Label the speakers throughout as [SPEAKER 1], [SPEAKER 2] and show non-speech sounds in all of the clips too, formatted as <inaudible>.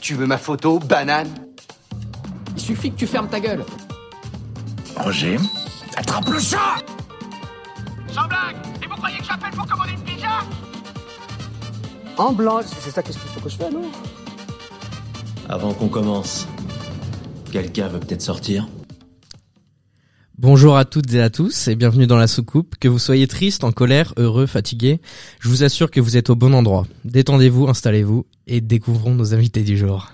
[SPEAKER 1] Tu veux ma photo, banane
[SPEAKER 2] Il suffit que tu fermes ta gueule.
[SPEAKER 3] Roger, attrape le chat
[SPEAKER 4] Sans blague Et vous croyez que j'appelle pour commander une pizza
[SPEAKER 2] En blanc, c'est ça qu'est-ce qu'il faut que je fasse, non
[SPEAKER 5] Avant qu'on commence, quelqu'un veut peut-être
[SPEAKER 6] <laughs>
[SPEAKER 5] sortir
[SPEAKER 7] Bonjour à toutes et à tous et bienvenue dans la soucoupe. Que vous soyez triste, en colère, heureux, fatigué, je vous assure que vous êtes au bon endroit. Détendez-vous, installez-vous et découvrons nos invités du jour.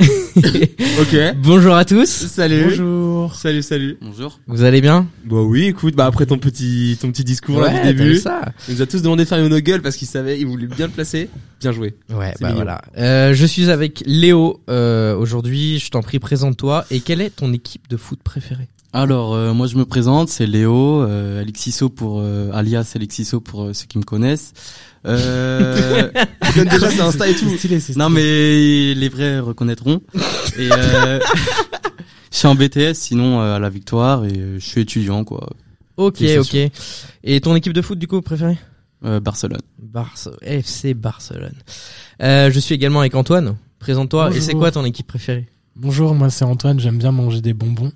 [SPEAKER 6] Ok.
[SPEAKER 7] Bonjour à tous.
[SPEAKER 6] Salut.
[SPEAKER 7] Bonjour.
[SPEAKER 6] Salut, salut.
[SPEAKER 8] Bonjour.
[SPEAKER 7] Vous allez bien
[SPEAKER 6] Bon oui, écoute, bah après ton petit ton petit discours là
[SPEAKER 7] t'as
[SPEAKER 6] du
[SPEAKER 7] vu
[SPEAKER 6] début,
[SPEAKER 7] ça.
[SPEAKER 6] il nous a tous demandé de faire une gueule parce qu'il savait, il voulait bien le placer. Bien joué.
[SPEAKER 7] Ouais,
[SPEAKER 6] C'est
[SPEAKER 7] bah
[SPEAKER 6] mignon.
[SPEAKER 7] voilà. Euh, je suis avec Léo euh, aujourd'hui. Je t'en prie, présente-toi. Et quelle est ton équipe de foot préférée
[SPEAKER 8] Alors euh, moi je me présente, c'est Léo, euh, Alexiso pour euh, alias Alexiso pour euh, ceux qui me connaissent. Euh,
[SPEAKER 6] <laughs> Il donne déjà sa Insta et tout.
[SPEAKER 8] non mais les vrais reconnaîtront. Et euh, <laughs> je suis en BTS sinon euh, à la victoire et euh, je suis étudiant quoi.
[SPEAKER 7] Ok,
[SPEAKER 8] Oui, c'est
[SPEAKER 7] ok. Et ton équipe de foot du coup préférée
[SPEAKER 8] Euh, Barcelone.
[SPEAKER 7] Barce FC Barcelone. Euh, je suis également avec Antoine. Présente-toi. Et
[SPEAKER 9] Bonjour.
[SPEAKER 7] c'est quoi ton équipe préférée
[SPEAKER 9] Bonjour, moi c'est Antoine, j'aime bien manger
[SPEAKER 7] <laughs>
[SPEAKER 9] des bonbons.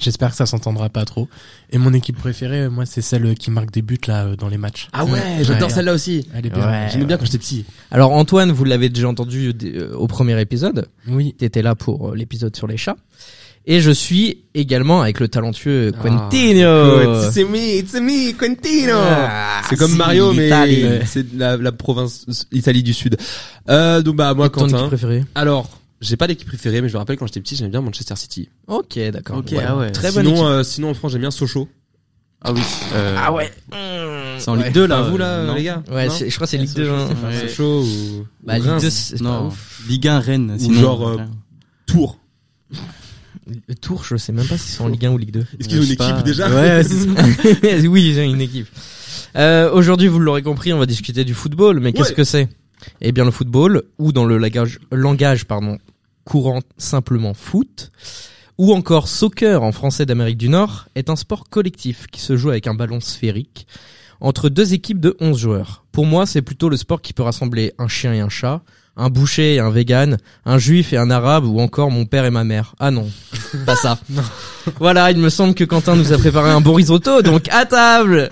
[SPEAKER 9] J'espère que ça s'entendra pas trop. Et mon équipe préférée, moi c'est celle qui marque des buts là euh, dans les matchs.
[SPEAKER 6] Ah ouais, j'adore
[SPEAKER 9] Ouais.
[SPEAKER 6] celle-là aussi.
[SPEAKER 9] Elle est bien.
[SPEAKER 7] Ouais,
[SPEAKER 6] J'aimais
[SPEAKER 7] ouais.
[SPEAKER 6] bien quand j'étais petit.
[SPEAKER 7] Alors Antoine, vous l'avez déjà entendu euh, au premier épisode.
[SPEAKER 9] Oui.
[SPEAKER 7] T'étais là pour euh, l'épisode sur les chats. Et je suis également avec le talentueux
[SPEAKER 6] Ah,
[SPEAKER 7] Quentino.
[SPEAKER 6] C'est me, Euh, it's me, Quentino.
[SPEAKER 7] Oh, Ah,
[SPEAKER 6] c'est comme
[SPEAKER 7] si,
[SPEAKER 6] Mario mais
[SPEAKER 7] l'Italie.
[SPEAKER 6] euh, c'est de la, la province euh, Italie du Sud. Euh, donc bah moi
[SPEAKER 7] Et ton équipe
[SPEAKER 6] Quentin.
[SPEAKER 7] préférée
[SPEAKER 6] Alors, j'ai pas d'équipe préférée mais je me rappelle quand j'étais petit, j'aimais bien Manchester City.
[SPEAKER 7] Ok, d'accord.
[SPEAKER 8] Ok, ah ouais.
[SPEAKER 7] Très bonne
[SPEAKER 6] Sinon
[SPEAKER 7] équipe.
[SPEAKER 6] euh, sinon en France, j'aime bien Sochaux.
[SPEAKER 8] Ah oui. euh,
[SPEAKER 7] Ah ouais.
[SPEAKER 8] C'est en Ligue 2 là.
[SPEAKER 6] Bah, vous là
[SPEAKER 8] euh, non.
[SPEAKER 6] les gars.
[SPEAKER 7] Ouais,
[SPEAKER 6] Non
[SPEAKER 7] c'est- je crois que c'est Ligue 2. hein.
[SPEAKER 8] Ouais.
[SPEAKER 6] Sochaux ou
[SPEAKER 7] Bah,
[SPEAKER 6] ou
[SPEAKER 7] Ligue
[SPEAKER 6] Reims.
[SPEAKER 7] 2, c'est pas
[SPEAKER 8] Non.
[SPEAKER 7] ouf.
[SPEAKER 8] Ligue 1 Rennes.
[SPEAKER 6] Ou
[SPEAKER 8] sinon,
[SPEAKER 6] genre, euh, Tours.
[SPEAKER 7] Le Tour, je sais même pas si c'est en Ligue 1 ou Ligue 2.
[SPEAKER 6] Est-ce qu'ils ont
[SPEAKER 8] je
[SPEAKER 6] une
[SPEAKER 8] sais
[SPEAKER 6] équipe
[SPEAKER 8] pas.
[SPEAKER 6] déjà
[SPEAKER 7] Ouais,
[SPEAKER 6] <laughs>
[SPEAKER 7] c'est ça. <laughs> oui, ils ont une équipe. Euh, Aujourd'hui, vous l'aurez compris, on va discuter du football. Mais qu'est-ce
[SPEAKER 6] Ouais.
[SPEAKER 7] que c'est Eh bien, le football, ou dans le langage, langage pardon, courant simplement foot, ou encore soccer en français d'Amérique du Nord, est un sport collectif qui se joue avec un ballon sphérique entre deux équipes de 11 joueurs. Pour moi, c'est plutôt le sport qui peut rassembler un chien et un chat, un boucher et un vegan, un juif et un arabe, ou encore mon père et ma mère. Ah non, <laughs> pas ça. Voilà, il me semble que Quentin nous a préparé un bon risotto, donc à
[SPEAKER 6] <laughs>
[SPEAKER 7] table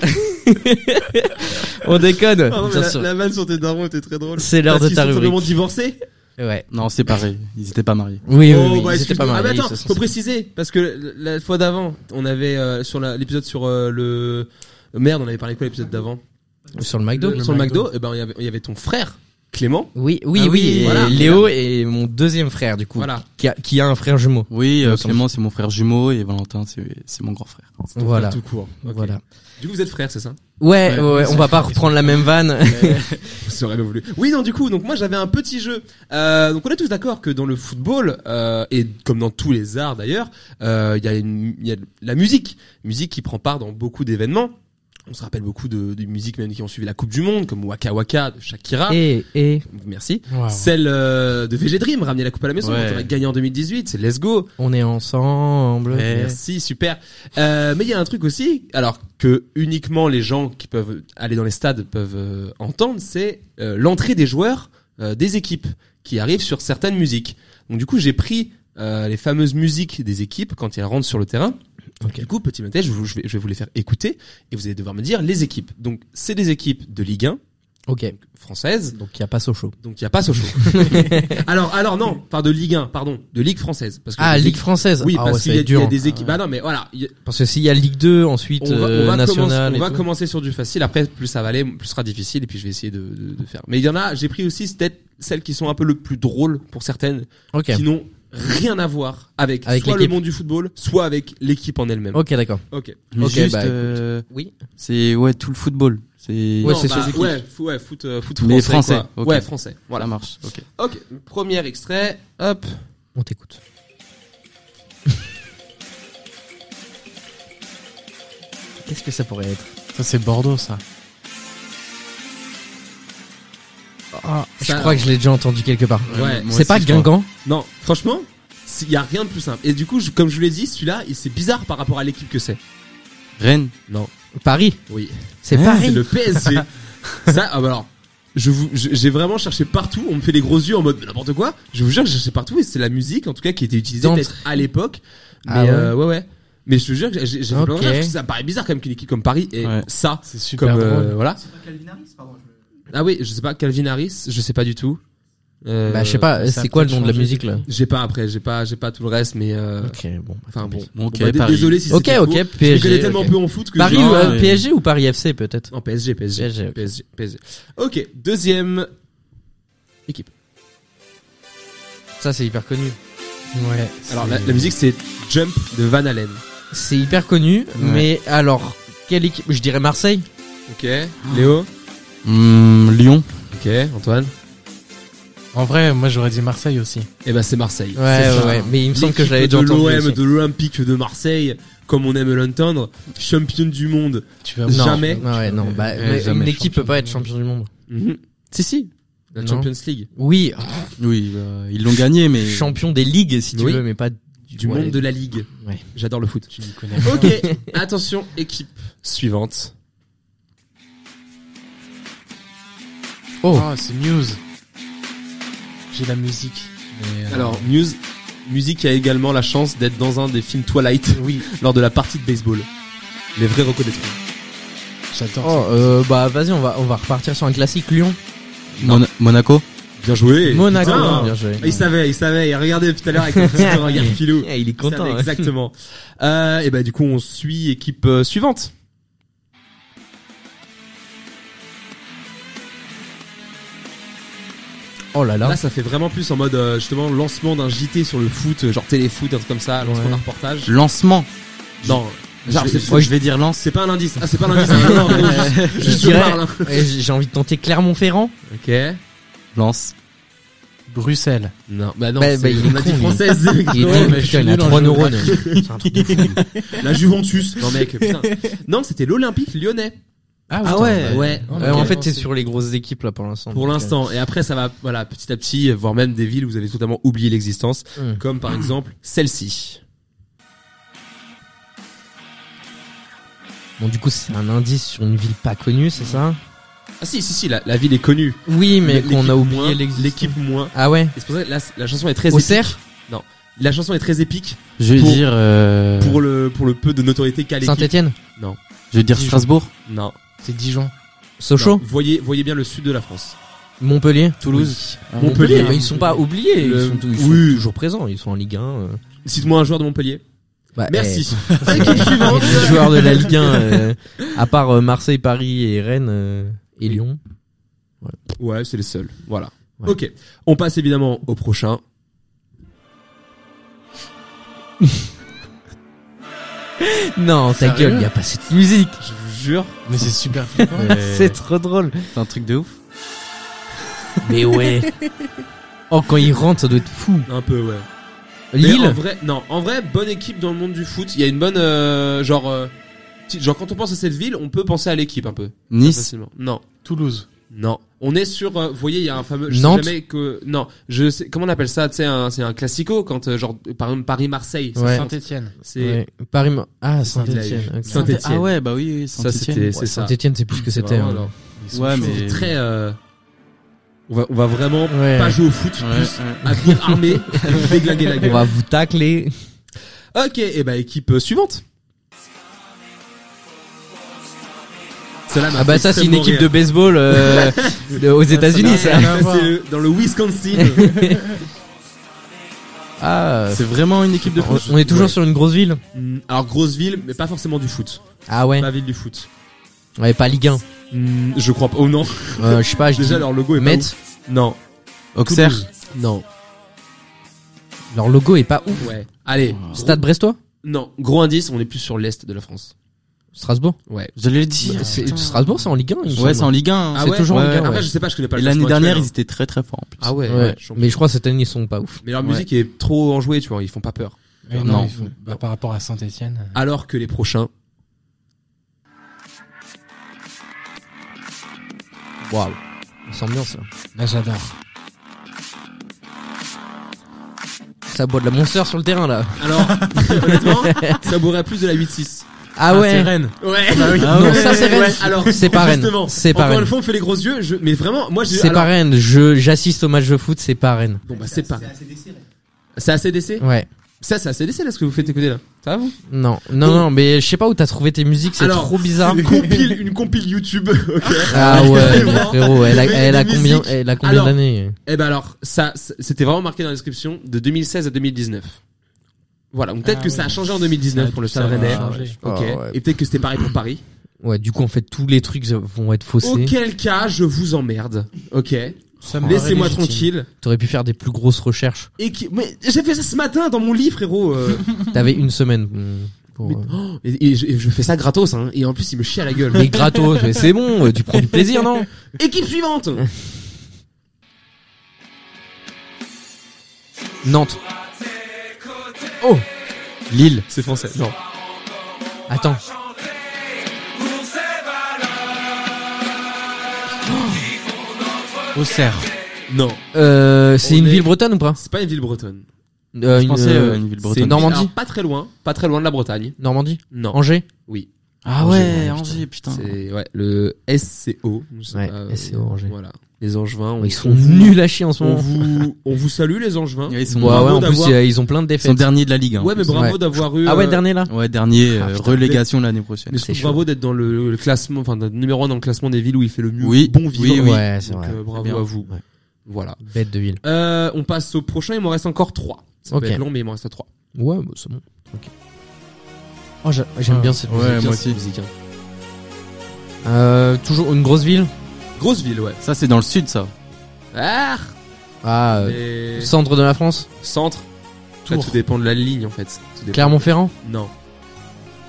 [SPEAKER 7] On déconne,
[SPEAKER 6] Ah non, mais
[SPEAKER 7] bien
[SPEAKER 6] la,
[SPEAKER 7] sûr.
[SPEAKER 6] la vanne sur tes darons était très drôle.
[SPEAKER 7] C'est l'heure de
[SPEAKER 6] Parce
[SPEAKER 7] ta
[SPEAKER 6] qu'ils sont
[SPEAKER 7] rubrique.
[SPEAKER 6] vraiment divorcés.
[SPEAKER 7] Ouais.
[SPEAKER 8] Non, c'est pareil. Ils étaient pas mariés.
[SPEAKER 7] Oui, oui, oui,
[SPEAKER 6] Oh, bah,
[SPEAKER 7] ils étaient
[SPEAKER 6] excuse-moi.
[SPEAKER 7] pas mal.
[SPEAKER 6] Ah, mais attends, faut préciser parce que la fois d'avant, on avait euh, sur la- l'épisode sur euh, le merde, on avait parlé quoi l'épisode d'avant
[SPEAKER 7] Sur le McDo
[SPEAKER 6] Sur le McDo, eh ben il y avait- il y avait ton frère Clément.
[SPEAKER 7] Oui, oui, oui,
[SPEAKER 6] Ah oui,
[SPEAKER 7] et
[SPEAKER 6] voilà.
[SPEAKER 7] Léo est mon deuxième frère, du coup,
[SPEAKER 6] Voilà.
[SPEAKER 7] qui, a, qui a un frère jumeau.
[SPEAKER 8] Oui, euh,
[SPEAKER 7] Ensemble.
[SPEAKER 8] Clément c'est mon frère jumeau et Valentin c'est c'est mon grand frère.
[SPEAKER 6] Ton
[SPEAKER 7] Voilà.
[SPEAKER 6] frère Tout court. Ok.
[SPEAKER 7] Voilà.
[SPEAKER 6] Du coup, vous êtes frères, c'est ça
[SPEAKER 7] Ouais, ouais,
[SPEAKER 6] Ouais,
[SPEAKER 7] ouais, on va pas reprendre la même vanne.
[SPEAKER 6] Ça aurait bien voulu. Oui, non, du coup, donc moi j'avais un petit jeu. Euh, donc on est tous d'accord que dans le football euh, et comme dans tous les arts d'ailleurs, euh, il y a une- il y, a la musique, musique qui prend part dans beaucoup d'événements. On se rappelle beaucoup de, de musiques même qui ont suivi la Coupe du Monde, comme Waka Waka de Shakira.
[SPEAKER 7] et, Ah et,
[SPEAKER 6] Merci.
[SPEAKER 9] Waouh.
[SPEAKER 6] Celle euh, de VG Dream, ramener la coupe à la maison,
[SPEAKER 8] Ouais.
[SPEAKER 6] qu'on a gagné en 2018, c'est Let's Go.
[SPEAKER 7] on est ensemble.
[SPEAKER 6] Merci, super. Euh, mais il y a un truc aussi, alors que uniquement les gens qui peuvent aller dans les stades peuvent euh, entendre, c'est euh, l'entrée des joueurs euh, des équipes qui arrivent sur certaines musiques. Donc du coup, j'ai pris euh, les fameuses musiques des équipes quand elles rentrent sur le terrain.
[SPEAKER 7] Ok.
[SPEAKER 6] Du coup, petit matin, je, vous- je vais, je vais vous les faire écouter et vous allez devoir me dire les équipes. Donc c'est des équipes de Ligue 1
[SPEAKER 7] Ok,
[SPEAKER 6] française,
[SPEAKER 7] donc il y a pas Sochaux.
[SPEAKER 6] donc il n'y a pas Sochaux.
[SPEAKER 7] <laughs>
[SPEAKER 6] alors, alors non, enfin de Ligue 1, pardon, de Ligue française. Parce que
[SPEAKER 7] Ah,
[SPEAKER 6] les
[SPEAKER 7] Ligue
[SPEAKER 6] équipes-
[SPEAKER 7] française.
[SPEAKER 6] Oui,
[SPEAKER 7] Ah ouais,
[SPEAKER 6] parce
[SPEAKER 7] ça
[SPEAKER 6] qu'il
[SPEAKER 7] va
[SPEAKER 6] y a,
[SPEAKER 7] être
[SPEAKER 6] il y a
[SPEAKER 7] dur, hein.
[SPEAKER 6] des équipes. Bah non, mais voilà, il y a-
[SPEAKER 7] Parce que s'il y a Ligue 2, ensuite
[SPEAKER 6] on va, on
[SPEAKER 7] euh,
[SPEAKER 6] va
[SPEAKER 7] nationale.
[SPEAKER 6] commencer,
[SPEAKER 7] et
[SPEAKER 6] on va
[SPEAKER 7] tout.
[SPEAKER 6] commencer sur du facile. Après, plus ça va aller, plus ce sera difficile. Et puis je vais essayer de, de- de faire. Mais il y en a. J'ai pris aussi peut-être celles qui sont un peu le plus drôles pour certaines,
[SPEAKER 7] Ok.
[SPEAKER 6] qui n'ont rien à voir avec,
[SPEAKER 7] Avec
[SPEAKER 6] soit le
[SPEAKER 7] l'équipe.
[SPEAKER 6] monde du football, soit avec l'équipe en elle-même.
[SPEAKER 7] Ok, d'accord.
[SPEAKER 6] Ok.
[SPEAKER 8] Mais
[SPEAKER 7] Ok,
[SPEAKER 8] juste
[SPEAKER 7] bah, écoute.
[SPEAKER 8] euh,
[SPEAKER 7] Oui.
[SPEAKER 8] c'est ouais tout le football. C'est
[SPEAKER 7] Ouais,
[SPEAKER 6] Non,
[SPEAKER 7] c'est
[SPEAKER 6] bah,
[SPEAKER 7] ces équipes.
[SPEAKER 6] ouais, fou- ouais, foot, euh, foot français.
[SPEAKER 8] Mais français,
[SPEAKER 6] quoi.
[SPEAKER 8] ok.
[SPEAKER 6] Ouais, français.
[SPEAKER 8] Voilà,
[SPEAKER 6] Voilà.
[SPEAKER 8] marche. Ok.
[SPEAKER 6] Ok. Premier extrait. Hop.
[SPEAKER 7] On t'écoute. <laughs> Qu'est-ce que ça pourrait être
[SPEAKER 9] Ça c'est Bordeaux ça.
[SPEAKER 7] Je
[SPEAKER 6] Ah, Ça-
[SPEAKER 7] crois que je l'ai déjà entendu quelque part.
[SPEAKER 6] Ouais.
[SPEAKER 8] moi
[SPEAKER 7] C'est pas
[SPEAKER 8] aussi, je crois.
[SPEAKER 7] Guingamp
[SPEAKER 6] Non, franchement, il y a rien de plus simple. Et du coup, je- comme je vous l'ai dit, celui-là, il- c'est bizarre par rapport à l'équipe que c'est.
[SPEAKER 8] Rennes.
[SPEAKER 6] Non.
[SPEAKER 7] Paris.
[SPEAKER 6] Oui.
[SPEAKER 7] C'est
[SPEAKER 6] Hein, C'est
[SPEAKER 7] Paris. <laughs>
[SPEAKER 6] le PSG. ça, ah bah alors. je vous, je- j'ai vraiment cherché partout. On me fait les gros yeux en mode mais n'importe quoi. Je vous jure, j'ai cherché partout et c'est la musique en tout cas qui était utilisée
[SPEAKER 7] D'entrée.
[SPEAKER 6] peut-être à l'époque. Mais
[SPEAKER 7] Ah ouais.
[SPEAKER 6] euh, ouais, ouais. Mais je te jure, que j'ai j'ai fait plein de
[SPEAKER 7] Ok.
[SPEAKER 6] recherches, parce que ça me paraît bizarre quand même qu'une équipe comme Paris et
[SPEAKER 8] Ouais.
[SPEAKER 6] ça.
[SPEAKER 9] C'est super
[SPEAKER 6] Comme euh,
[SPEAKER 9] drôle.
[SPEAKER 6] voilà. Ah oui, je sais pas Calvin Harris, je sais pas du tout. Euh,
[SPEAKER 7] Bah, je sais pas,
[SPEAKER 9] ça a
[SPEAKER 7] c'est quoi le nom
[SPEAKER 9] peut-être
[SPEAKER 7] de la
[SPEAKER 9] changé
[SPEAKER 7] musique là
[SPEAKER 9] depuis.
[SPEAKER 6] J'ai pas après, j'ai pas, j'ai pas tout le reste, mais euh,
[SPEAKER 7] Ok, bon. bah,
[SPEAKER 6] enfin bon. bah,
[SPEAKER 8] Bon, ok,
[SPEAKER 6] dé-
[SPEAKER 8] Paris.
[SPEAKER 6] Désolé si
[SPEAKER 7] Ok,
[SPEAKER 6] c'était
[SPEAKER 7] ok,
[SPEAKER 6] court. Je me
[SPEAKER 7] PSG,
[SPEAKER 6] connais tellement
[SPEAKER 7] ok.
[SPEAKER 6] peu en foot que
[SPEAKER 7] Paris
[SPEAKER 6] j'ai-
[SPEAKER 7] ou
[SPEAKER 8] euh,
[SPEAKER 7] euh, PSG ou Paris FC peut-être
[SPEAKER 6] Non, PSG, PSG.
[SPEAKER 7] PSG, ok.
[SPEAKER 6] PSG, PSG. Ok, deuxième équipe.
[SPEAKER 7] Ça c'est hyper connu.
[SPEAKER 9] Ouais.
[SPEAKER 6] Alors la, la musique c'est Jump de Van Halen.
[SPEAKER 7] C'est hyper connu, mais alors quelle équipe Je dirais Marseille.
[SPEAKER 6] Ok, Léo.
[SPEAKER 8] Hum, Lyon.
[SPEAKER 6] Ok, Antoine.
[SPEAKER 9] En vrai, moi j'aurais dit Marseille aussi.
[SPEAKER 6] Eh ben c'est Marseille.
[SPEAKER 7] Ouais,
[SPEAKER 6] C'est
[SPEAKER 7] ouais,
[SPEAKER 6] ça.
[SPEAKER 7] ouais, mais il me semble que je l'avais
[SPEAKER 6] L'équipe
[SPEAKER 7] déjà
[SPEAKER 6] de
[SPEAKER 7] entendu.
[SPEAKER 6] l'OM,
[SPEAKER 7] aussi.
[SPEAKER 6] de l'Olympique de Marseille, comme on aime l'entendre, championne du monde.
[SPEAKER 9] Tu vas
[SPEAKER 7] Non.
[SPEAKER 6] jamais.
[SPEAKER 7] Ouais, ouais, non, bah,
[SPEAKER 6] Ouais,
[SPEAKER 7] mais
[SPEAKER 6] jamais
[SPEAKER 7] une équipe peut pas être champion du monde.
[SPEAKER 6] Si si. Mhm. La
[SPEAKER 7] Non.
[SPEAKER 6] Champions League.
[SPEAKER 7] Oui,
[SPEAKER 8] Oui, bah, ils l'ont gagné, mais.
[SPEAKER 7] champion des ligues si tu
[SPEAKER 6] Oui.
[SPEAKER 7] veux, mais pas du,
[SPEAKER 6] Du
[SPEAKER 7] ouais.
[SPEAKER 6] monde de la ligue.
[SPEAKER 7] Ouais.
[SPEAKER 6] J'adore le foot.
[SPEAKER 9] Tu m'y connais.
[SPEAKER 6] Ok, <laughs> attention, équipe suivante.
[SPEAKER 9] Oh,
[SPEAKER 6] Ah,
[SPEAKER 9] c'est Muse. J'ai la musique. mais, euh,
[SPEAKER 6] Alors, Muse, musique a également la chance d'être dans un des films Twilight <laughs>
[SPEAKER 9] oui,
[SPEAKER 6] lors de la partie de baseball. Les vrais reconnaîtront.
[SPEAKER 9] j'adore.
[SPEAKER 7] Oh, euh, bah vas-y, on va on va repartir sur un classique Lyon.
[SPEAKER 8] Mona- Monaco.
[SPEAKER 6] Bien joué.
[SPEAKER 7] Monaco,
[SPEAKER 6] Putain.
[SPEAKER 7] bien joué.
[SPEAKER 6] Ah, Il savait, il savait. Et Regardez tout à l'heure avec
[SPEAKER 9] <laughs>
[SPEAKER 6] le petit regard filou.
[SPEAKER 7] Eh, <laughs> il est
[SPEAKER 6] Il savait
[SPEAKER 7] content. ouais.
[SPEAKER 6] Exactement. Euh, et bah du coup, on suit équipe euh, suivante.
[SPEAKER 7] Oh là là.
[SPEAKER 6] Là, ça fait vraiment plus en mode euh, justement lancement d'un JT sur le foot, euh, genre téléfoot, un truc comme ça, lancement
[SPEAKER 7] Ouais.
[SPEAKER 6] d'un reportage.
[SPEAKER 8] Lancement.
[SPEAKER 6] Non, genre,
[SPEAKER 8] je, vais,
[SPEAKER 6] c'est-
[SPEAKER 8] moi, je vais dire lance.
[SPEAKER 6] c'est pas un indice. Ah, c'est pas un indice. Ah, non, <laughs> non, juste- juste je
[SPEAKER 7] dirais-
[SPEAKER 6] parle. hein.
[SPEAKER 7] Eh, J'ai envie de tenter Clermont-Ferrand.
[SPEAKER 6] Ok.
[SPEAKER 8] Lance.
[SPEAKER 7] Oh.
[SPEAKER 9] Bruxelles.
[SPEAKER 6] Non, bah non,
[SPEAKER 7] Bah,
[SPEAKER 6] c'est-
[SPEAKER 7] bah, il est
[SPEAKER 6] on a dit
[SPEAKER 7] con, lui.
[SPEAKER 6] française. <laughs>
[SPEAKER 7] Il
[SPEAKER 6] Ouais,
[SPEAKER 7] est
[SPEAKER 6] mais je suis
[SPEAKER 7] putain, il a
[SPEAKER 6] nul en
[SPEAKER 7] trois
[SPEAKER 6] géographie.
[SPEAKER 7] neurones. C'est un truc de fou.
[SPEAKER 6] La Juventus. Non mec, putain. Non, c'était l'Olympique lyonnais. bah,
[SPEAKER 9] Ah,
[SPEAKER 6] ouais. Ouais.
[SPEAKER 7] Ouais, Euh, en fait,
[SPEAKER 9] Ok.
[SPEAKER 7] c'est sur les grosses équipes là pour l'instant.
[SPEAKER 6] Pour
[SPEAKER 7] Donc, euh,
[SPEAKER 6] l'instant. Et après, ça va, voilà, petit à petit, voire même des villes où vous avez totalement oublié l'existence.
[SPEAKER 7] Hmm.
[SPEAKER 6] Comme par exemple celle-ci.
[SPEAKER 7] euh, Bon, du coup, c'est un indice sur une ville pas connue, c'est ça
[SPEAKER 6] Ah si, si, si, la, la ville est connue.
[SPEAKER 7] Oui, mais
[SPEAKER 6] L'équipe
[SPEAKER 7] qu'on a
[SPEAKER 6] moins,
[SPEAKER 7] oublié l'existence.
[SPEAKER 6] L'équipe moins.
[SPEAKER 7] Ah ouais.
[SPEAKER 6] Et c'est pour ça que la, la chanson est très épique.
[SPEAKER 7] Auxerre,
[SPEAKER 6] La chanson est très épique
[SPEAKER 8] Je vais
[SPEAKER 6] Pour-
[SPEAKER 8] dire. euh,
[SPEAKER 6] pour le, pour le peu de notoriété qu'a l'équipe.
[SPEAKER 7] Saint-Étienne,
[SPEAKER 8] Je vais dire
[SPEAKER 9] Dijon.
[SPEAKER 8] Strasbourg.
[SPEAKER 6] Non.
[SPEAKER 9] C'est Dijon.
[SPEAKER 6] non.
[SPEAKER 7] Sochaux,
[SPEAKER 6] Voyez, voyez bien le sud de la France.
[SPEAKER 7] Montpellier,
[SPEAKER 8] Toulouse.
[SPEAKER 7] Ah,
[SPEAKER 6] Montpellier.
[SPEAKER 7] Mais ils sont pas oubliés. Ils
[SPEAKER 6] Le-
[SPEAKER 7] sont, tous- ils sont
[SPEAKER 6] Oui.
[SPEAKER 7] toujours présents. Ils sont en Ligue 1. euh.
[SPEAKER 6] Cite-moi un joueur de Montpellier.
[SPEAKER 7] Bah,
[SPEAKER 6] Merci.
[SPEAKER 7] eh, <laughs> les joueurs de la Ligue 1, euh, à part euh, Marseille, Paris et Rennes euh, et Lyon.
[SPEAKER 6] Ouais, c'est les seuls. Voilà.
[SPEAKER 7] Ouais.
[SPEAKER 6] Ok. On passe évidemment au prochain.
[SPEAKER 7] Non, ta
[SPEAKER 9] Sérieux
[SPEAKER 7] gueule, y a pas cette musique. Euh,
[SPEAKER 6] Je vous jure.
[SPEAKER 9] Mais c'est super flippant.
[SPEAKER 7] <laughs> C'est trop drôle.
[SPEAKER 8] C'est un truc de ouf.
[SPEAKER 7] Mais ouais. Oh, quand ils rentrent, ça doit être fou.
[SPEAKER 6] Un peu, ouais. Mais en
[SPEAKER 7] Lille,
[SPEAKER 6] vrai, non, en vrai, bonne équipe dans le monde du foot. Il y a une bonne euh, genre euh, petite- genre quand on pense à cette ville, on peut penser à l'équipe un peu
[SPEAKER 8] Nice.
[SPEAKER 6] facilement. Non,
[SPEAKER 9] Toulouse.
[SPEAKER 6] non. On est sur, euh, vous voyez, il y a un fameux. Je
[SPEAKER 7] Nantes
[SPEAKER 6] sais jamais que non. Je sais comment on appelle ça. Tu sais, un- c'est un classico quand euh, genre par exemple Paris Marseille.
[SPEAKER 7] Ouais.
[SPEAKER 9] Saint-Etienne.
[SPEAKER 6] C'est
[SPEAKER 7] Ouais. Paris. Ma- Ah,
[SPEAKER 6] Saint-Étienne.
[SPEAKER 7] Saint-Etienne.
[SPEAKER 6] Saint-Étienne. Saint-Étienne.
[SPEAKER 8] Ah ouais, bah oui,
[SPEAKER 6] ça,
[SPEAKER 8] Saint-Étienne.
[SPEAKER 6] c'était c'est ça.
[SPEAKER 7] Saint-Etienne, c'est plus que c'était.
[SPEAKER 6] Vraiment,
[SPEAKER 7] hein.
[SPEAKER 6] alors,
[SPEAKER 8] Ouais,
[SPEAKER 6] c'est
[SPEAKER 8] mais.
[SPEAKER 6] très. euh, on va on va vraiment
[SPEAKER 7] Ouais.
[SPEAKER 6] pas jouer au foot.
[SPEAKER 8] Ouais,
[SPEAKER 6] Plus
[SPEAKER 8] ouais.
[SPEAKER 6] à venir armé, et vous <laughs> déglinguer la
[SPEAKER 7] On
[SPEAKER 6] gueule.
[SPEAKER 7] va vous tacler.
[SPEAKER 6] Ok, et bah équipe euh, suivante. Celle-là m'a
[SPEAKER 7] Ah bah
[SPEAKER 6] fait <laughs>
[SPEAKER 7] ça c'est une
[SPEAKER 6] extrêmement
[SPEAKER 7] équipe de
[SPEAKER 6] rire.
[SPEAKER 7] baseball euh, de- aux États-Unis
[SPEAKER 6] Ça,
[SPEAKER 7] ça.
[SPEAKER 6] c'est le- dans le Wisconsin.
[SPEAKER 7] <laughs>
[SPEAKER 6] Euh,
[SPEAKER 7] Ah,
[SPEAKER 8] C'est vraiment une équipe de
[SPEAKER 7] on,
[SPEAKER 8] foot.
[SPEAKER 7] on est toujours sur une grosse ville.
[SPEAKER 6] Mm, Alors grosse ville, mais pas forcément du foot.
[SPEAKER 7] Ah ouais.
[SPEAKER 6] Pas ville du foot.
[SPEAKER 7] Ouais, pas Ligue 1.
[SPEAKER 6] Mm, Je crois pas. Oh non.
[SPEAKER 7] Euh, je sais pas, je
[SPEAKER 6] Déjà
[SPEAKER 7] dis
[SPEAKER 6] leur logo est pas
[SPEAKER 7] Metz.
[SPEAKER 6] ouf. Non.
[SPEAKER 8] Auxerre.
[SPEAKER 6] Non.
[SPEAKER 7] Leur logo est pas ouf.
[SPEAKER 6] Ouais. Allez.
[SPEAKER 7] Stade Brestois,
[SPEAKER 6] Non. Gros indice, on est plus sur l'est de la France.
[SPEAKER 7] Strasbourg.
[SPEAKER 6] Ouais.
[SPEAKER 8] J'allais le
[SPEAKER 6] Bah,
[SPEAKER 8] dire.
[SPEAKER 7] C'est- Strasbourg c'est en Ligue 1. il me
[SPEAKER 8] Ouais, c'est en
[SPEAKER 7] semble.
[SPEAKER 8] Ligue 1. hein.
[SPEAKER 6] Ah
[SPEAKER 8] C'est
[SPEAKER 6] ouais
[SPEAKER 8] toujours en Ligue 1.
[SPEAKER 6] Après
[SPEAKER 8] ouais.
[SPEAKER 6] je sais pas, je connais pas.
[SPEAKER 8] Et
[SPEAKER 6] le
[SPEAKER 8] l'année
[SPEAKER 6] classement
[SPEAKER 8] dernière, ils
[SPEAKER 6] actuel,
[SPEAKER 8] étaient très très forts en plus.
[SPEAKER 6] hein. Ah ouais.
[SPEAKER 7] Ouais.
[SPEAKER 6] ouais, champion.
[SPEAKER 7] Mais je crois que cette année ils sont pas ouf.
[SPEAKER 6] Mais leur
[SPEAKER 8] Ouais.
[SPEAKER 6] musique est trop enjouée, tu vois. Ils font pas peur.
[SPEAKER 9] non,
[SPEAKER 8] Non.
[SPEAKER 9] il faut- bah, par rapport à Saint-Etienne.
[SPEAKER 6] Alors que les prochains.
[SPEAKER 7] Waouh. On sent bien ça.
[SPEAKER 9] Là, j'adore.
[SPEAKER 7] Ça boit de la monseur sur le terrain là.
[SPEAKER 6] <laughs> Alors, honnêtement, ça bourrait plus de la 8-6.
[SPEAKER 7] Ah
[SPEAKER 9] c'est
[SPEAKER 7] ouais.
[SPEAKER 9] Rennes.
[SPEAKER 6] Ouais.
[SPEAKER 9] Ah
[SPEAKER 7] Non,
[SPEAKER 9] ouais.
[SPEAKER 7] ça c'est Rennes.
[SPEAKER 6] Ouais, alors,
[SPEAKER 7] c'est pas Rennes.
[SPEAKER 6] Justement,
[SPEAKER 7] C'est pas
[SPEAKER 6] encore
[SPEAKER 7] Rennes.
[SPEAKER 6] une fois, on fait les gros yeux. je- Mais vraiment, moi, j'ai-
[SPEAKER 7] C'est
[SPEAKER 6] alors-
[SPEAKER 7] pas Rennes. Je j'assiste au match de foot, c'est pas Rennes.
[SPEAKER 6] Bon, bah, c'est pas. C'est ACDC
[SPEAKER 7] Ouais.
[SPEAKER 6] Ça, c'est ACDC là, ce que vous faites écouter là. Ça va vous
[SPEAKER 7] Non, non,
[SPEAKER 6] Donc-
[SPEAKER 7] non, mais je sais pas où t'as trouvé tes musiques, c'est
[SPEAKER 6] Oh. Alors,
[SPEAKER 7] trop
[SPEAKER 6] <laughs>
[SPEAKER 7] bizarre.
[SPEAKER 6] Une compile, une compile YouTube. <laughs> Ok.
[SPEAKER 7] Ah
[SPEAKER 6] <laughs>
[SPEAKER 7] ouais,
[SPEAKER 6] Vraiment.
[SPEAKER 7] mais frérot, elle a,
[SPEAKER 6] Des-
[SPEAKER 7] elle a
[SPEAKER 6] des
[SPEAKER 7] combien,
[SPEAKER 6] musiques.
[SPEAKER 7] elle a combien
[SPEAKER 6] Alors,
[SPEAKER 7] d'années
[SPEAKER 6] Eh ben alors, ça, c- c'était vraiment marqué dans la description de 2016 à 2019. Voilà, donc peut-être
[SPEAKER 9] Ah
[SPEAKER 6] que
[SPEAKER 9] ouais.
[SPEAKER 6] ça a changé en
[SPEAKER 9] Ça
[SPEAKER 6] 2019
[SPEAKER 9] a
[SPEAKER 6] pour le
[SPEAKER 9] dû- ça
[SPEAKER 6] Stade
[SPEAKER 9] a
[SPEAKER 6] Rennais.
[SPEAKER 9] changé.
[SPEAKER 6] Ok.
[SPEAKER 7] Ah ouais.
[SPEAKER 6] Et peut-être que c'était pareil pour Paris.
[SPEAKER 7] Ouais, du coup en fait tous les trucs vont être faussés.
[SPEAKER 6] Auquel cas, je vous emmerde. Ok.
[SPEAKER 9] Ça me paraît
[SPEAKER 6] Laissez-moi
[SPEAKER 9] légitime.
[SPEAKER 6] tranquille.
[SPEAKER 7] T'aurais pu faire des plus grosses
[SPEAKER 6] <laughs>
[SPEAKER 7] recherches.
[SPEAKER 6] Et qui- mais j'ai fait ça ce matin dans mon lit, frérot. euh.
[SPEAKER 9] <laughs>
[SPEAKER 7] T'avais une semaine. mm, Pour,
[SPEAKER 6] Mais-
[SPEAKER 7] euh,
[SPEAKER 6] Oh, et, et je, et je fais ça gratos, hein. Et en plus, il me chie à la gueule.
[SPEAKER 9] <laughs>
[SPEAKER 7] Mais gratos, mais c'est bon, euh, tu prends du plaisir, non
[SPEAKER 6] Équipe suivante.
[SPEAKER 7] Nantes. Oh.
[SPEAKER 6] Lille. C'est français. Non.
[SPEAKER 7] Attends.
[SPEAKER 8] Auxerre.
[SPEAKER 6] Non.
[SPEAKER 7] Euh, c'est
[SPEAKER 6] On
[SPEAKER 7] une
[SPEAKER 6] est-
[SPEAKER 7] ville bretonne ou pas
[SPEAKER 6] C'est pas une ville bretonne.
[SPEAKER 7] euh,
[SPEAKER 8] Je pensais
[SPEAKER 7] euh,
[SPEAKER 8] euh, une ville
[SPEAKER 7] c'est
[SPEAKER 8] bretonne.
[SPEAKER 7] Normandie.
[SPEAKER 6] Alors, pas très loin. Pas très loin de la Bretagne.
[SPEAKER 7] Normandie
[SPEAKER 6] Non.
[SPEAKER 7] Angers
[SPEAKER 6] Oui.
[SPEAKER 8] Ah
[SPEAKER 7] Angers,
[SPEAKER 8] ouais,
[SPEAKER 7] ouais,
[SPEAKER 8] Angers, putain.
[SPEAKER 6] C'est ouais, le SCO. je sais
[SPEAKER 7] Mhm. Ouais,
[SPEAKER 6] pas, euh,
[SPEAKER 7] SCO Angers.
[SPEAKER 6] Voilà. Les Angevins. on-
[SPEAKER 7] Oh, Ils sont
[SPEAKER 6] on vous-
[SPEAKER 7] nuls à chier en ce
[SPEAKER 6] On
[SPEAKER 7] moment.
[SPEAKER 6] vous, on vous salue les Angevins.
[SPEAKER 8] Ouais, Ils sont,
[SPEAKER 7] Ouais, ouais, en plus,
[SPEAKER 6] d'avoir-
[SPEAKER 7] euh, ils ont plein de
[SPEAKER 8] ils sont
[SPEAKER 7] défaites.
[SPEAKER 8] derniers de la Ligue. hein, en
[SPEAKER 6] Ouais, mais
[SPEAKER 8] plus.
[SPEAKER 6] bravo
[SPEAKER 7] Ouais.
[SPEAKER 6] d'avoir eu.
[SPEAKER 7] Ah ouais,
[SPEAKER 6] euh,
[SPEAKER 7] dernier là
[SPEAKER 8] Ouais, dernier,
[SPEAKER 7] Ah,
[SPEAKER 8] euh,
[SPEAKER 7] putain.
[SPEAKER 8] relégation l'année prochaine.
[SPEAKER 6] mais je
[SPEAKER 7] c'est
[SPEAKER 6] trouve
[SPEAKER 7] chaud.
[SPEAKER 6] bravo d'être dans le, le classement, enfin, d'être numéro un dans le classement des villes où il fait le mieux.
[SPEAKER 8] Oui,
[SPEAKER 6] bon vivant.
[SPEAKER 8] oui, oui.
[SPEAKER 7] Ouais, c'est
[SPEAKER 6] Donc,
[SPEAKER 7] vrai.
[SPEAKER 6] euh, bravo
[SPEAKER 8] bien.
[SPEAKER 6] à vous.
[SPEAKER 7] Ouais.
[SPEAKER 6] Voilà.
[SPEAKER 7] Bête de ville.
[SPEAKER 6] Euh, on passe au prochain. Il m'en reste encore trois. Ça
[SPEAKER 7] Ok.
[SPEAKER 6] peut être long, mais il m'en reste trois.
[SPEAKER 7] Ouais, bah, c'est bon. Ok. Oh, j'a- j'aime bien cette
[SPEAKER 8] Ouais,
[SPEAKER 7] musique.
[SPEAKER 8] moi
[SPEAKER 6] cette
[SPEAKER 8] aussi.
[SPEAKER 6] musique, hein.
[SPEAKER 7] Euh, toujours une grosse ville
[SPEAKER 6] Grosse ville, ouais.
[SPEAKER 8] Ça, c'est dans le sud, ça.
[SPEAKER 6] Ah.
[SPEAKER 7] Ah, euh,
[SPEAKER 6] mais-
[SPEAKER 7] centre de la France
[SPEAKER 6] Centre. Ça,
[SPEAKER 7] Tours.
[SPEAKER 6] tout dépend de la ligne en fait. Tout dépend.
[SPEAKER 7] Clermont-Ferrand
[SPEAKER 6] Non,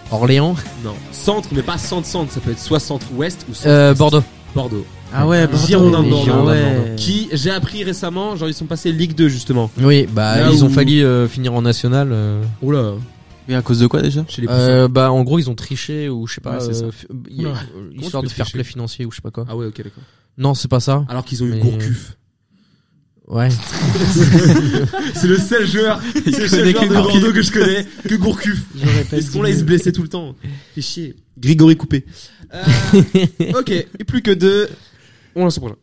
[SPEAKER 7] Orléans
[SPEAKER 6] non. Centre, mais pas centre-centre. Ça peut être soit centre-ouest ou centre
[SPEAKER 7] euh, Bordeaux.
[SPEAKER 6] Bordeaux.
[SPEAKER 8] Ah ouais,
[SPEAKER 6] Bordeaux.
[SPEAKER 8] Girondins de
[SPEAKER 6] Les
[SPEAKER 8] Bordeaux.
[SPEAKER 6] Girondins
[SPEAKER 7] de
[SPEAKER 8] Ah ouais.
[SPEAKER 6] Qui, j'ai appris récemment, genre ils sont passés Ligue 2 justement.
[SPEAKER 7] Oui, bah
[SPEAKER 6] Là
[SPEAKER 7] ils ont
[SPEAKER 6] où-
[SPEAKER 7] failli euh, finir en national. euh.
[SPEAKER 6] Oula,
[SPEAKER 8] Et à cause de quoi déjà
[SPEAKER 6] chez les poussins.
[SPEAKER 7] Euh, bah en gros ils ont triché ou je sais
[SPEAKER 8] Ouais,
[SPEAKER 7] pas,
[SPEAKER 8] c'est ça.
[SPEAKER 7] euh, f- il y a-
[SPEAKER 6] Oula.
[SPEAKER 7] euh,
[SPEAKER 6] tu
[SPEAKER 7] histoire
[SPEAKER 6] peux
[SPEAKER 7] de faire
[SPEAKER 6] tricher
[SPEAKER 7] play financier ou je sais pas quoi.
[SPEAKER 6] Ah ouais, ok, d'accord.
[SPEAKER 7] Non c'est pas ça.
[SPEAKER 6] Alors qu'ils ont eu
[SPEAKER 7] Mais- euh,
[SPEAKER 6] Gourcuff.
[SPEAKER 7] Ouais.
[SPEAKER 6] C'est le
[SPEAKER 7] <laughs>
[SPEAKER 6] seul joueur, c'est le seul
[SPEAKER 8] connaît
[SPEAKER 6] joueur
[SPEAKER 8] que
[SPEAKER 6] de
[SPEAKER 8] Gourcuff.
[SPEAKER 6] Bordeaux que je connais, que Gourcuff. Et ce qu'on là, il se blessait tout le temps. Fait chier. Grégory Coupé. Euh,
[SPEAKER 7] <laughs>
[SPEAKER 6] ok, et plus que deux. On lance le prochain.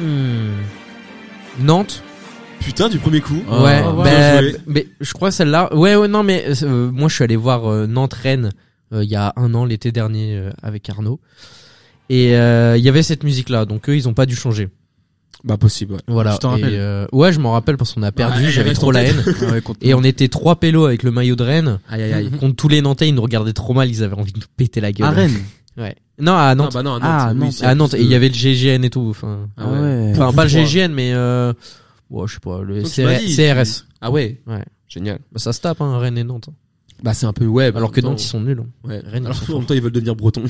[SPEAKER 7] Hmm. Nantes.
[SPEAKER 6] Putain, du premier coup.
[SPEAKER 8] Ah,
[SPEAKER 7] ouais.
[SPEAKER 8] ouais,
[SPEAKER 7] bah,
[SPEAKER 6] bien joué.
[SPEAKER 7] mais je crois celle-là. Ouais ouais non mais euh, moi je suis allé voir euh, Nantes Rennes euh, il y a un an l'été dernier euh, avec Arnaud et euh, il y avait cette musique là donc eux ils ont pas dû changer.
[SPEAKER 6] Bah, possible, ouais.
[SPEAKER 7] Voilà.
[SPEAKER 8] Tu t'en
[SPEAKER 7] Et,
[SPEAKER 8] rappelles
[SPEAKER 7] euh, ouais je m'en rappelle parce qu'on a perdu
[SPEAKER 6] elle
[SPEAKER 7] j'avais
[SPEAKER 6] reste
[SPEAKER 7] trop
[SPEAKER 6] en
[SPEAKER 7] la
[SPEAKER 6] tête.
[SPEAKER 7] haine
[SPEAKER 8] Ah ouais, contre-
[SPEAKER 7] et on était trois pélos avec le maillot de Rennes.
[SPEAKER 6] Aïe, aïe, aïe.
[SPEAKER 7] Contre tous les Nantais, ils nous regardaient trop mal, ils avaient envie de nous péter la gueule.
[SPEAKER 8] à Rennes.
[SPEAKER 7] Ouais. Non, à
[SPEAKER 6] Non,
[SPEAKER 7] Nantes.
[SPEAKER 6] bah non, à Nantes.
[SPEAKER 8] Ah,
[SPEAKER 6] oui,
[SPEAKER 8] Nantes.
[SPEAKER 6] c'est-
[SPEAKER 7] à Nantes. Et il y avait le GGN et tout. Enfin,
[SPEAKER 6] Ah
[SPEAKER 8] Euh,
[SPEAKER 6] ouais.
[SPEAKER 7] enfin pas le
[SPEAKER 6] Pourquoi
[SPEAKER 7] GGN, mais euh... ouais, je sais pas, le
[SPEAKER 6] Donc, tu
[SPEAKER 7] CR-
[SPEAKER 6] m'as dit,
[SPEAKER 7] CRS.
[SPEAKER 6] Ah ouais.
[SPEAKER 7] Ouais.
[SPEAKER 6] Génial.
[SPEAKER 7] Bah, ça se tape, hein, Rennes et Nantes.
[SPEAKER 6] Bah, c'est un peu, ouais. bah,
[SPEAKER 7] Alors que
[SPEAKER 6] en même
[SPEAKER 7] Nantes,
[SPEAKER 6] temps-
[SPEAKER 7] ils sont nuls. hein.
[SPEAKER 6] Ouais.
[SPEAKER 7] Rennes,
[SPEAKER 6] Alors
[SPEAKER 7] ils sont
[SPEAKER 6] en
[SPEAKER 7] forts.
[SPEAKER 6] même temps, ils veulent devenir bretons.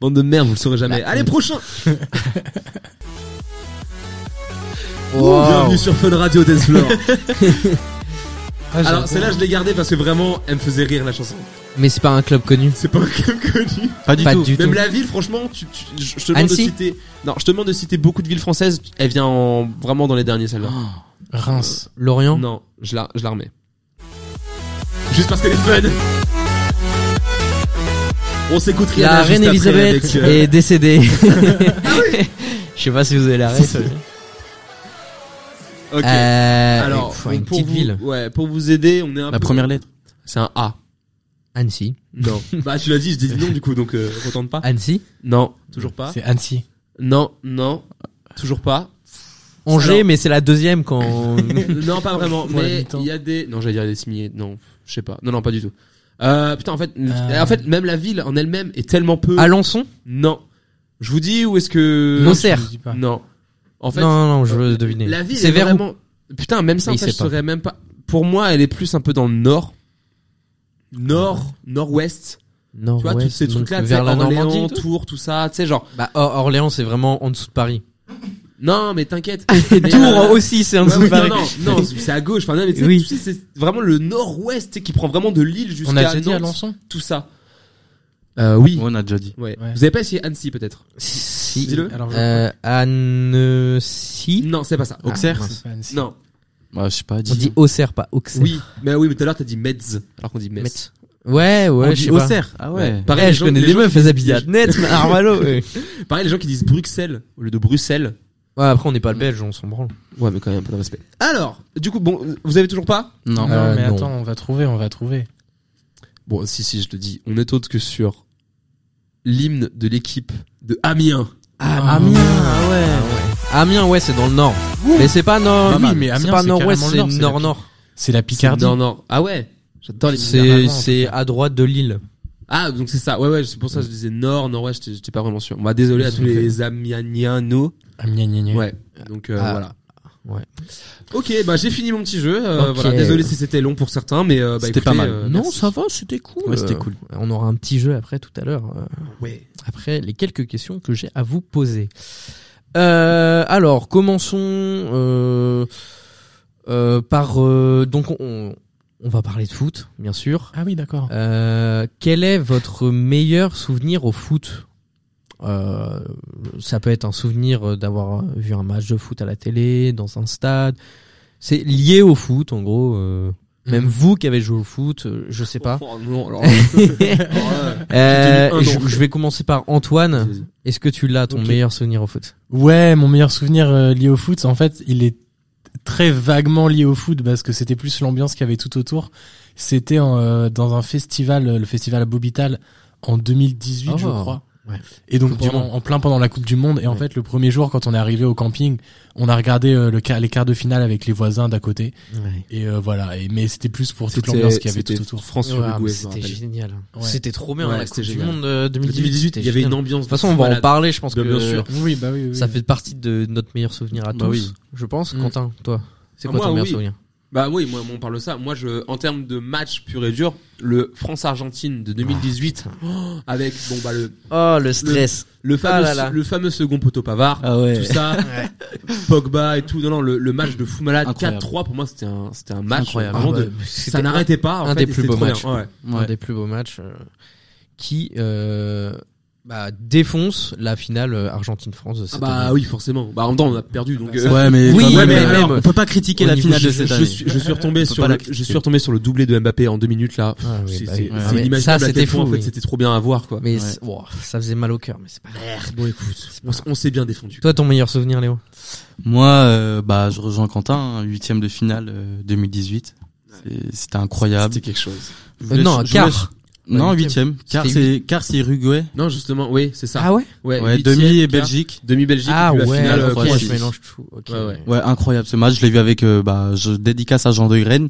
[SPEAKER 6] Bande de merde, vous le saurez jamais. Allez, prochain
[SPEAKER 7] Wow.
[SPEAKER 6] Bienvenue sur Fun Radio Dance Floor.
[SPEAKER 9] Ah, j'ai-
[SPEAKER 6] Alors, celle-là, je l'ai gardée parce que vraiment, elle me faisait rire la chanson.
[SPEAKER 7] Mais c'est pas un club connu.
[SPEAKER 6] C'est pas un club connu.
[SPEAKER 8] Pas du
[SPEAKER 7] pas
[SPEAKER 8] tout.
[SPEAKER 7] du
[SPEAKER 6] Même
[SPEAKER 7] tout.
[SPEAKER 6] la ville, franchement, tu, tu- je je te demande
[SPEAKER 7] Annecy
[SPEAKER 6] de citer. Non, je te demande de citer beaucoup de villes françaises. Elle vient en- vraiment dans les derniers, celle-là.
[SPEAKER 8] Ah,
[SPEAKER 9] euh, Reims.
[SPEAKER 7] Lorient.
[SPEAKER 6] non, je la, je la remets. Juste parce qu'elle est fun. On s'écoute rien.
[SPEAKER 7] La reine Elisabeth
[SPEAKER 6] euh,
[SPEAKER 7] est décédée.
[SPEAKER 6] Ah
[SPEAKER 7] <laughs> Je sais pas si vous avez la
[SPEAKER 6] <laughs>
[SPEAKER 7] ref.
[SPEAKER 6] Ok.
[SPEAKER 7] Euh,
[SPEAKER 6] Alors,
[SPEAKER 7] pff, une
[SPEAKER 6] pour
[SPEAKER 7] petite
[SPEAKER 6] vous-
[SPEAKER 7] ville.
[SPEAKER 6] Ouais, pour vous aider, on est un
[SPEAKER 8] La
[SPEAKER 6] peu-
[SPEAKER 8] première lettre.
[SPEAKER 6] C'est un A.
[SPEAKER 7] Annecy.
[SPEAKER 6] Non. bah, tu l'as dit, je dis non, du coup, donc, euh, retente pas.
[SPEAKER 7] Annecy.
[SPEAKER 6] Non, toujours pas.
[SPEAKER 9] C'est Annecy.
[SPEAKER 7] Ah,
[SPEAKER 6] Non, non, toujours pas.
[SPEAKER 7] Angers,
[SPEAKER 6] Alors-
[SPEAKER 7] mais c'est la deuxième
[SPEAKER 6] <laughs>
[SPEAKER 7] quand. <laughs>
[SPEAKER 6] non, pas vraiment.
[SPEAKER 9] Pour la
[SPEAKER 6] Mais
[SPEAKER 9] mi-temps.
[SPEAKER 6] il y a des. Non, j'allais dire des simiers. Non, je sais pas. Non, non, pas du tout. Euh, putain, en fait,
[SPEAKER 9] Euh.
[SPEAKER 6] en fait, même la ville en elle-même est tellement peu.
[SPEAKER 7] Alençon.
[SPEAKER 6] Non. Je vous dis où est-ce que.
[SPEAKER 7] Auxerre.
[SPEAKER 9] Je dis pas.
[SPEAKER 6] Non. En fait,
[SPEAKER 7] non, non, non, je veux
[SPEAKER 6] euh,
[SPEAKER 7] deviner.
[SPEAKER 6] la ville
[SPEAKER 7] c'est
[SPEAKER 6] est
[SPEAKER 7] vers où
[SPEAKER 6] vraiment. Putain, même ça, en
[SPEAKER 7] Il
[SPEAKER 6] fait,
[SPEAKER 7] sait
[SPEAKER 6] je
[SPEAKER 7] pas.
[SPEAKER 6] saurais même pas. Pour moi, elle est plus un peu dans le nord. Nord, nord-ouest.
[SPEAKER 7] Non,
[SPEAKER 6] Tu vois, tous ces trucs-là, vers la Normandie, Tours, tout ça, tu sais, genre.
[SPEAKER 7] Bah, Or- Orléans, c'est vraiment en dessous de Paris.
[SPEAKER 6] Non,
[SPEAKER 7] <laughs>
[SPEAKER 6] mais t'inquiète.
[SPEAKER 7] Et
[SPEAKER 6] Mais,
[SPEAKER 7] Tours
[SPEAKER 6] euh,
[SPEAKER 7] aussi, hein, c'est en
[SPEAKER 6] Ouais,
[SPEAKER 7] dessous de
[SPEAKER 6] oui,
[SPEAKER 7] Paris.
[SPEAKER 6] non, non, non, c'est à gauche. Enfin, non, mais tu sais,
[SPEAKER 7] Oui.
[SPEAKER 6] tu sais, c'est vraiment le nord-ouest tu sais, qui prend vraiment de Lille
[SPEAKER 9] On a
[SPEAKER 6] jusqu'à
[SPEAKER 9] déjà dit
[SPEAKER 6] Nantes,
[SPEAKER 9] Alençon
[SPEAKER 6] tout ça. Euh, oui.
[SPEAKER 8] Ouais, on a déjà dit.
[SPEAKER 6] Ouais.
[SPEAKER 9] Ouais.
[SPEAKER 6] Vous avez pas essayé Annecy peut-être
[SPEAKER 7] Si.
[SPEAKER 6] Dis-le.
[SPEAKER 9] Alors, je-
[SPEAKER 7] Euh, Annecy.
[SPEAKER 6] Non, c'est pas ça. Ah,
[SPEAKER 8] Auxerre
[SPEAKER 7] mince.
[SPEAKER 9] C'est pas Annecy.
[SPEAKER 6] Non.
[SPEAKER 8] Bah, je sais pas,
[SPEAKER 7] On dit Auxerre, pas Auxerre.
[SPEAKER 6] Oui, mais oui, mais tout à l'heure t'as dit Meds, alors qu'on dit Meds.
[SPEAKER 7] Metz. Ouais, ouais,
[SPEAKER 8] on
[SPEAKER 7] je
[SPEAKER 8] dit
[SPEAKER 7] sais pas.
[SPEAKER 8] Auxerre. Ah ouais.
[SPEAKER 6] Pareil,
[SPEAKER 7] Ouais, Eh,
[SPEAKER 6] les
[SPEAKER 7] je
[SPEAKER 6] gens-
[SPEAKER 7] connais
[SPEAKER 6] les
[SPEAKER 7] des
[SPEAKER 6] gens
[SPEAKER 7] meufs,
[SPEAKER 6] qui-
[SPEAKER 7] elles habillent à net, mais Arvalo. ouais.
[SPEAKER 6] Pareil, les gens qui disent Bruxelles au lieu de Bruxelles.
[SPEAKER 7] Ouais, après, on n'est pas le belge, on s'en branle.
[SPEAKER 6] Ouais, mais quand même, pas de respect. Alors, du coup, bon, vous avez toujours pas
[SPEAKER 8] Non.
[SPEAKER 9] Non,
[SPEAKER 7] Euh,
[SPEAKER 9] mais
[SPEAKER 7] non.
[SPEAKER 9] attends, on va trouver, on va trouver.
[SPEAKER 6] Bon, si, si, je te dis, on est autre que sur l'hymne de l'équipe de Amiens.
[SPEAKER 7] Amiens, ah ouais. Amiens, ouais, c'est dans le nord. Mais c'est pas nord.
[SPEAKER 9] Bah oui, mais
[SPEAKER 7] c'est
[SPEAKER 9] Amiens,
[SPEAKER 7] pas
[SPEAKER 9] c'est
[SPEAKER 7] nord-ouest,
[SPEAKER 9] carrément
[SPEAKER 7] c'est
[SPEAKER 9] le nord, c'est la
[SPEAKER 7] nord-nord.
[SPEAKER 9] C'est la Picardie.
[SPEAKER 6] Non, non. Ah ouais J'adore les
[SPEAKER 7] C'est
[SPEAKER 9] Normalement,
[SPEAKER 7] c'est à droite de Lille.
[SPEAKER 6] Ah, donc c'est ça. Ouais, ouais, c'est pour ça que je disais nord, nord, ouais, j'étais j'étais pas vraiment sûr. On va désolé à
[SPEAKER 7] <laughs>
[SPEAKER 6] tous les Amianianos.
[SPEAKER 9] Ah, gna, gna, gna.
[SPEAKER 6] Ouais. Donc, euh,
[SPEAKER 7] Ah.
[SPEAKER 6] voilà.
[SPEAKER 7] Ouais.
[SPEAKER 6] Ok, bah j'ai fini mon petit jeu. euh,
[SPEAKER 7] Ok.
[SPEAKER 6] Voilà, désolé si c'était long pour certains, mais euh, bah,
[SPEAKER 8] C'était pas
[SPEAKER 6] écoutez,
[SPEAKER 8] mal.
[SPEAKER 6] euh,
[SPEAKER 7] non,
[SPEAKER 6] merci.
[SPEAKER 7] ça va, c'était cool.
[SPEAKER 8] Ouais, c'était
[SPEAKER 7] Euh,
[SPEAKER 8] cool.
[SPEAKER 7] on aura un petit jeu après tout à l'heure. euh,
[SPEAKER 6] Ouais.
[SPEAKER 7] après les quelques questions que j'ai à vous poser. Euh, alors, commençons euh, euh, par euh, donc on, on va parler de foot, bien sûr.
[SPEAKER 9] Ah oui, d'accord.
[SPEAKER 7] Euh, quel est votre meilleur souvenir au foot Euh, Ça peut être un souvenir euh, d'avoir vu un match de foot à la télé, dans un stade. C'est lié au foot, en gros. euh, Même vous qui avez joué au foot, euh, je sais pas.
[SPEAKER 6] Oh, non,
[SPEAKER 7] <laughs>
[SPEAKER 6] alors,
[SPEAKER 7] Euh,
[SPEAKER 6] J'ai dit un
[SPEAKER 7] je,
[SPEAKER 6] nom.
[SPEAKER 7] je vais commencer par Antoine.
[SPEAKER 6] Vas-y.
[SPEAKER 7] Est-ce que tu l'as ton
[SPEAKER 9] Ok.
[SPEAKER 7] meilleur souvenir au foot
[SPEAKER 9] Ouais, mon meilleur souvenir euh, lié au foot, en fait, il est très vaguement lié au foot parce que c'était plus l'ambiance qu'il y avait tout autour. C'était en, euh, dans un festival, euh, le festival à Bobital en 2018, je
[SPEAKER 7] Oh.
[SPEAKER 9] crois.
[SPEAKER 7] Ouais.
[SPEAKER 9] Et donc
[SPEAKER 7] Coupe du
[SPEAKER 9] durant-
[SPEAKER 7] Monde.
[SPEAKER 9] en plein pendant la Coupe du Monde et en
[SPEAKER 7] Ouais.
[SPEAKER 9] fait le premier jour quand on est arrivé au camping, on a regardé euh, le quart- les quarts de finale avec les voisins d'à côté et euh, voilà. Et, mais c'était plus pour toute
[SPEAKER 6] C'était-
[SPEAKER 9] l'ambiance qu'il y avait
[SPEAKER 6] c'était
[SPEAKER 9] tout autour.
[SPEAKER 6] France
[SPEAKER 7] Ouais,
[SPEAKER 6] Uruguay,
[SPEAKER 7] mais
[SPEAKER 6] je me
[SPEAKER 7] c'était
[SPEAKER 6] rappelle.
[SPEAKER 7] génial.
[SPEAKER 9] Ouais.
[SPEAKER 7] C'était trop bien
[SPEAKER 6] Ouais,
[SPEAKER 7] la
[SPEAKER 6] c'était
[SPEAKER 7] Coupe du
[SPEAKER 6] génial.
[SPEAKER 7] Monde euh, 2018.
[SPEAKER 6] 2018, il y avait
[SPEAKER 7] génial.
[SPEAKER 6] une
[SPEAKER 7] De
[SPEAKER 6] ambiance.
[SPEAKER 7] toute façon, on va en
[SPEAKER 6] malade.
[SPEAKER 7] parler. Je pense que
[SPEAKER 6] Bien sûr.
[SPEAKER 9] Oui, bah oui.
[SPEAKER 7] ça fait partie de notre meilleur souvenir à
[SPEAKER 8] Bah
[SPEAKER 7] tous.
[SPEAKER 8] oui.
[SPEAKER 7] Je pense.
[SPEAKER 6] Mm.
[SPEAKER 7] Quentin, toi, c'est
[SPEAKER 6] Ah,
[SPEAKER 7] quoi
[SPEAKER 6] moi,
[SPEAKER 7] ton meilleur
[SPEAKER 6] oui.
[SPEAKER 7] souvenir
[SPEAKER 6] Bah oui, moi, on parle de ça. Moi, je, en termes de match pur et dur, le France-Argentine de 2018, oh, avec, bon, bah, le,
[SPEAKER 7] Oh le
[SPEAKER 6] stress. le fameux,
[SPEAKER 7] Ah là là.
[SPEAKER 6] le fameux second poteau pavard.
[SPEAKER 8] Ah ouais.
[SPEAKER 6] Tout ça, Pogba et tout. Non, non, le, le match de fou malade
[SPEAKER 8] Incroyable.
[SPEAKER 6] 4-3 pour moi c'était un, c'était un match
[SPEAKER 8] Incroyable.
[SPEAKER 6] vraiment
[SPEAKER 7] Ah
[SPEAKER 6] de-
[SPEAKER 7] ouais, mais
[SPEAKER 6] ça n'arrêtait pas. En
[SPEAKER 7] un
[SPEAKER 6] fait,
[SPEAKER 7] des
[SPEAKER 6] et
[SPEAKER 7] plus
[SPEAKER 6] c'était
[SPEAKER 7] beaux
[SPEAKER 6] trop bien.
[SPEAKER 7] matchs.
[SPEAKER 6] Ouais.
[SPEAKER 7] un
[SPEAKER 8] Ouais.
[SPEAKER 7] des plus beaux matchs euh, qui euh, bah, défonce la finale euh, Argentine-France de cette
[SPEAKER 6] Ah bah
[SPEAKER 7] année.
[SPEAKER 6] oui, forcément. Bah en même temps on a perdu donc. euh,
[SPEAKER 8] <laughs> Ouais, mais,
[SPEAKER 7] Oui,
[SPEAKER 8] quand
[SPEAKER 6] ouais,
[SPEAKER 8] même,
[SPEAKER 6] mais
[SPEAKER 8] alors,
[SPEAKER 7] même-
[SPEAKER 8] on peut pas critiquer
[SPEAKER 7] au
[SPEAKER 8] la
[SPEAKER 7] niveau
[SPEAKER 8] finale de
[SPEAKER 7] du-
[SPEAKER 8] cette
[SPEAKER 6] je,
[SPEAKER 8] année.
[SPEAKER 6] suis, je suis retombé
[SPEAKER 8] On peut
[SPEAKER 6] sur
[SPEAKER 8] pas
[SPEAKER 6] le,
[SPEAKER 8] la
[SPEAKER 6] je
[SPEAKER 8] critiquer.
[SPEAKER 6] suis retombé sur le doublé de Mbappé en deux minutes là.
[SPEAKER 7] Ah oui,
[SPEAKER 6] c'est
[SPEAKER 7] bah
[SPEAKER 6] c'est-
[SPEAKER 7] oui.
[SPEAKER 6] c'est
[SPEAKER 7] Ah, mais
[SPEAKER 6] inimaginable
[SPEAKER 7] ça,
[SPEAKER 6] à quel
[SPEAKER 7] c'était
[SPEAKER 6] point,
[SPEAKER 7] fou,
[SPEAKER 6] en fait
[SPEAKER 7] oui.
[SPEAKER 6] c'était trop bien à voir quoi.
[SPEAKER 7] Mais
[SPEAKER 8] Ouais.
[SPEAKER 7] c'est- wow, ça faisait mal au cœur, mais c'est pas grave.
[SPEAKER 6] Bon écoute, on s- on s'est bien défendu.
[SPEAKER 7] Toi, ton meilleur souvenir, Léo
[SPEAKER 8] Moi, euh, bah, je rejoins Quentin, hein, huitième de finale euh, 2018. C'est- C'était incroyable.
[SPEAKER 6] C'était quelque chose.
[SPEAKER 8] Je
[SPEAKER 7] Euh,
[SPEAKER 8] voulais-
[SPEAKER 7] Non,
[SPEAKER 8] je voulais-
[SPEAKER 7] car.
[SPEAKER 8] Non,
[SPEAKER 7] Ouais,
[SPEAKER 8] huitième. Car
[SPEAKER 7] C'était
[SPEAKER 8] c'est car c'est Uruguay.
[SPEAKER 6] Non justement, oui c'est ça.
[SPEAKER 7] Ah ouais
[SPEAKER 6] ouais,
[SPEAKER 8] Ouais,
[SPEAKER 6] huitième,
[SPEAKER 8] demi et
[SPEAKER 6] quart,
[SPEAKER 8] Belgique.
[SPEAKER 6] Demi Belgique.
[SPEAKER 7] Ah
[SPEAKER 6] et puis
[SPEAKER 7] ouais,
[SPEAKER 6] la finale, euh,
[SPEAKER 7] alors,
[SPEAKER 8] Croatie.
[SPEAKER 7] moi,
[SPEAKER 6] Croatie.
[SPEAKER 7] je mélange tout. ok.
[SPEAKER 6] Ouais, ouais.
[SPEAKER 8] Ouais, incroyable ce match. Je l'ai vu avec euh, bah, je dédicace à Jean de Graine.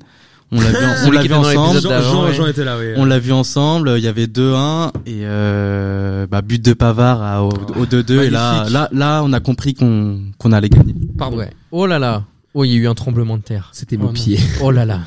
[SPEAKER 8] On
[SPEAKER 7] <laughs>
[SPEAKER 8] l'a vu, en- on
[SPEAKER 7] Celui
[SPEAKER 8] l'a
[SPEAKER 7] qui
[SPEAKER 8] vu
[SPEAKER 7] était dans
[SPEAKER 8] ensemble.
[SPEAKER 7] l'épisode
[SPEAKER 6] Jean,
[SPEAKER 7] d'avant,
[SPEAKER 6] Jean,
[SPEAKER 7] ouais.
[SPEAKER 6] Jean était là. Ouais.
[SPEAKER 8] On l'a vu ensemble, il y avait 2-1 et euh, bah, but de Pavard à- au au 2-2 et là
[SPEAKER 6] Magnifique.
[SPEAKER 8] là là on a compris qu'on qu'on allait gagner.
[SPEAKER 6] Pardon.
[SPEAKER 7] Ouais. Oh là là. Oh, il y a eu un tremblement de terre.
[SPEAKER 6] C'était
[SPEAKER 9] Oh
[SPEAKER 6] mon
[SPEAKER 9] non.
[SPEAKER 6] pied.
[SPEAKER 7] <laughs> Oh là là.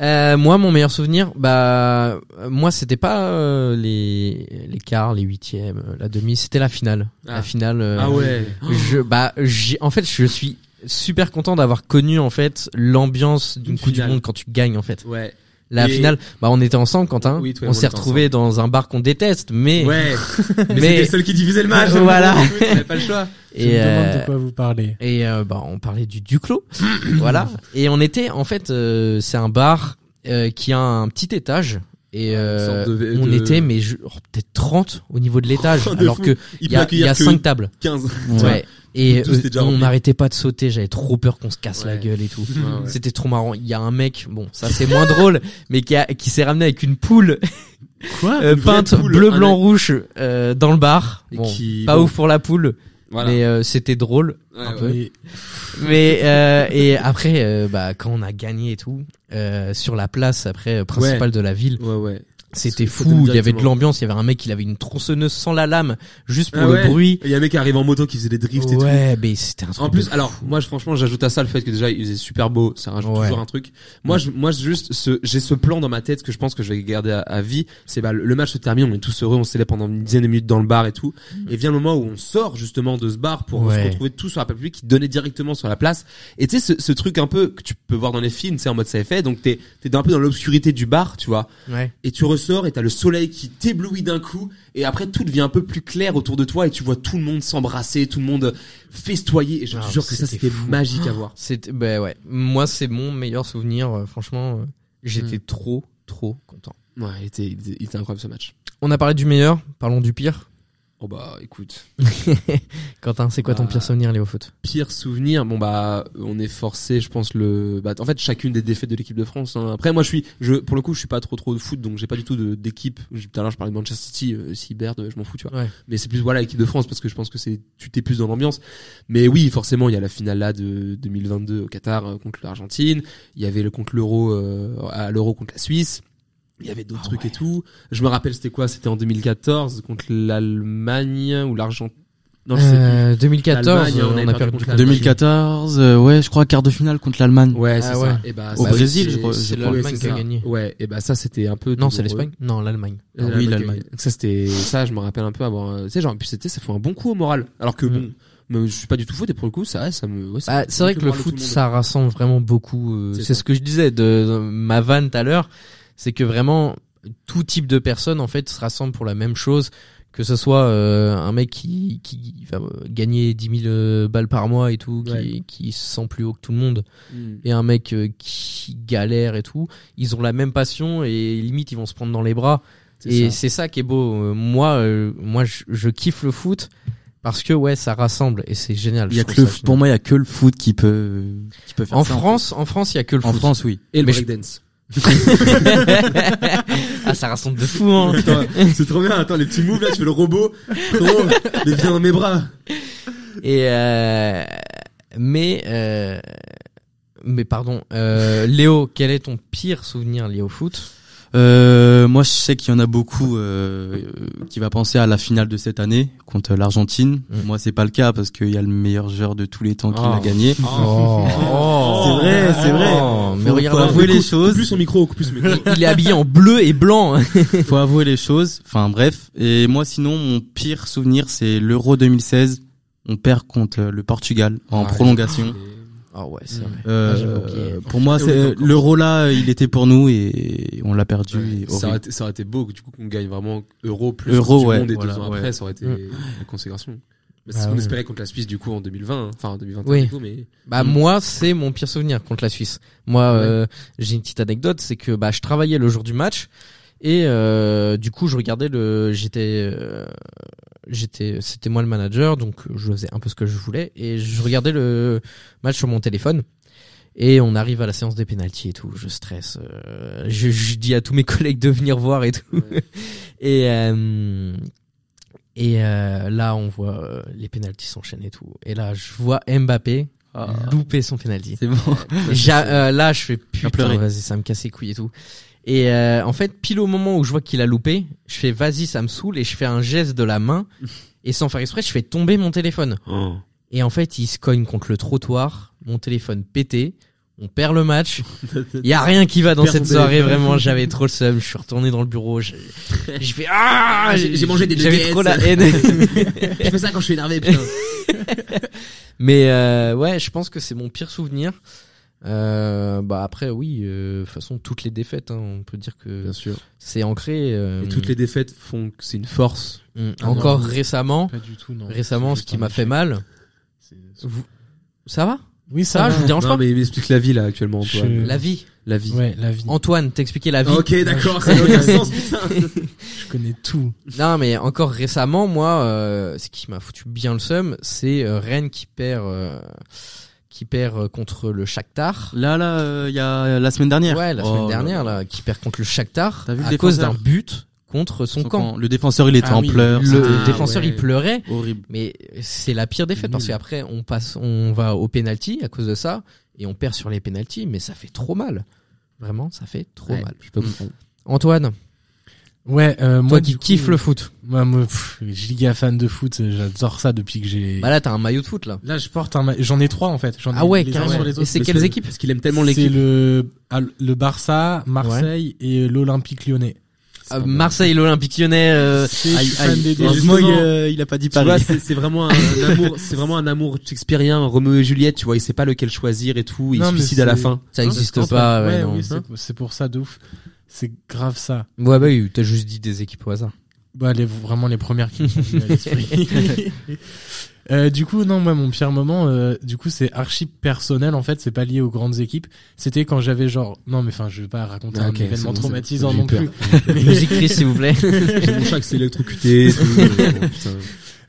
[SPEAKER 7] Euh, moi, mon meilleur souvenir, bah, euh, moi, c'était pas euh, les les quarts, les huitièmes, euh, la demi, c'était la finale.
[SPEAKER 6] Ah.
[SPEAKER 7] La finale. euh,
[SPEAKER 6] Ah ouais.
[SPEAKER 7] Je, bah, j'ai, en fait, je suis super content d'avoir connu en fait l'ambiance d'une
[SPEAKER 6] Une
[SPEAKER 7] Coupe du
[SPEAKER 6] finale.
[SPEAKER 7] Monde quand tu gagnes en fait.
[SPEAKER 6] Ouais.
[SPEAKER 7] La
[SPEAKER 6] Et-
[SPEAKER 7] finale, bah, on était ensemble, Quentin.
[SPEAKER 6] Oui, toi et
[SPEAKER 7] on
[SPEAKER 6] moi,
[SPEAKER 7] s'est
[SPEAKER 6] on était
[SPEAKER 7] retrouvés dans un bar qu'on déteste, mais
[SPEAKER 6] Ouais. Mais
[SPEAKER 7] Mais-
[SPEAKER 6] c'était seul qui diffusait
[SPEAKER 7] <laughs>
[SPEAKER 6] le match.
[SPEAKER 7] Voilà.
[SPEAKER 6] On avait pas
[SPEAKER 7] <laughs>
[SPEAKER 6] le choix.
[SPEAKER 9] Je me
[SPEAKER 7] et euh,
[SPEAKER 9] demande de quoi vous parlez.
[SPEAKER 7] Et euh, bah, on parlait du Duclos. <coughs> voilà. Et on était, en fait, euh, c'est un bar euh, qui a un petit étage. Et euh,
[SPEAKER 6] sorte de-
[SPEAKER 7] on
[SPEAKER 6] de-
[SPEAKER 7] était, mais je- oh, peut-être 30 au niveau de l'étage.
[SPEAKER 6] Oh, <laughs> de
[SPEAKER 7] alors
[SPEAKER 6] fou.
[SPEAKER 7] que
[SPEAKER 6] Il
[SPEAKER 7] il y a,
[SPEAKER 6] peut
[SPEAKER 7] il y a
[SPEAKER 6] accueillir que
[SPEAKER 7] 5 tables.
[SPEAKER 6] 15.
[SPEAKER 7] Ouais. Et
[SPEAKER 6] Tous étaient
[SPEAKER 7] euh,
[SPEAKER 6] déjà
[SPEAKER 7] on
[SPEAKER 6] remplis.
[SPEAKER 7] n'arrêtait pas de sauter. J'avais trop peur qu'on se casse la
[SPEAKER 6] Ouais.
[SPEAKER 7] gueule et tout.
[SPEAKER 6] Ouais, ouais.
[SPEAKER 7] C'était trop marrant. Il y a un mec, bon, ça c'est moins drôle, mais qui, a- qui s'est ramené avec une
[SPEAKER 6] <laughs>
[SPEAKER 7] poule
[SPEAKER 6] Quoi
[SPEAKER 7] euh, peinte bleu, blanc, rouge euh, dans le bar.
[SPEAKER 6] Et
[SPEAKER 7] Bon,
[SPEAKER 6] qui-
[SPEAKER 7] pas
[SPEAKER 6] bon.
[SPEAKER 7] ouf pour la poule,
[SPEAKER 6] Voilà.
[SPEAKER 7] mais euh, c'était drôle.
[SPEAKER 6] Ouais,
[SPEAKER 7] un
[SPEAKER 6] ouais.
[SPEAKER 7] peu.
[SPEAKER 9] Mais-
[SPEAKER 7] Mais euh, et après, euh, bah quand on a gagné et tout, euh, sur la place après euh, principale de la ville,
[SPEAKER 6] Ouais, ouais.
[SPEAKER 7] c'était
[SPEAKER 6] Faut- faut
[SPEAKER 7] fou.
[SPEAKER 6] donner
[SPEAKER 7] Il y avait de
[SPEAKER 6] directement.
[SPEAKER 7] l'ambiance. Il y avait un mec, il avait une tronçonneuse sans la lame, juste pour
[SPEAKER 6] Ah
[SPEAKER 7] le
[SPEAKER 6] ouais.
[SPEAKER 7] bruit.
[SPEAKER 6] Et Il y a un mec qui arrive en moto qui faisait des drifts et tout.
[SPEAKER 7] Ouais, mais c'était un truc.
[SPEAKER 6] En
[SPEAKER 7] de
[SPEAKER 6] plus, ah
[SPEAKER 7] fou.
[SPEAKER 6] alors moi, je, franchement, j'ajoute à ça le fait que déjà il faisait super beau, ça rajoute
[SPEAKER 7] Ouais.
[SPEAKER 6] toujours un truc. Moi, je, moi, juste, ce, j'ai ce plan dans ma tête que je pense que je vais garder à, à vie. C'est bah le, le match se termine, on est tous heureux, on célèbre pendant une dizaine de minutes dans le bar et tout. Et vient le moment où on sort justement de ce bar pour
[SPEAKER 7] Mm. Ouais.
[SPEAKER 6] se retrouver tous sur la place publique, qui donnait directement sur la place. Et tu sais, ce, ce truc un peu que tu peux voir dans les films, c'est en mode ça est fait. Donc t'es, t'es un peu dans l'obscurité du bar, tu vois.
[SPEAKER 7] ouais.
[SPEAKER 6] et tu ressors et t'as le soleil qui t'éblouit d'un coup et après tout devient un peu plus clair autour de toi et tu vois tout le monde s'embrasser, tout le monde festoyer et je te
[SPEAKER 7] Ah,
[SPEAKER 6] jure que ça
[SPEAKER 7] c'était
[SPEAKER 6] c'était
[SPEAKER 7] fou.
[SPEAKER 6] magique à voir.
[SPEAKER 7] C'est ben ouais. Moi, c'est mon meilleur souvenir. euh, Franchement, euh,
[SPEAKER 6] Hmm.
[SPEAKER 7] j'étais trop, trop content.
[SPEAKER 6] Ouais, il était, il était- il était incroyable ce match.
[SPEAKER 7] On a parlé du meilleur. Parlons du pire.
[SPEAKER 6] Oh bah écoute,
[SPEAKER 7] Quentin, c'est quoi ton
[SPEAKER 6] Ah.
[SPEAKER 7] pire souvenir lié au foot
[SPEAKER 6] pire souvenir, bon bah on est forcé, je pense le, bah en fait chacune des défaites de l'équipe de France. hein. Après moi je suis, je pour le coup je suis pas trop trop de foot donc j'ai pas du tout de- d'équipe. Je- Tout à l'heure je parlais de Manchester City, euh, si Baird, euh, je m'en fous tu vois.
[SPEAKER 7] Ouais.
[SPEAKER 6] Mais c'est plus voilà l'équipe de France parce que je pense que c'est tu t'es plus dans l'ambiance. Mais oui forcément il y a la finale là de 2022 au Qatar euh, contre l'Argentine. Il y avait le contre l'euro euh, à l'euro contre la Suisse. Il y avait d'autres
[SPEAKER 7] Ah
[SPEAKER 6] trucs et tout. Je me rappelle c'était quoi C'était en 2014 contre l'Allemagne ou l'Argentine. Non je sais plus.
[SPEAKER 7] Euh, 2014,
[SPEAKER 6] L'Allemagne, on
[SPEAKER 7] on,
[SPEAKER 6] avait
[SPEAKER 7] a
[SPEAKER 6] perdu
[SPEAKER 7] perdu
[SPEAKER 6] contre
[SPEAKER 7] contre
[SPEAKER 6] l'Allemagne.
[SPEAKER 8] 2014, euh, ouais, je crois quart de finale contre l'Allemagne.
[SPEAKER 6] Ouais,
[SPEAKER 7] Ah
[SPEAKER 6] c'est
[SPEAKER 7] Ah, bah, ouais.
[SPEAKER 6] ça. Et bah,
[SPEAKER 8] Au
[SPEAKER 6] ça,
[SPEAKER 8] Brésil,
[SPEAKER 6] c'est-
[SPEAKER 8] je crois- je
[SPEAKER 6] c'est
[SPEAKER 8] crois.
[SPEAKER 6] l'Allemagne
[SPEAKER 7] Ouais, c'est
[SPEAKER 6] qui
[SPEAKER 7] ça.
[SPEAKER 6] a gagné. Ouais, et bah ça c'était un peu
[SPEAKER 7] Non, c'est
[SPEAKER 6] douloureux.
[SPEAKER 7] l'Espagne. Non, l'Allemagne.
[SPEAKER 6] Ah
[SPEAKER 8] oui, l'Allemagne.
[SPEAKER 6] qui a- Ça c'était ça, je me rappelle un peu avoir euh, tu sais genre puis c'était ça fait un bon coup au moral alors que
[SPEAKER 7] Mm.
[SPEAKER 6] bon, mais je suis pas du tout foot et pour le coup ça ouais, ça me ouais, ça
[SPEAKER 7] Bah,
[SPEAKER 6] me-
[SPEAKER 7] c'est vrai que le
[SPEAKER 6] moral de tout
[SPEAKER 7] foot,
[SPEAKER 6] monde.
[SPEAKER 7] ça rassemble vraiment beaucoup. euh,
[SPEAKER 6] C'est
[SPEAKER 7] c'est
[SPEAKER 6] ça.
[SPEAKER 7] ce que je disais de, de ma vanne tout à l'heure, c'est que vraiment tout type de personnes en fait se rassemblent pour la même chose. Que ce soit euh, un mec qui, qui va euh, gagner 10 000 euh, balles par mois et tout, qui,
[SPEAKER 6] Ouais.
[SPEAKER 7] qui se sent plus haut que tout le monde,
[SPEAKER 6] Mm.
[SPEAKER 7] et un mec euh, qui galère et tout, ils ont la même passion et limite ils vont se prendre dans les bras.
[SPEAKER 6] C'est
[SPEAKER 7] Et
[SPEAKER 6] ça.
[SPEAKER 7] c'est ça qui est beau. Euh, Moi, euh, moi, je, je kiffe le foot parce que ouais, ça rassemble et c'est génial.
[SPEAKER 8] Il y a
[SPEAKER 7] Je
[SPEAKER 8] que
[SPEAKER 7] trouve
[SPEAKER 8] le,
[SPEAKER 7] ça génial.
[SPEAKER 8] pour moi, il y a que le foot qui peut, qui peut faire
[SPEAKER 7] En
[SPEAKER 8] ça, fait.
[SPEAKER 7] France, en France, il y a que le
[SPEAKER 8] En
[SPEAKER 7] foot. <laughs>
[SPEAKER 8] France, oui.
[SPEAKER 6] et le
[SPEAKER 7] mais je-
[SPEAKER 6] breakdance.
[SPEAKER 7] ah, ça rassemble de fou, hein.
[SPEAKER 6] Putain, <laughs> c'est trop bien. Attends, les petits moves là, tu fais le robot. Frérot, mais viens dans mes bras.
[SPEAKER 7] Et euh, mais euh, mais pardon, euh, Léo, quel est ton pire souvenir lié au foot
[SPEAKER 8] Euh, moi, je sais qu'il y en a beaucoup euh, euh, qui va penser à la finale de cette année contre l'Argentine.
[SPEAKER 7] Mm.
[SPEAKER 8] Moi, c'est pas le cas parce qu'il y a le meilleur joueur de tous les temps qui
[SPEAKER 7] Oh.
[SPEAKER 8] l'a gagné.
[SPEAKER 7] Oh,
[SPEAKER 8] C'est vrai, c'est vrai.
[SPEAKER 7] Oh, mais
[SPEAKER 8] Faut- faut
[SPEAKER 7] regarde,
[SPEAKER 8] avouer les
[SPEAKER 6] Coupe
[SPEAKER 8] choses.
[SPEAKER 6] plus son micro, coupe plus son micro.
[SPEAKER 7] il est habillé en bleu et blanc.
[SPEAKER 8] faut avouer les choses. Enfin bref. Et moi sinon mon pire souvenir c'est l'Euro 2016. On perd contre le Portugal en
[SPEAKER 7] Ouais.
[SPEAKER 8] prolongation.
[SPEAKER 7] Oh ouais, c'est vrai.
[SPEAKER 8] Euh,
[SPEAKER 7] Ah, j'avais oublié.
[SPEAKER 8] pour moi
[SPEAKER 6] Et on est
[SPEAKER 8] c'est
[SPEAKER 6] encore.
[SPEAKER 8] l'Euro là il était pour nous et on l'a perdu. et
[SPEAKER 6] ça, aurait
[SPEAKER 8] horrible.
[SPEAKER 6] été, ça aurait été beau que du coup qu'on gagne vraiment euro plus
[SPEAKER 8] Euro,
[SPEAKER 6] Coupe du
[SPEAKER 8] ouais,
[SPEAKER 6] monde et
[SPEAKER 8] voilà,
[SPEAKER 6] deux ans
[SPEAKER 8] ouais.
[SPEAKER 6] après ça aurait été
[SPEAKER 7] Mm.
[SPEAKER 6] la consécration mais c'est
[SPEAKER 7] Ah
[SPEAKER 6] ce qu'on
[SPEAKER 7] ouais.
[SPEAKER 6] espérait contre la Suisse du coup en 2020 hein. enfin en 2021
[SPEAKER 7] Oui.
[SPEAKER 6] du coup <laughs> mais
[SPEAKER 7] Bah
[SPEAKER 8] Mm.
[SPEAKER 7] moi c'est mon pire souvenir contre la Suisse. Moi euh, j'ai une petite anecdote, c'est que bah je travaillais le jour du match et euh, du coup je regardais le j'étais euh, j'étais c'était moi le manager donc je faisais un peu ce que je voulais et je regardais le match sur mon téléphone. Et on arrive à la séance des pénalties et tout, je stresse, euh, je, je dis à tous mes <laughs> collègues de venir voir et tout. <laughs> Et euh, et euh, là on voit euh, les pénalties s'enchaînent et tout. Et là je vois Mbappé
[SPEAKER 8] Ah,
[SPEAKER 7] louper son penalty.
[SPEAKER 8] c'est bon.
[SPEAKER 7] J'a- euh, là, je fais putain,
[SPEAKER 8] pleurer.
[SPEAKER 7] vas-y, ça me casse les couilles et tout. Et euh, en fait, pile au moment où je vois qu'il a loupé, je fais vas-y, ça me saoule et je fais un geste de la <laughs> main et sans faire exprès, je fais tomber mon téléphone. Et en fait, il se cogne contre le trottoir, mon téléphone pété, on perd le <laughs> match. Il y a rien qui va dans
[SPEAKER 6] Perd
[SPEAKER 7] cette
[SPEAKER 6] ton
[SPEAKER 7] soirée,
[SPEAKER 6] téléphone.
[SPEAKER 7] vraiment, j'avais trop le seum, je suis retourné dans le bureau, je, je fais ah,
[SPEAKER 6] J'ai- j'ai mangé des
[SPEAKER 7] J'avais
[SPEAKER 6] nuggets.
[SPEAKER 7] trop <laughs> la haine.
[SPEAKER 6] je fais ça quand je suis énervé putain
[SPEAKER 7] Mais euh, ouais, je pense que c'est mon pire souvenir. Euh, bah après oui, euh, de toute façon toutes les défaites, hein, on peut dire que
[SPEAKER 6] bien sûr
[SPEAKER 7] c'est ancré. euh,
[SPEAKER 6] et toutes les défaites font que c'est une force
[SPEAKER 7] Mm.
[SPEAKER 9] Ah non.
[SPEAKER 7] encore récemment,
[SPEAKER 9] Pas du tout, non.
[SPEAKER 7] récemment, ce
[SPEAKER 9] C'est juste
[SPEAKER 7] qui
[SPEAKER 9] un
[SPEAKER 7] m'a
[SPEAKER 9] échec.
[SPEAKER 7] fait mal.
[SPEAKER 9] C'est-
[SPEAKER 7] Vous... Ça va
[SPEAKER 9] Oui,
[SPEAKER 7] Ça,
[SPEAKER 9] ça,
[SPEAKER 7] va, je vous
[SPEAKER 9] va.
[SPEAKER 7] dérange
[SPEAKER 6] non
[SPEAKER 7] pas
[SPEAKER 6] mais il m'explique la vie là actuellement Antoine
[SPEAKER 9] Je-
[SPEAKER 7] La vie.
[SPEAKER 6] la vie
[SPEAKER 9] <laughs> Ouais, la vie.
[SPEAKER 7] Antoine, t'expliquais la vie.
[SPEAKER 6] ok d'accord ça n'a <laughs> aucun sens putain
[SPEAKER 9] Je connais tout.
[SPEAKER 7] Non mais encore récemment, moi, euh, ce qui m'a foutu bien le seum, c'est euh, Rennes qui perd, euh, qui perd euh, contre le Shakhtar.
[SPEAKER 8] <laughs> Là là euh, il y a la semaine dernière.
[SPEAKER 7] Ouais, la
[SPEAKER 8] Oh
[SPEAKER 7] semaine
[SPEAKER 8] là
[SPEAKER 7] dernière,
[SPEAKER 8] là.
[SPEAKER 7] là, qui perd contre le Shakhtar
[SPEAKER 8] T'as vu le
[SPEAKER 7] à cause d'un
[SPEAKER 8] défenseur
[SPEAKER 7] but contre son,
[SPEAKER 8] Son
[SPEAKER 7] camp.
[SPEAKER 8] camp. Le défenseur il était
[SPEAKER 7] Ah
[SPEAKER 8] en
[SPEAKER 7] oui,
[SPEAKER 8] pleurs.
[SPEAKER 7] Le
[SPEAKER 6] Ah,
[SPEAKER 8] c'était
[SPEAKER 7] défenseur,
[SPEAKER 6] ouais.
[SPEAKER 7] il pleurait,
[SPEAKER 8] Horrible.
[SPEAKER 7] mais c'est la pire défaite
[SPEAKER 6] Nul.
[SPEAKER 7] parce qu'après on passe, on va au penalty à cause de ça et on perd sur les penalties, mais ça fait trop mal. Vraiment, ça fait trop
[SPEAKER 6] Ouais,
[SPEAKER 7] mal. Mm.
[SPEAKER 6] je peux comprendre
[SPEAKER 7] Antoine,
[SPEAKER 9] Ouais,
[SPEAKER 7] moi
[SPEAKER 9] euh, moi
[SPEAKER 7] qui
[SPEAKER 9] du coup,
[SPEAKER 7] kiffe le foot.
[SPEAKER 9] Moi, moi, pff, giga fan de foot, j'adore ça depuis que j'ai.
[SPEAKER 7] Bah là, t'as un maillot de foot là.
[SPEAKER 9] Là, je porte un. ma- J'en ai trois en fait. J'en ai
[SPEAKER 7] Ah ouais,
[SPEAKER 9] les uns
[SPEAKER 7] carrément.
[SPEAKER 9] sur les
[SPEAKER 7] Et
[SPEAKER 9] autres.
[SPEAKER 7] c'est
[SPEAKER 6] Parce
[SPEAKER 7] quelles
[SPEAKER 6] que-
[SPEAKER 7] équipes
[SPEAKER 6] parce qu'il aime tellement
[SPEAKER 9] C'est
[SPEAKER 6] l'équipe
[SPEAKER 9] le ah, le Barça, Marseille et l'Olympique Lyonnais.
[SPEAKER 7] Euh, Marseille, l'Olympique Lyonnais. euh,
[SPEAKER 9] C'est- je suis fan des deux.
[SPEAKER 8] Heureusement il,
[SPEAKER 6] justement-
[SPEAKER 8] euh, il a pas dit
[SPEAKER 6] tu vois
[SPEAKER 8] Paris.
[SPEAKER 6] c'est c'est <laughs> vraiment un, un amour c'est vraiment un amour shakespearien Roméo et Juliette tu vois il sait pas lequel choisir et tout il
[SPEAKER 9] Non,
[SPEAKER 6] se
[SPEAKER 9] mais
[SPEAKER 6] suicide à la <laughs>
[SPEAKER 9] c'est-
[SPEAKER 6] fin
[SPEAKER 7] Ça
[SPEAKER 9] Hein,
[SPEAKER 7] existe
[SPEAKER 9] c'est-
[SPEAKER 7] pas, ouais,
[SPEAKER 9] Ouais,
[SPEAKER 7] non.
[SPEAKER 9] oui, c'est- c'est pour ça de ouf. C'est grave ça.
[SPEAKER 7] Ouais, bah oui, t'as juste dit des équipes au
[SPEAKER 9] <laughs>
[SPEAKER 7] hasard.
[SPEAKER 9] Bah, les, vraiment les premières qui me sont venues à
[SPEAKER 7] <laughs>
[SPEAKER 9] l'esprit. Euh, du coup, non, moi, mon pire moment, euh, du coup, c'est archi personnel, en fait, c'est pas lié aux grandes équipes. C'était quand j'avais genre, non, mais enfin, je vais pas raconter
[SPEAKER 7] Ah,
[SPEAKER 9] un
[SPEAKER 7] ok, c'est
[SPEAKER 9] événement
[SPEAKER 7] bon, c'est bon.
[SPEAKER 9] traumatisant
[SPEAKER 6] J'ai eu
[SPEAKER 9] non
[SPEAKER 6] peur.
[SPEAKER 9] plus.
[SPEAKER 7] Musique triste, s'il vous plaît.
[SPEAKER 6] J'ai mon chat qui s'est électrocuté. tout, euh, bon, putain.
[SPEAKER 9] <laughs>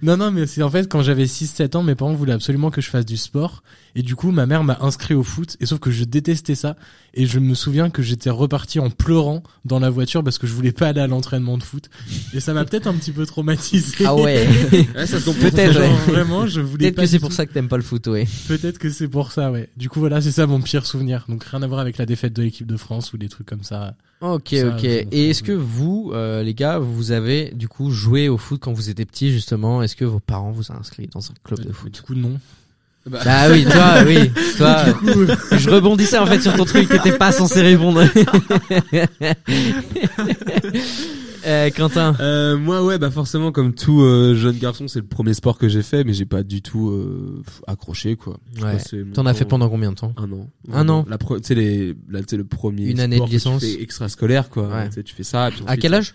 [SPEAKER 9] Non, non, mais c'est en fait quand j'avais 6-7 ans, mes parents voulaient absolument que je fasse du sport. Et du coup, ma mère m'a inscrit au foot. Et sauf que je détestais ça. Et je me souviens que j'étais reparti en pleurant dans la voiture parce que je voulais pas aller à l'entraînement de foot. Et ça m'a peut-être un petit peu traumatisé.
[SPEAKER 7] Ah ouais.
[SPEAKER 6] Ouais, ça se comprend.
[SPEAKER 7] Peut-être,
[SPEAKER 9] <laughs> Genre,
[SPEAKER 6] <laughs>
[SPEAKER 7] ouais.
[SPEAKER 9] vraiment, je voulais
[SPEAKER 7] Peut-être
[SPEAKER 9] pas
[SPEAKER 7] que c'est
[SPEAKER 9] du
[SPEAKER 7] pour
[SPEAKER 9] tout.
[SPEAKER 7] ça que t'aimes pas le foot, ouais.
[SPEAKER 9] Peut-être que c'est pour ça, ouais. Du coup, voilà, c'est ça mon pire souvenir. Donc rien à voir avec la défaite de l'équipe de France ou des trucs comme ça.
[SPEAKER 7] Ok,
[SPEAKER 9] Ça,
[SPEAKER 7] ok.
[SPEAKER 9] c'est mon
[SPEAKER 7] Et est-ce que
[SPEAKER 9] problème.
[SPEAKER 7] vous, euh, les gars, vous avez du coup joué au foot quand vous étiez petit, justement Est-ce que vos parents vous ont inscrit dans un club de foot
[SPEAKER 9] Du coup, non.
[SPEAKER 7] Bah oui,
[SPEAKER 6] <laughs>
[SPEAKER 7] toi, oui, toi.
[SPEAKER 6] euh,
[SPEAKER 7] <laughs> Je rebondissais en fait sur ton truc, t'étais pas censé
[SPEAKER 6] <laughs>
[SPEAKER 7] répondre. <laughs> euh, Quentin.
[SPEAKER 6] Euh, moi, ouais, bah forcément, comme tout euh, jeune garçon, c'est le premier sport que j'ai fait, mais j'ai pas du tout euh, pff, accroché, quoi.
[SPEAKER 7] Ouais.
[SPEAKER 6] Moi, c'est mon
[SPEAKER 7] T'en as fait
[SPEAKER 6] temps-
[SPEAKER 7] pendant combien de temps
[SPEAKER 6] un an.
[SPEAKER 7] Un an.
[SPEAKER 6] La pro- tu sais les, là, tu sais, le premier.
[SPEAKER 7] Une année
[SPEAKER 6] sport
[SPEAKER 7] de
[SPEAKER 6] que tu
[SPEAKER 7] licence.
[SPEAKER 6] fais extrascolaire, quoi.
[SPEAKER 7] Ouais.
[SPEAKER 6] Tu sais, tu fais ça. et puis
[SPEAKER 7] À
[SPEAKER 6] ensuite,
[SPEAKER 7] quel âge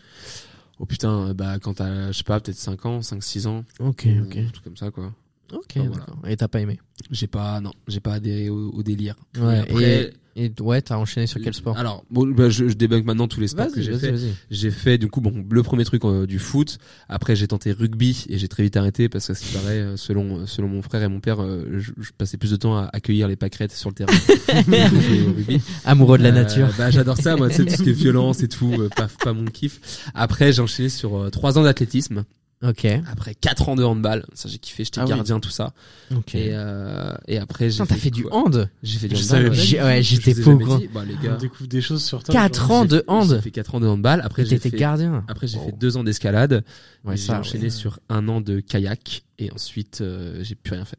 [SPEAKER 6] Oh putain, euh, bah quand t'as, je sais pas, peut-être 5 ans, 5 6 ans.
[SPEAKER 7] Ok,
[SPEAKER 6] ou
[SPEAKER 7] ok,
[SPEAKER 6] Un truc comme ça, quoi.
[SPEAKER 7] ok.
[SPEAKER 6] euh, voilà.
[SPEAKER 7] d'accord. Et t'as pas aimé
[SPEAKER 6] J'ai pas, non, j'ai pas adhéré au, au délire.
[SPEAKER 7] Ouais.
[SPEAKER 6] Après-
[SPEAKER 7] Et, et ouais, t'as enchaîné sur quel sport
[SPEAKER 6] Alors, bon, bah, je, je débunk maintenant tous les sports que
[SPEAKER 7] Vas-y,
[SPEAKER 6] j'ai
[SPEAKER 7] vas-y,
[SPEAKER 6] fait.
[SPEAKER 7] vas-y.
[SPEAKER 6] J'ai fait du coup bon le premier truc euh, du foot. Après j'ai tenté rugby et j'ai très vite arrêté parce que ce qui paraît euh, selon selon mon frère et mon père, euh, je, je passais plus de temps à accueillir les pâquerettes
[SPEAKER 7] <laughs>
[SPEAKER 6] sur le terrain. que jouer au rugby.
[SPEAKER 7] Amoureux de la
[SPEAKER 6] Euh,
[SPEAKER 7] nature.
[SPEAKER 6] bah, j'adore ça, moi, c'est tout
[SPEAKER 7] <laughs>
[SPEAKER 6] ce qui est violence et tout, euh, pas, pas mon kiff. Après, j'ai enchaîné sur euh, trois ans d'athlétisme,
[SPEAKER 7] Ok,
[SPEAKER 6] après quatre ans de handball, ça j'ai kiffé, j'étais
[SPEAKER 8] Ah oui.
[SPEAKER 6] gardien, tout ça.
[SPEAKER 7] ok.
[SPEAKER 6] Et, euh, et après, j'ai
[SPEAKER 7] Putain, t'as fait
[SPEAKER 6] quoi
[SPEAKER 7] du hand
[SPEAKER 6] J'ai fait du
[SPEAKER 9] Je
[SPEAKER 6] handball.
[SPEAKER 9] savais pas
[SPEAKER 6] ouais.
[SPEAKER 9] du
[SPEAKER 7] J'ai- ouais,
[SPEAKER 6] Je
[SPEAKER 7] j'étais
[SPEAKER 6] vous ai
[SPEAKER 7] pas au
[SPEAKER 6] jamais
[SPEAKER 7] courant.
[SPEAKER 6] dit. Bah, les
[SPEAKER 9] On
[SPEAKER 6] gars,
[SPEAKER 9] découvre des choses sur toi.
[SPEAKER 7] 4
[SPEAKER 9] genre.
[SPEAKER 7] ans de
[SPEAKER 6] j'ai- J'ai
[SPEAKER 7] hand
[SPEAKER 6] fait quatre ans de handball, après j'ai
[SPEAKER 7] T'étais
[SPEAKER 6] fait...
[SPEAKER 7] gardien
[SPEAKER 6] Après j'ai fait
[SPEAKER 7] Oh.
[SPEAKER 6] deux ans d'escalade,
[SPEAKER 7] Ouais,
[SPEAKER 6] et j'ai
[SPEAKER 7] ça,
[SPEAKER 6] enchaîné
[SPEAKER 7] ouais.
[SPEAKER 6] sur un an de kayak et ensuite euh, j'ai plus rien fait.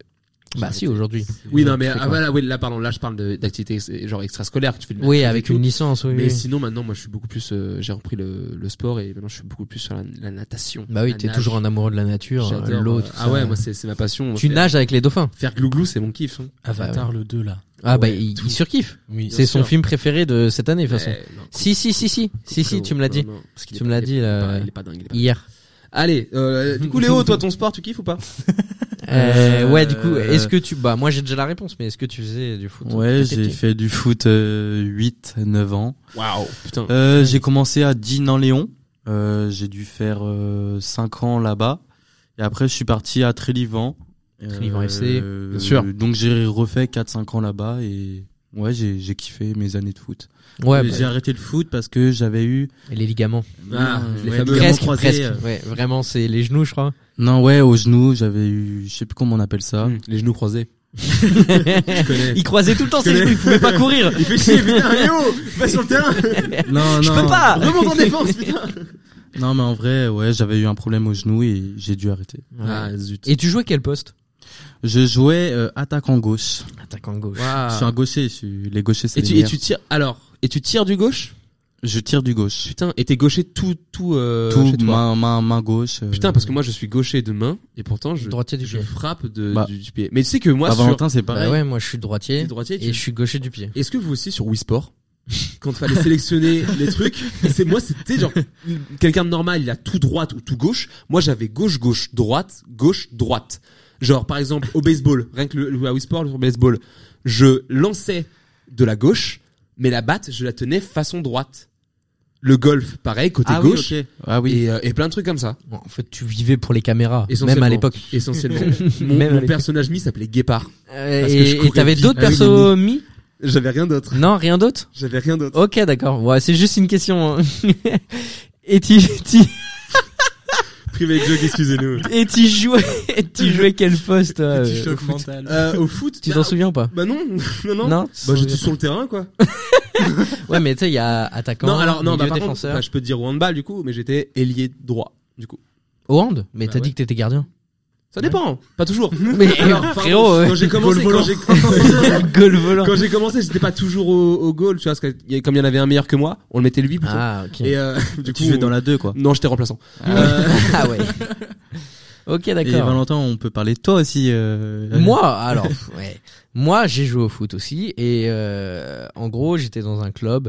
[SPEAKER 6] J'ai
[SPEAKER 7] Bah
[SPEAKER 6] arrêté.
[SPEAKER 7] si, aujourd'hui.
[SPEAKER 6] Oui non mais
[SPEAKER 7] Tu fais
[SPEAKER 6] ah,
[SPEAKER 7] quoi
[SPEAKER 6] voilà oui là pardon là je parle de- d'activités ex- genre extrascolaires tu fais du
[SPEAKER 7] Oui,
[SPEAKER 6] basket et
[SPEAKER 7] avec
[SPEAKER 6] tout.
[SPEAKER 7] une licence, oui.
[SPEAKER 6] Mais
[SPEAKER 7] oui.
[SPEAKER 6] sinon, maintenant, moi, je suis beaucoup plus. euh, j'ai repris le, le sport et maintenant, je suis beaucoup plus sur la, la natation.
[SPEAKER 7] Bah oui,
[SPEAKER 6] La
[SPEAKER 7] t'es
[SPEAKER 6] nage.
[SPEAKER 7] toujours un amoureux de la nature, euh,
[SPEAKER 6] J'adore.
[SPEAKER 7] l'eau,
[SPEAKER 6] euh,
[SPEAKER 7] tout
[SPEAKER 6] ah
[SPEAKER 7] ça.
[SPEAKER 6] ouais, moi, c'est c'est ma passion.
[SPEAKER 7] Tu
[SPEAKER 6] Faire-
[SPEAKER 7] nages Ah, bah, avec les dauphins.
[SPEAKER 6] Faire glouglou, c'est mon kiff. hein.
[SPEAKER 9] Avatar le 2 là.
[SPEAKER 7] Ah bah
[SPEAKER 6] Ouais,
[SPEAKER 7] il,
[SPEAKER 6] tout.
[SPEAKER 7] il surkiffe.
[SPEAKER 9] Oui.
[SPEAKER 7] C'est son
[SPEAKER 6] sûr.
[SPEAKER 7] film préféré de cette année de toute façon.
[SPEAKER 6] Eh, non,
[SPEAKER 7] Si si si si si si,
[SPEAKER 6] frérot,
[SPEAKER 7] tu me l'as
[SPEAKER 6] non,
[SPEAKER 7] dit
[SPEAKER 6] non, parce qu'il
[SPEAKER 7] Tu
[SPEAKER 6] est
[SPEAKER 7] me
[SPEAKER 6] pas-
[SPEAKER 7] l'as
[SPEAKER 6] il est
[SPEAKER 7] dit, euh,
[SPEAKER 6] pas-
[SPEAKER 7] là.
[SPEAKER 6] Il est pas dingue. il est pas dingue.
[SPEAKER 7] hier.
[SPEAKER 6] Allez,
[SPEAKER 7] <laughs>
[SPEAKER 6] euh, du coup, Léo, toi, ton sport, tu kiffes ou pas
[SPEAKER 7] Euh,
[SPEAKER 8] Euh,
[SPEAKER 7] ouais du coup,
[SPEAKER 8] euh,
[SPEAKER 7] est-ce que tu bah moi j'ai déjà la réponse mais est-ce que tu faisais du foot
[SPEAKER 8] Ouais,
[SPEAKER 7] quand t'étais
[SPEAKER 8] j'ai
[SPEAKER 7] petit
[SPEAKER 8] fait du foot euh, 8, 9 ans.
[SPEAKER 6] Waouh, putain.
[SPEAKER 8] Euh, j'ai commencé à Dinan-Léon. Euh, j'ai dû faire euh, 5 ans là-bas. Et après, je suis parti à Trélivan. Euh,
[SPEAKER 7] Trélivan FC,
[SPEAKER 8] euh,
[SPEAKER 6] bien sûr.
[SPEAKER 8] Donc, j'ai refait 4-5 ans là-bas et ouais, j'ai j'ai kiffé mes années de foot.
[SPEAKER 7] Ouais,
[SPEAKER 8] Mais
[SPEAKER 7] bah,
[SPEAKER 8] j'ai arrêté le foot parce que j'avais eu
[SPEAKER 7] et les ligaments.
[SPEAKER 6] Ah,
[SPEAKER 8] euh,
[SPEAKER 6] les
[SPEAKER 8] ouais,
[SPEAKER 6] fameux
[SPEAKER 8] ligaments
[SPEAKER 7] Presque
[SPEAKER 8] croisés,
[SPEAKER 7] presque.
[SPEAKER 8] euh.
[SPEAKER 7] Ouais, vraiment c'est les genoux je crois.
[SPEAKER 8] Non, ouais, au genou, j'avais eu, je sais plus comment on appelle ça. <laughs>
[SPEAKER 6] Hum, Les genoux croisés. Je connais.
[SPEAKER 7] il croisait tout le temps ses genoux, il pouvait pas courir.
[SPEAKER 6] Il fait chier, putain,
[SPEAKER 7] <laughs>
[SPEAKER 6] Léo Va sur le terrain
[SPEAKER 8] Non,
[SPEAKER 7] Je
[SPEAKER 8] non.
[SPEAKER 7] peux <laughs> pas.
[SPEAKER 6] Remonte en défense, putain
[SPEAKER 8] Non, mais en vrai, ouais, j'avais eu un problème au genou et j'ai dû arrêter. Ah,
[SPEAKER 7] Ouais.
[SPEAKER 6] zut.
[SPEAKER 7] Et tu jouais quel poste
[SPEAKER 8] Je jouais euh, attaquant gauche.
[SPEAKER 7] Attaquant gauche.
[SPEAKER 8] Je suis un gaucher, je suis- les gauchers c'est
[SPEAKER 6] Et
[SPEAKER 8] les
[SPEAKER 6] tu, et
[SPEAKER 8] meilleurs.
[SPEAKER 6] tu tires, alors, et tu tires du gauche
[SPEAKER 8] Je tire du gauche.
[SPEAKER 6] Putain, et t'es gaucher tout, tout, euh,
[SPEAKER 8] Tout
[SPEAKER 6] chez toi.
[SPEAKER 8] main main main gauche. euh,
[SPEAKER 6] Putain, parce que moi je suis gaucher de main et pourtant je,
[SPEAKER 7] Droitier du
[SPEAKER 6] je
[SPEAKER 7] pied.
[SPEAKER 6] frappe de,
[SPEAKER 8] Bah.
[SPEAKER 6] du, du pied. Mais tu sais que moi
[SPEAKER 8] bah,
[SPEAKER 6] sur
[SPEAKER 8] Valentin c'est
[SPEAKER 7] Bah
[SPEAKER 8] pareil.
[SPEAKER 7] ouais, moi je suis droitier
[SPEAKER 6] t'es droitier, tu-
[SPEAKER 7] et je suis gaucher du pied.
[SPEAKER 6] est-ce que vous aussi sur Wii Sport <laughs> quand fallait sélectionner les trucs, c'est moi c'était genre quelqu'un de normal, il a tout droite ou tout gauche. Moi j'avais gauche gauche droite, gauche droite. Genre par exemple au baseball, rien que le, le à Wii Sport le baseball, je lançais de la gauche, mais la batte je la tenais façon droite. Le golf pareil côté
[SPEAKER 8] Ah oui,
[SPEAKER 6] gauche
[SPEAKER 8] ok. Ah oui.
[SPEAKER 6] et, euh, et plein de trucs comme ça.
[SPEAKER 7] Bon, en fait, tu vivais pour les caméras, même
[SPEAKER 6] Essentiellement.
[SPEAKER 7] à l'époque.
[SPEAKER 6] Essentiellement.
[SPEAKER 7] <laughs>
[SPEAKER 6] Mon,
[SPEAKER 7] Même à
[SPEAKER 6] mon
[SPEAKER 7] l'époque.
[SPEAKER 6] personnage mi s'appelait Guépard.
[SPEAKER 7] Euh,
[SPEAKER 6] Parce que je
[SPEAKER 7] Et
[SPEAKER 6] courais
[SPEAKER 7] et t'avais
[SPEAKER 6] vite.
[SPEAKER 7] d'autres
[SPEAKER 6] Ah oui,
[SPEAKER 7] persos mis
[SPEAKER 6] J'avais rien d'autre.
[SPEAKER 7] Non, rien d'autre
[SPEAKER 6] J'avais rien d'autre.
[SPEAKER 7] Ok, d'accord. Ouais, c'est juste une question. hein. <laughs> et tu tu-
[SPEAKER 6] Privé de joke, excusez-nous.
[SPEAKER 7] et tu jouais tu jouais quel poste toi,
[SPEAKER 9] Petit
[SPEAKER 7] euh,
[SPEAKER 9] choc
[SPEAKER 7] au foot
[SPEAKER 9] mental.
[SPEAKER 6] Euh, au foot
[SPEAKER 7] Tu t'en souviens ou pas
[SPEAKER 6] Bah non, <laughs> non, non.
[SPEAKER 7] Non. tu
[SPEAKER 6] Bah
[SPEAKER 7] t'en
[SPEAKER 6] j'étais
[SPEAKER 7] souviens
[SPEAKER 6] sur le terrain quoi.
[SPEAKER 7] pas. Ouais, mais tu sais, il y a attaquant,
[SPEAKER 6] non, alors non, bah,
[SPEAKER 7] milieu,
[SPEAKER 6] par contre,
[SPEAKER 7] défenseur.
[SPEAKER 6] bah, je peux te dire au handball du coup, mais j'étais ailier droit du coup.
[SPEAKER 7] Au hand, mais
[SPEAKER 6] Bah
[SPEAKER 7] t'as
[SPEAKER 6] ouais.
[SPEAKER 7] dit que t'étais
[SPEAKER 6] <laughs>
[SPEAKER 7] gardien.
[SPEAKER 6] Ça dépend,
[SPEAKER 7] <laughs>
[SPEAKER 6] pas toujours.
[SPEAKER 7] Mais
[SPEAKER 6] Alors,
[SPEAKER 7] frérot,
[SPEAKER 6] pardon,
[SPEAKER 7] ouais. <laughs>
[SPEAKER 6] quand j'ai commencé,
[SPEAKER 7] Goal
[SPEAKER 6] quand
[SPEAKER 7] volant.
[SPEAKER 6] j'ai
[SPEAKER 7] <laughs>
[SPEAKER 6] <laughs>
[SPEAKER 7] goal volant.
[SPEAKER 6] quand j'ai commencé, j'étais pas toujours au, au goal, tu vois, parce que y a- comme il y en avait un meilleur que moi, on le mettait lui plutôt.
[SPEAKER 7] Ah, ok. <laughs>
[SPEAKER 6] Et euh, du coup,
[SPEAKER 8] tu jouais dans la 2 quoi.
[SPEAKER 6] non, j'étais remplaçant.
[SPEAKER 7] ah
[SPEAKER 6] <laughs>
[SPEAKER 7] ouais. Ok,
[SPEAKER 8] Et
[SPEAKER 7] d'accord.
[SPEAKER 8] Valentin, on peut parler de toi aussi. euh,
[SPEAKER 7] Moi, alors, ouais. Moi, j'ai joué au foot aussi et euh, en gros, j'étais dans un club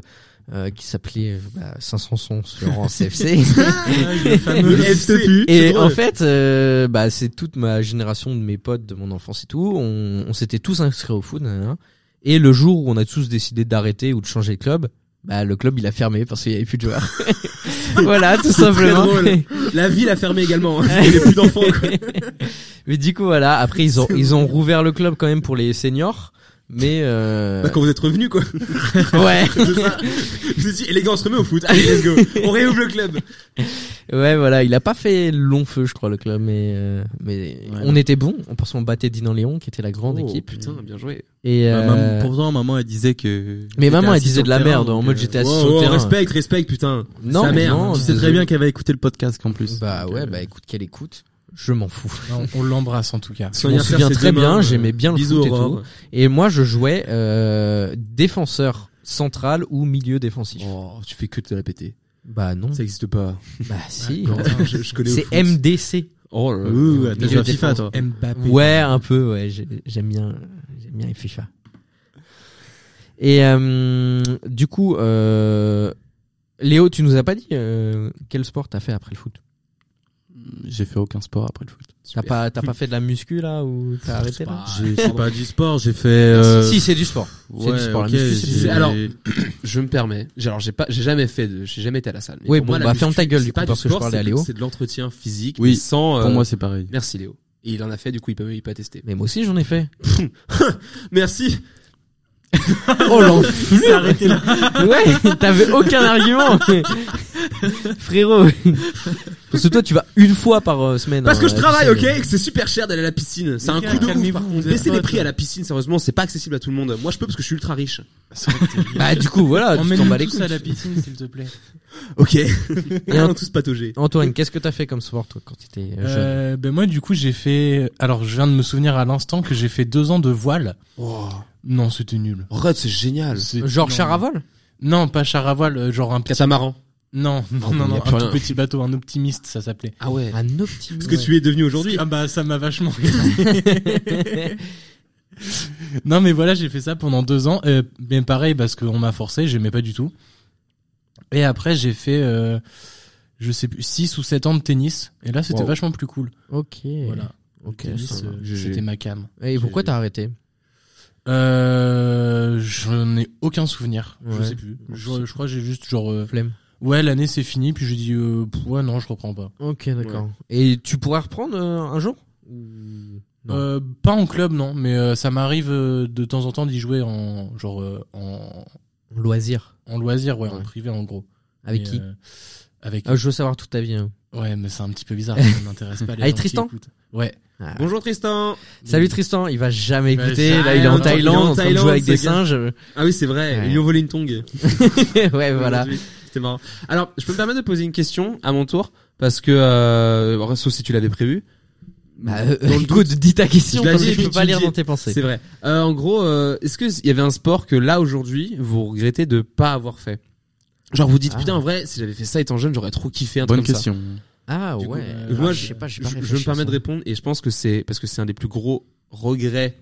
[SPEAKER 7] euh, qui s'appelait euh, bah, 500 sons
[SPEAKER 9] <laughs>
[SPEAKER 7] sur en CFC.
[SPEAKER 9] Le fameux
[SPEAKER 7] Et en fait, euh, bah, c'est toute ma génération de mes potes de mon enfance et tout. On, on s'était tous inscrits au foot. nanana. Et le jour où on a tous décidé d'arrêter ou de changer de club, bah, le club il a fermé parce qu'il n'y avait plus de joueurs. <laughs> voilà, tout simplement.
[SPEAKER 6] drôle. La ville a fermé
[SPEAKER 7] <laughs>
[SPEAKER 6] également. hein. Il n'y a plus d'enfants. quoi.
[SPEAKER 7] Mais du coup, voilà. Après, ils ont ils ont rouvert le club quand même pour les seniors. Mais euh...
[SPEAKER 6] Bah, quand vous êtes revenus, quoi.
[SPEAKER 7] ouais,
[SPEAKER 6] C'est ça. Je me suis dit, eh, les gars, on se remet au foot. Allez, let's go. On réouvre le club.
[SPEAKER 7] ouais, voilà. Il a pas fait long feu, je crois, le club. Mais euh, mais on était bon. Parce qu'on battait Dinan Léon, qui était la grande
[SPEAKER 6] Oh,
[SPEAKER 7] équipe.
[SPEAKER 6] Putain, bien joué.
[SPEAKER 7] Et
[SPEAKER 8] Ma
[SPEAKER 7] euh,
[SPEAKER 8] maman- pourtant, maman, elle disait que.
[SPEAKER 7] Mais
[SPEAKER 8] Bah, j'étais
[SPEAKER 7] maman, elle
[SPEAKER 8] assis
[SPEAKER 7] disait
[SPEAKER 8] sur
[SPEAKER 7] de la
[SPEAKER 8] le terrain,
[SPEAKER 7] merde, en
[SPEAKER 8] donc,
[SPEAKER 7] mode
[SPEAKER 8] euh, hein,
[SPEAKER 7] j'étais assis
[SPEAKER 6] Wow,
[SPEAKER 7] sur le
[SPEAKER 6] wow,
[SPEAKER 7] terrain.
[SPEAKER 6] respect, respect, putain.
[SPEAKER 7] Non,
[SPEAKER 6] Sa
[SPEAKER 7] mais
[SPEAKER 6] mère.
[SPEAKER 7] non,
[SPEAKER 8] Tu sais très
[SPEAKER 7] désolé.
[SPEAKER 8] bien qu'elle va écouter le podcast en plus.
[SPEAKER 7] Bah
[SPEAKER 8] Donc,
[SPEAKER 7] ouais,
[SPEAKER 8] euh,
[SPEAKER 7] bah écoute, quelle écoute. Je m'en fous.
[SPEAKER 9] Non, on l'embrasse en tout cas.
[SPEAKER 6] Son
[SPEAKER 7] Je m'en
[SPEAKER 6] anniversaire,
[SPEAKER 7] souviens
[SPEAKER 6] c'est
[SPEAKER 7] très
[SPEAKER 6] demain,
[SPEAKER 7] bien,
[SPEAKER 6] euh,
[SPEAKER 7] j'aimais bien le
[SPEAKER 6] Bisous,
[SPEAKER 7] foot et tout.
[SPEAKER 6] Aurore.
[SPEAKER 7] Et moi, je jouais euh, défenseur central ou milieu défensif.
[SPEAKER 6] Oh, tu fais que te la péter.
[SPEAKER 7] Bah non,
[SPEAKER 6] Ça existe pas.
[SPEAKER 8] <laughs>
[SPEAKER 7] bah si.
[SPEAKER 6] je, je connais au
[SPEAKER 7] C'est
[SPEAKER 6] foot.
[SPEAKER 7] MDC.
[SPEAKER 6] Oh là là.
[SPEAKER 8] Ouh, ouais, t'as
[SPEAKER 7] Milieu
[SPEAKER 8] joué à
[SPEAKER 7] défense.
[SPEAKER 8] FIFA, toi.
[SPEAKER 9] Mbappé.
[SPEAKER 7] Ouais, un peu, ouais, j'ai- j'aime bien j'aime bien les FIFA. Et euh, du coup, euh, Léo, tu nous as pas dit euh, quel sport t'as fait après le foot
[SPEAKER 8] J'ai fait aucun sport après le foot.
[SPEAKER 7] T'as pas, t'as pas fait de la muscu là ou t'as arrêté là
[SPEAKER 8] J'ai c'est pas du sport, j'ai fait. euh,
[SPEAKER 7] Ah. Si, c'est du sport. C'est
[SPEAKER 8] ouais,
[SPEAKER 7] du sport.
[SPEAKER 8] ok,
[SPEAKER 7] la muscu, c'est du
[SPEAKER 8] j'ai-
[SPEAKER 7] sport.
[SPEAKER 6] alors, Je me permets. J'ai- Alors j'ai pas, j'ai jamais fait de, j'ai jamais été à la salle. Mais
[SPEAKER 7] Oui,
[SPEAKER 6] pour
[SPEAKER 7] bon,
[SPEAKER 6] moi, la
[SPEAKER 7] bah, ferme
[SPEAKER 6] muscu,
[SPEAKER 7] ta gueule,
[SPEAKER 6] c'est
[SPEAKER 7] du
[SPEAKER 6] pas
[SPEAKER 7] coup, parce que je
[SPEAKER 6] sport,
[SPEAKER 7] parlais à
[SPEAKER 6] c'est-
[SPEAKER 7] Léo.
[SPEAKER 6] C'est de l'entretien physique.
[SPEAKER 8] Oui,
[SPEAKER 6] mais sans.
[SPEAKER 8] Pour
[SPEAKER 6] euh,
[SPEAKER 8] moi, c'est pareil.
[SPEAKER 6] merci Léo. Et il en a fait, du coup, il peut, il peut attester.
[SPEAKER 7] Mais moi aussi j'en ai fait.
[SPEAKER 6] Merci.
[SPEAKER 7] Oh l'enflure Arrêtez là Ouais, t'avais aucun argument Frérot Parce que toi tu vas une fois par euh, semaine.
[SPEAKER 6] Parce
[SPEAKER 7] hein,
[SPEAKER 6] que je
[SPEAKER 7] à la
[SPEAKER 6] travaille, ok,
[SPEAKER 7] piscine.
[SPEAKER 6] et que c'est super cher d'aller à la piscine. C'est un
[SPEAKER 9] gars,
[SPEAKER 6] coup de ouf.
[SPEAKER 9] calmez-vous,
[SPEAKER 6] par
[SPEAKER 9] vous
[SPEAKER 6] contre.
[SPEAKER 9] êtes
[SPEAKER 6] Baissez les
[SPEAKER 9] potes.
[SPEAKER 6] prix à la piscine, sérieusement, c'est pas accessible à tout le monde. Moi, je peux parce que je suis ultra riche.
[SPEAKER 7] Bah du coup voilà, tu t'en bats les
[SPEAKER 9] Emmène-nous tous
[SPEAKER 7] couilles.
[SPEAKER 9] à la piscine, s'il te plaît.
[SPEAKER 6] Ok. <laughs>
[SPEAKER 7] Et
[SPEAKER 6] on
[SPEAKER 7] Ant-
[SPEAKER 6] tous patauger.
[SPEAKER 7] Antoine, qu'est-ce que t'as fait comme sport toi quand t'étais euh, jeune
[SPEAKER 9] Euh, ben moi, du coup, j'ai fait. Alors, je viens de me souvenir à l'instant que j'ai fait deux ans de voile.
[SPEAKER 6] Oh,
[SPEAKER 9] Non, c'était nul.
[SPEAKER 6] Rod, c'est génial.
[SPEAKER 9] C'est-
[SPEAKER 7] Genre
[SPEAKER 9] non.
[SPEAKER 7] char à vol
[SPEAKER 9] Non, pas char à voile, euh, genre un petit.
[SPEAKER 6] Catamaran.
[SPEAKER 9] Non, non, non,
[SPEAKER 6] mais y a
[SPEAKER 9] non,
[SPEAKER 6] plus
[SPEAKER 9] un tout
[SPEAKER 6] rien.
[SPEAKER 9] petit bateau, un optimiste, ça s'appelait.
[SPEAKER 6] Ah ouais.
[SPEAKER 7] Un optimiste.
[SPEAKER 6] Ce que tu es devenu aujourd'hui.
[SPEAKER 9] Ah bah ça m'a vachement. non mais voilà, j'ai fait ça pendant deux ans. Euh, mais pareil parce qu'on m'a forcé, j'aimais pas du tout. Et après j'ai fait, euh, je sais plus, six ou sept ans de tennis. Et là c'était
[SPEAKER 7] Wow.
[SPEAKER 9] vachement plus cool.
[SPEAKER 7] <laughs> Ok.
[SPEAKER 9] Voilà.
[SPEAKER 7] Ok.
[SPEAKER 9] Tennis,
[SPEAKER 7] ça va.
[SPEAKER 9] euh,
[SPEAKER 6] GG.
[SPEAKER 9] c'était ma cam.
[SPEAKER 7] Et pourquoi t'as arrêté
[SPEAKER 9] Euh, j'en ai aucun souvenir. Je
[SPEAKER 7] Ouais.
[SPEAKER 9] sais plus. Je, je crois que j'ai juste genre, euh,
[SPEAKER 7] Flemme.
[SPEAKER 9] ouais l'année c'est fini. Puis j'ai dit, euh, pff, ouais non je reprends pas.
[SPEAKER 7] Ok, d'accord. Et tu pourras reprendre euh, un jour Non.
[SPEAKER 9] Euh, pas en club non, mais euh, ça m'arrive euh, de temps en temps d'y jouer en genre euh, en
[SPEAKER 7] Loisir.
[SPEAKER 9] En loisir, ouais,
[SPEAKER 7] Ouais.
[SPEAKER 9] en privé, en gros.
[SPEAKER 7] Avec
[SPEAKER 9] Mais,
[SPEAKER 7] qui
[SPEAKER 9] euh, Avec.
[SPEAKER 7] Ah, Je veux savoir toute ta vie. hein.
[SPEAKER 9] Ouais, mais c'est un petit peu
[SPEAKER 6] <laughs>
[SPEAKER 9] bizarre, ça m'intéresse pas. Les
[SPEAKER 6] Ah,
[SPEAKER 7] Avec
[SPEAKER 9] gens qui
[SPEAKER 7] Tristan
[SPEAKER 9] écoutent. Ouais.
[SPEAKER 6] Bonjour Tristan.
[SPEAKER 7] Salut Tristan, il va jamais
[SPEAKER 9] Il va
[SPEAKER 7] écouter.
[SPEAKER 9] jamais
[SPEAKER 7] Là, il est en
[SPEAKER 9] entendre.
[SPEAKER 6] Il est en
[SPEAKER 7] Thaïlande, en train de
[SPEAKER 6] Thaïlande,
[SPEAKER 7] jouer avec des
[SPEAKER 6] ce gars.
[SPEAKER 7] singes.
[SPEAKER 6] Ah oui, c'est vrai.
[SPEAKER 7] Ouais.
[SPEAKER 6] Ils lui ont volé une tongue.
[SPEAKER 7] <laughs> ouais, voilà.
[SPEAKER 6] Aujourd'hui. C'était marrant. Alors, je peux me permettre de poser une question à mon tour parce que euh, alors, sauf si tu l'avais prévu.
[SPEAKER 7] Bah, euh,
[SPEAKER 6] Dans le
[SPEAKER 7] écoute, dis ta question
[SPEAKER 6] Je l'ai
[SPEAKER 7] parce
[SPEAKER 6] dit,
[SPEAKER 7] que je
[SPEAKER 6] je
[SPEAKER 7] peux
[SPEAKER 6] l'ai
[SPEAKER 7] pas
[SPEAKER 6] dit.
[SPEAKER 7] lire dans tes pensées.
[SPEAKER 6] C'est vrai. Euh, en gros, euh, est-ce que il y avait un sport que là aujourd'hui vous regrettez de pas avoir fait Genre vous dites
[SPEAKER 7] Ah.
[SPEAKER 6] putain en vrai si j'avais fait ça étant jeune j'aurais trop kiffé un
[SPEAKER 8] Bonne
[SPEAKER 6] truc comme
[SPEAKER 8] question.
[SPEAKER 7] Ah
[SPEAKER 6] Du coup,
[SPEAKER 7] ouais.
[SPEAKER 9] euh,
[SPEAKER 7] Alors,
[SPEAKER 6] moi,
[SPEAKER 7] je sais pas, j'ai
[SPEAKER 6] ça.
[SPEAKER 7] pas
[SPEAKER 6] Je, je me
[SPEAKER 7] réfléchi à
[SPEAKER 6] permets de
[SPEAKER 7] ça.
[SPEAKER 6] répondre et je pense que c'est parce que c'est un des plus gros regrets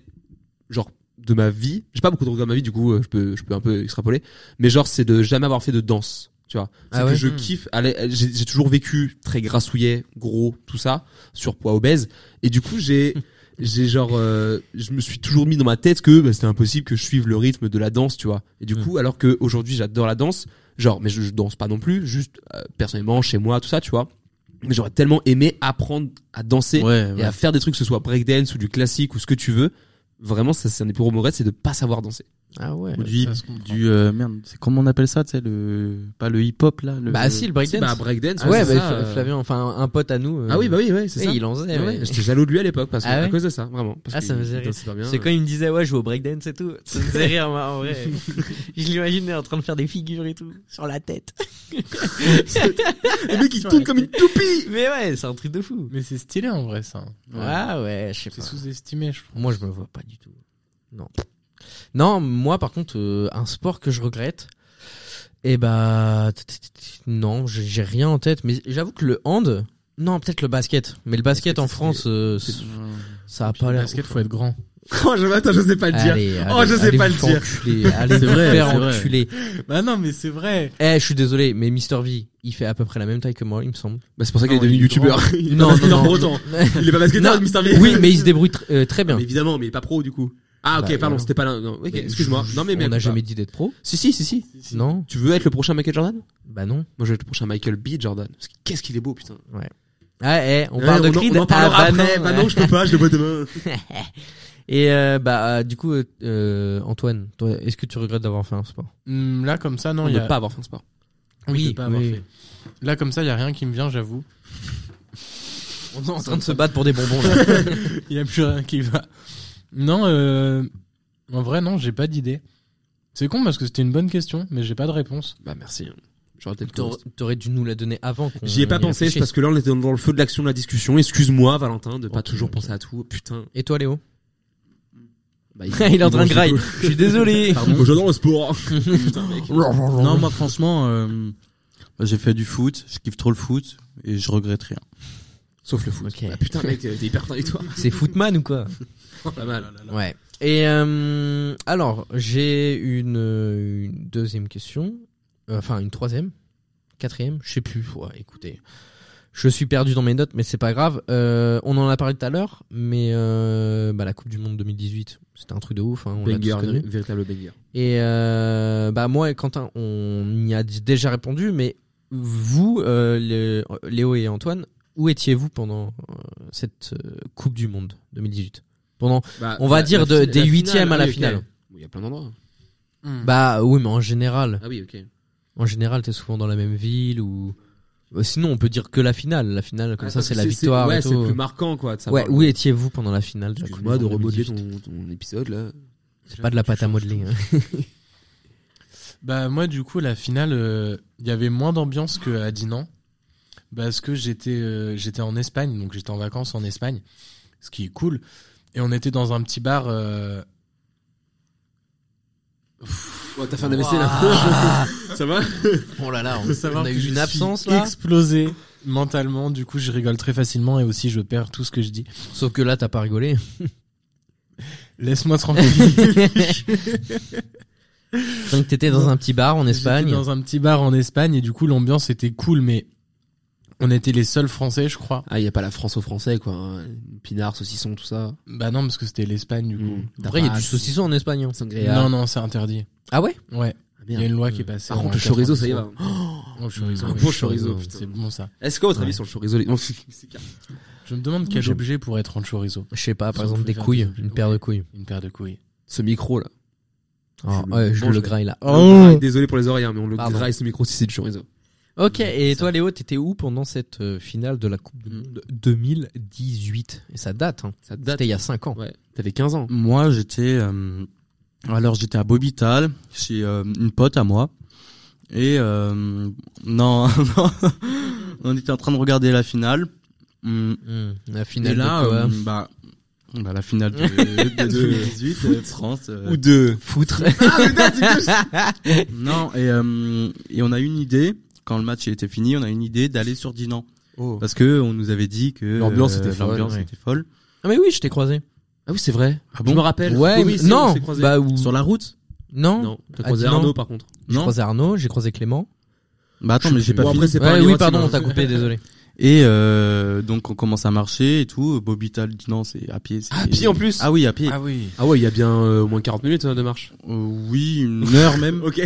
[SPEAKER 6] genre de ma vie. J'ai pas beaucoup de regrets de ma vie du coup euh, je peux je peux un peu extrapoler mais genre c'est de jamais avoir fait de danse. Tu vois, c'est
[SPEAKER 7] Ah
[SPEAKER 6] que
[SPEAKER 7] ouais
[SPEAKER 6] je
[SPEAKER 7] Hmm.
[SPEAKER 6] kiffe. aller- J'ai j'ai toujours vécu très grassouillet, gros, tout ça, surpoids, obèse, et du coup j'ai j'ai genre euh, je me suis toujours mis dans ma tête que bah, c'était impossible que je suive le rythme de la danse tu vois et du
[SPEAKER 7] Mm.
[SPEAKER 6] coup alors que aujourd'hui j'adore la danse genre mais je, je danse pas non plus juste euh, personnellement chez moi tout ça tu vois mais j'aurais tellement aimé apprendre à danser
[SPEAKER 8] Ouais,
[SPEAKER 6] et
[SPEAKER 8] ouais.
[SPEAKER 6] à faire des trucs que ce soit breakdance ou du classique ou ce que tu veux vraiment ça c'est un des plus gros regrets c'est de pas savoir danser
[SPEAKER 7] Ah ouais.
[SPEAKER 8] Ou du,
[SPEAKER 9] Ça se comprend.
[SPEAKER 8] du euh, merde, c'est comment on appelle ça, tu sais, le, pas le hip hop là. Le,
[SPEAKER 7] Bah si, le breakdance.
[SPEAKER 6] bah breakdance
[SPEAKER 7] Ah ouais,
[SPEAKER 6] c'est
[SPEAKER 7] bah,
[SPEAKER 6] ça,
[SPEAKER 7] Fla-
[SPEAKER 6] euh.
[SPEAKER 7] Flavien, enfin un pote à nous. euh,
[SPEAKER 6] ah oui bah oui ouais c'est
[SPEAKER 7] ouais,
[SPEAKER 6] ça
[SPEAKER 7] il en faisait.
[SPEAKER 6] Ouais,
[SPEAKER 7] ouais.
[SPEAKER 6] ouais, j'étais jaloux de lui à l'époque parce que
[SPEAKER 7] Ah ouais
[SPEAKER 6] à cause de ça vraiment parce
[SPEAKER 7] Ah, ça
[SPEAKER 6] qu'il
[SPEAKER 7] me faisait rire.
[SPEAKER 6] dansait super bien.
[SPEAKER 7] C'est quand il me disait ouais je joue au breakdance et tout, ça me faisait rire moi en <laughs> vrai. je l'imaginais en train de faire des figures et tout sur la tête.
[SPEAKER 6] le mec il tourne comme une toupie
[SPEAKER 7] Mais ouais, c'est un truc de fou.
[SPEAKER 9] Mais c'est stylé en vrai, ça.
[SPEAKER 7] Ah ouais, je sais
[SPEAKER 9] C'est
[SPEAKER 7] pas.
[SPEAKER 9] sous-estimé, je trouve.
[SPEAKER 7] Moi, je me vois pas du tout. Non. Non, moi, par contre, euh, un sport que je regrette, eh bah, t- t- t- non, j'ai j'ai rien en tête. Mais j'avoue que le hand, non, peut-être le basket. Mais le basket en France, euh, ça a pas
[SPEAKER 9] Le
[SPEAKER 7] l'air. <laughs>
[SPEAKER 9] basket, faut être grand.
[SPEAKER 6] Oh, je, attends, je sais pas le dire.
[SPEAKER 7] Allez,
[SPEAKER 6] Oh,
[SPEAKER 7] allez,
[SPEAKER 6] je sais
[SPEAKER 7] allez
[SPEAKER 6] pas
[SPEAKER 7] vous
[SPEAKER 6] le
[SPEAKER 7] faire
[SPEAKER 6] dire. <laughs>
[SPEAKER 7] enculer, allez
[SPEAKER 8] C'est
[SPEAKER 7] vous
[SPEAKER 8] vrai,
[SPEAKER 7] faire
[SPEAKER 8] c'est vrai.
[SPEAKER 7] enculer.
[SPEAKER 9] <laughs> Bah non, mais c'est vrai.
[SPEAKER 7] Eh, je suis désolé, mais Mister V, il fait à peu près la même taille que moi, il me
[SPEAKER 6] <laughs>
[SPEAKER 7] semble.
[SPEAKER 6] Bah, c'est pour ça
[SPEAKER 7] Ah
[SPEAKER 6] qu'il est
[SPEAKER 9] Non,
[SPEAKER 6] devenu
[SPEAKER 9] il est
[SPEAKER 6] youtubeur. <laughs> Il est
[SPEAKER 7] Non,
[SPEAKER 6] pas
[SPEAKER 7] non,
[SPEAKER 6] basketteur
[SPEAKER 7] non. <laughs>
[SPEAKER 6] pour autant. Il est pas
[SPEAKER 7] Non.
[SPEAKER 6] basketteur, Mr. V. <laughs>
[SPEAKER 7] Oui, mais il se débrouille tr- euh, très bien.
[SPEAKER 6] Mais évidemment, mais il est pas pro du coup. Ah ok,
[SPEAKER 7] Bah,
[SPEAKER 6] pardon,
[SPEAKER 7] voilà.
[SPEAKER 6] c'était pas l'un. non, Ok,
[SPEAKER 7] Mais bah,
[SPEAKER 6] excuse-moi.
[SPEAKER 7] je-
[SPEAKER 6] Non mais bah. mais
[SPEAKER 7] on n'a
[SPEAKER 6] écoute
[SPEAKER 7] jamais
[SPEAKER 6] pas.
[SPEAKER 7] dit d'être pro.
[SPEAKER 6] Si si si si.
[SPEAKER 7] Non,
[SPEAKER 6] Tu veux être le prochain Michael Jordan
[SPEAKER 7] bah non.
[SPEAKER 6] Moi, je vais être le prochain Michael B Jordan. Parce que Qu'est-ce qu'il est beau, putain.
[SPEAKER 7] Ah, eh, on
[SPEAKER 6] Ouais,
[SPEAKER 7] parle de
[SPEAKER 6] en-
[SPEAKER 7] Creed.
[SPEAKER 6] On en parlera
[SPEAKER 7] Ah, bah
[SPEAKER 6] après.
[SPEAKER 7] non,
[SPEAKER 6] Bah
[SPEAKER 7] ouais.
[SPEAKER 6] non, je peux pas. Je le vois demain.
[SPEAKER 7] <laughs> Et euh, bah euh, du coup, euh, euh, Antoine, toi, est-ce que tu regrettes d'avoir fait un sport
[SPEAKER 9] Hum, Là, comme ça, non,
[SPEAKER 6] On
[SPEAKER 9] il y
[SPEAKER 6] ne
[SPEAKER 9] a.
[SPEAKER 6] peut pas avoir fait un sport.
[SPEAKER 9] de pas avoir fait. Là, comme ça, il y a rien qui me vient, j'avoue. <laughs>
[SPEAKER 7] On est en train de se battre pour des bonbons.
[SPEAKER 6] <laughs>
[SPEAKER 7] Là.
[SPEAKER 9] Il y a plus rien qui va. Non, euh, en vrai, non, j'ai pas d'idée. C'est con parce que c'était une bonne question, mais j'ai pas de réponse.
[SPEAKER 6] Bah merci. J'aurais peut-être.
[SPEAKER 7] T'aurais- T'aurais dû nous la donner avant. qu'on
[SPEAKER 6] J'y ai pas
[SPEAKER 7] y
[SPEAKER 6] pensé, c'est
[SPEAKER 7] réfléchisse.
[SPEAKER 6] parce que là on était dans le feu de l'action de la discussion. Excuse-moi Valentin de pas
[SPEAKER 7] Ok,
[SPEAKER 6] toujours
[SPEAKER 7] ok.
[SPEAKER 6] penser à tout. Putain.
[SPEAKER 7] Et toi, Léo <laughs>
[SPEAKER 6] Bah,
[SPEAKER 7] Il est en train de
[SPEAKER 6] mange
[SPEAKER 7] grailler.
[SPEAKER 6] des
[SPEAKER 7] Je suis désolé.
[SPEAKER 6] <laughs> Pardon. J'adore le sport.
[SPEAKER 8] Non, moi franchement, euh, bah, j'ai fait du foot, je kiffe trop le foot et je regrette rien.
[SPEAKER 6] Sauf le foot.
[SPEAKER 7] Ok.
[SPEAKER 6] Bah, putain mec, t'es
[SPEAKER 7] <laughs>
[SPEAKER 6] hyper contradictoire.
[SPEAKER 7] C'est Footman ou quoi
[SPEAKER 6] Pas mal.
[SPEAKER 7] Ouais. Et euh, alors, j'ai une, euh, une deuxième question, Euh, enfin une troisième, quatrième, je sais plus. Ouais, écoutez, je suis perdu dans mes notes, mais c'est pas grave. Euh, on en a parlé tout à l'heure, mais euh, bah, la Coupe du Monde 2018, c'était un truc de ouf. hein, on l'a tous
[SPEAKER 6] Banger,
[SPEAKER 7] connu.
[SPEAKER 6] véritable banger.
[SPEAKER 7] Et euh, bah moi et Quentin, on y a d- déjà répondu, mais vous, euh, le- Léo et Antoine, où étiez-vous pendant euh, cette euh, Coupe du Monde 2018 Pendant
[SPEAKER 6] Bah,
[SPEAKER 7] On va
[SPEAKER 6] la-
[SPEAKER 7] dire
[SPEAKER 6] la
[SPEAKER 7] de-
[SPEAKER 6] fina-
[SPEAKER 7] des
[SPEAKER 6] la
[SPEAKER 7] huitièmes
[SPEAKER 6] finale,
[SPEAKER 7] à la
[SPEAKER 6] ah oui, ok.
[SPEAKER 7] finale.
[SPEAKER 6] Il y a plein d'endroits.
[SPEAKER 7] Bah oui, mais en général,
[SPEAKER 6] Ah oui, ok.
[SPEAKER 7] en général, t'es souvent dans la même ville ou euh, sinon on peut dire que la finale. La finale, comme ça, c'est la victoire
[SPEAKER 6] Ouais,
[SPEAKER 7] et
[SPEAKER 6] Ah, c'est
[SPEAKER 7] tout.
[SPEAKER 6] plus marquant, quoi. de savoir
[SPEAKER 7] Ouais,
[SPEAKER 6] le-
[SPEAKER 7] où étiez-vous pendant la finale de la Coupe
[SPEAKER 6] Excuse-moi
[SPEAKER 7] du
[SPEAKER 6] de
[SPEAKER 7] Monde
[SPEAKER 6] remodeler
[SPEAKER 7] 2018?
[SPEAKER 6] ton, ton épisode, là.
[SPEAKER 7] C'est pas de la pâte à modeler. hein.
[SPEAKER 9] Bah moi, du coup, la finale, euh, il y avait moins d'ambiance qu'à Dinan, parce que j'étais euh, j'étais en Espagne, donc j'étais en vacances en Espagne, ce qui est cool. Et on était dans un petit bar. euh,
[SPEAKER 6] Oh, t'as fait un AVC, là. ça va
[SPEAKER 7] <laughs> Oh là là,
[SPEAKER 9] <laughs> faut
[SPEAKER 7] on,
[SPEAKER 9] savoir
[SPEAKER 7] on a
[SPEAKER 9] que
[SPEAKER 7] eu
[SPEAKER 9] je
[SPEAKER 7] une
[SPEAKER 9] suis
[SPEAKER 7] absence là.
[SPEAKER 9] Explosé mentalement, du coup, je rigole très facilement et aussi je perds tout ce que je dis.
[SPEAKER 7] Sauf que là, t'as pas rigolé. <laughs>
[SPEAKER 9] Laisse-moi tranquille.
[SPEAKER 7] Donc t'étais dans un petit bar en Espagne.
[SPEAKER 9] J'étais dans un petit bar en Espagne et du coup l'ambiance était cool mais on était les seuls français je crois.
[SPEAKER 6] Ah, il y a pas la France aux Français, quoi. hein. Pinard, saucisson, tout ça.
[SPEAKER 9] Bah non parce que c'était l'Espagne du
[SPEAKER 6] Mm.
[SPEAKER 9] coup.
[SPEAKER 7] Après, il y a du saucisson en Espagne. hein.
[SPEAKER 9] Non non, c'est interdit.
[SPEAKER 7] Ah ouais
[SPEAKER 9] Ouais, il y a une loi qui est passée.
[SPEAKER 6] Par
[SPEAKER 9] en
[SPEAKER 6] contre, le chorizo, ça y
[SPEAKER 9] 93.
[SPEAKER 6] va.
[SPEAKER 9] Oh, le chorizo.
[SPEAKER 6] Un
[SPEAKER 9] oui.
[SPEAKER 6] bon chorizo,
[SPEAKER 9] C'est
[SPEAKER 6] putain.
[SPEAKER 9] bon ça.
[SPEAKER 6] <gasps> Est-ce qu'à votre avis sur le chorizo les- <laughs> Non, c'est- c'est carré.
[SPEAKER 9] Je me demande quel objet pourrait être en
[SPEAKER 6] <laughs>
[SPEAKER 9] chorizo.
[SPEAKER 7] Je sais pas,
[SPEAKER 9] Ils ont
[SPEAKER 7] par exemple
[SPEAKER 9] fait
[SPEAKER 7] des
[SPEAKER 9] faire
[SPEAKER 7] couilles,
[SPEAKER 9] des objets.
[SPEAKER 7] une paire de couilles.
[SPEAKER 9] Une paire de couilles.
[SPEAKER 6] Ce micro, là.
[SPEAKER 7] Ah,
[SPEAKER 6] Je le
[SPEAKER 7] ouais, je le
[SPEAKER 6] mangerai.
[SPEAKER 7] graille là.
[SPEAKER 6] Le graille, Désolé pour les oreilles, hein, mais on le
[SPEAKER 7] Pardon.
[SPEAKER 6] graille ce micro si c'est du chorizo. Oh.
[SPEAKER 7] Ok, et toi Léo, t'étais où pendant cette euh, finale de la Coupe du Monde 2018 Et ça date, hein.
[SPEAKER 6] Ça date.
[SPEAKER 7] C'était il y a 5 ans.
[SPEAKER 6] Ouais. T'avais 15 ans.
[SPEAKER 8] Moi, j'étais euh, alors j'étais à Bobital chez euh, une pote à moi et euh, non, <laughs> non, on était en train de regarder la finale. Hum,
[SPEAKER 7] Hum, la finale
[SPEAKER 8] Et là,
[SPEAKER 7] de quoi
[SPEAKER 8] euh, bah, bah, la finale de,
[SPEAKER 6] <laughs>
[SPEAKER 8] de 2018, euh, France. euh,
[SPEAKER 6] deux. <laughs>
[SPEAKER 7] Foutre.
[SPEAKER 8] non, et, euh, et on a eu une idée, quand le match était fini, on a eu une idée d'aller sur Dinan.
[SPEAKER 6] Oh.
[SPEAKER 8] Parce que on nous avait dit que euh,
[SPEAKER 6] L'ambiance était folle,
[SPEAKER 8] l'ambiance
[SPEAKER 6] ouais.
[SPEAKER 8] était folle.
[SPEAKER 7] ah mais oui, je t'ai croisé.
[SPEAKER 6] Ah oui, c'est vrai.
[SPEAKER 8] bon
[SPEAKER 6] je me rappelle.
[SPEAKER 7] Ouais,
[SPEAKER 6] Oui, oui, c'est- on
[SPEAKER 7] non,
[SPEAKER 6] s'est croisés.
[SPEAKER 7] bah ou...
[SPEAKER 8] Sur la route
[SPEAKER 7] non,
[SPEAKER 6] Non, t'as
[SPEAKER 7] Ah,
[SPEAKER 6] croisé
[SPEAKER 7] dis non.
[SPEAKER 6] Arnaud par contre.
[SPEAKER 7] J'ai
[SPEAKER 8] Non
[SPEAKER 7] croisé Arnaud, j'ai croisé Clément.
[SPEAKER 8] Bah attends, mais j'ai pas
[SPEAKER 6] Bon,
[SPEAKER 8] fini.
[SPEAKER 6] après, c'est pas
[SPEAKER 7] Ouais,
[SPEAKER 6] un
[SPEAKER 7] oui,
[SPEAKER 6] Liratine,
[SPEAKER 7] pardon,
[SPEAKER 6] hein.
[SPEAKER 7] on t'a coupé, désolé.
[SPEAKER 8] Et euh, donc on commence à marcher et tout. Bobital, Dinan, c'est à pied. c'est-
[SPEAKER 6] À pied, en plus
[SPEAKER 8] Ah oui, à pied.
[SPEAKER 9] oui.
[SPEAKER 6] Ah ouais, il y a bien euh, au moins 40 minutes hein, de marche.
[SPEAKER 8] Euh, oui, une heure même.
[SPEAKER 6] Ok.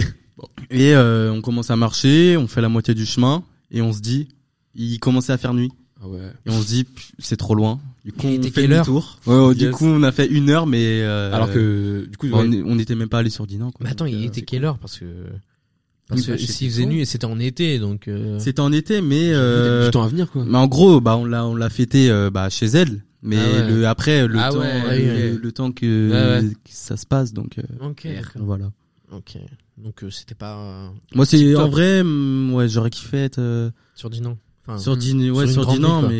[SPEAKER 8] Et euh, on commence à marcher, on fait la moitié du chemin et on se dit, il commençait à faire nuit.
[SPEAKER 6] Ah ouais.
[SPEAKER 8] Et on se dit, Pu- c'est trop loin. Du coup, on
[SPEAKER 7] Il était
[SPEAKER 8] fait
[SPEAKER 7] quelle heure
[SPEAKER 8] demi-tour. Ouais, ouais, Du
[SPEAKER 6] Yes.
[SPEAKER 8] coup, on a fait une heure, mais euh,
[SPEAKER 6] Alors que du coup,
[SPEAKER 8] bah, on
[SPEAKER 6] ouais,
[SPEAKER 8] est- on n'était même pas allé sur Dinan. Quoi.
[SPEAKER 7] Mais attends,
[SPEAKER 8] Donc,
[SPEAKER 7] il
[SPEAKER 8] euh,
[SPEAKER 7] était
[SPEAKER 8] c'est
[SPEAKER 7] quelle
[SPEAKER 8] cool.
[SPEAKER 7] heure Parce que parce que
[SPEAKER 8] bah, je sais
[SPEAKER 7] s'il
[SPEAKER 8] plus
[SPEAKER 7] faisait
[SPEAKER 8] trop.
[SPEAKER 7] nuit et c'était en été, donc. euh,
[SPEAKER 8] C'était en été, mais
[SPEAKER 6] euh,
[SPEAKER 8] euh,
[SPEAKER 6] du temps à venir quoi.
[SPEAKER 8] mais en gros, bah on l'a on l'a fêté euh, bah chez elle. Mais
[SPEAKER 6] Ah ouais.
[SPEAKER 8] le après le
[SPEAKER 6] Ah
[SPEAKER 8] temps
[SPEAKER 6] ouais,
[SPEAKER 8] le,
[SPEAKER 6] ouais, ouais.
[SPEAKER 8] le temps que,
[SPEAKER 6] Ouais,
[SPEAKER 8] que ça se passe donc euh,
[SPEAKER 7] Ok, d'accord.
[SPEAKER 8] voilà.
[SPEAKER 7] Ok. Donc euh, c'était pas euh,
[SPEAKER 8] Moi c'est
[SPEAKER 7] Tip-top.
[SPEAKER 8] en vrai hum, ouais, j'aurais kiffé être euh,
[SPEAKER 7] sur Dinan. Enfin,
[SPEAKER 8] sur Dinan ouais
[SPEAKER 7] Ah une
[SPEAKER 8] sur
[SPEAKER 7] grande
[SPEAKER 8] Dinan
[SPEAKER 7] ville, Ah,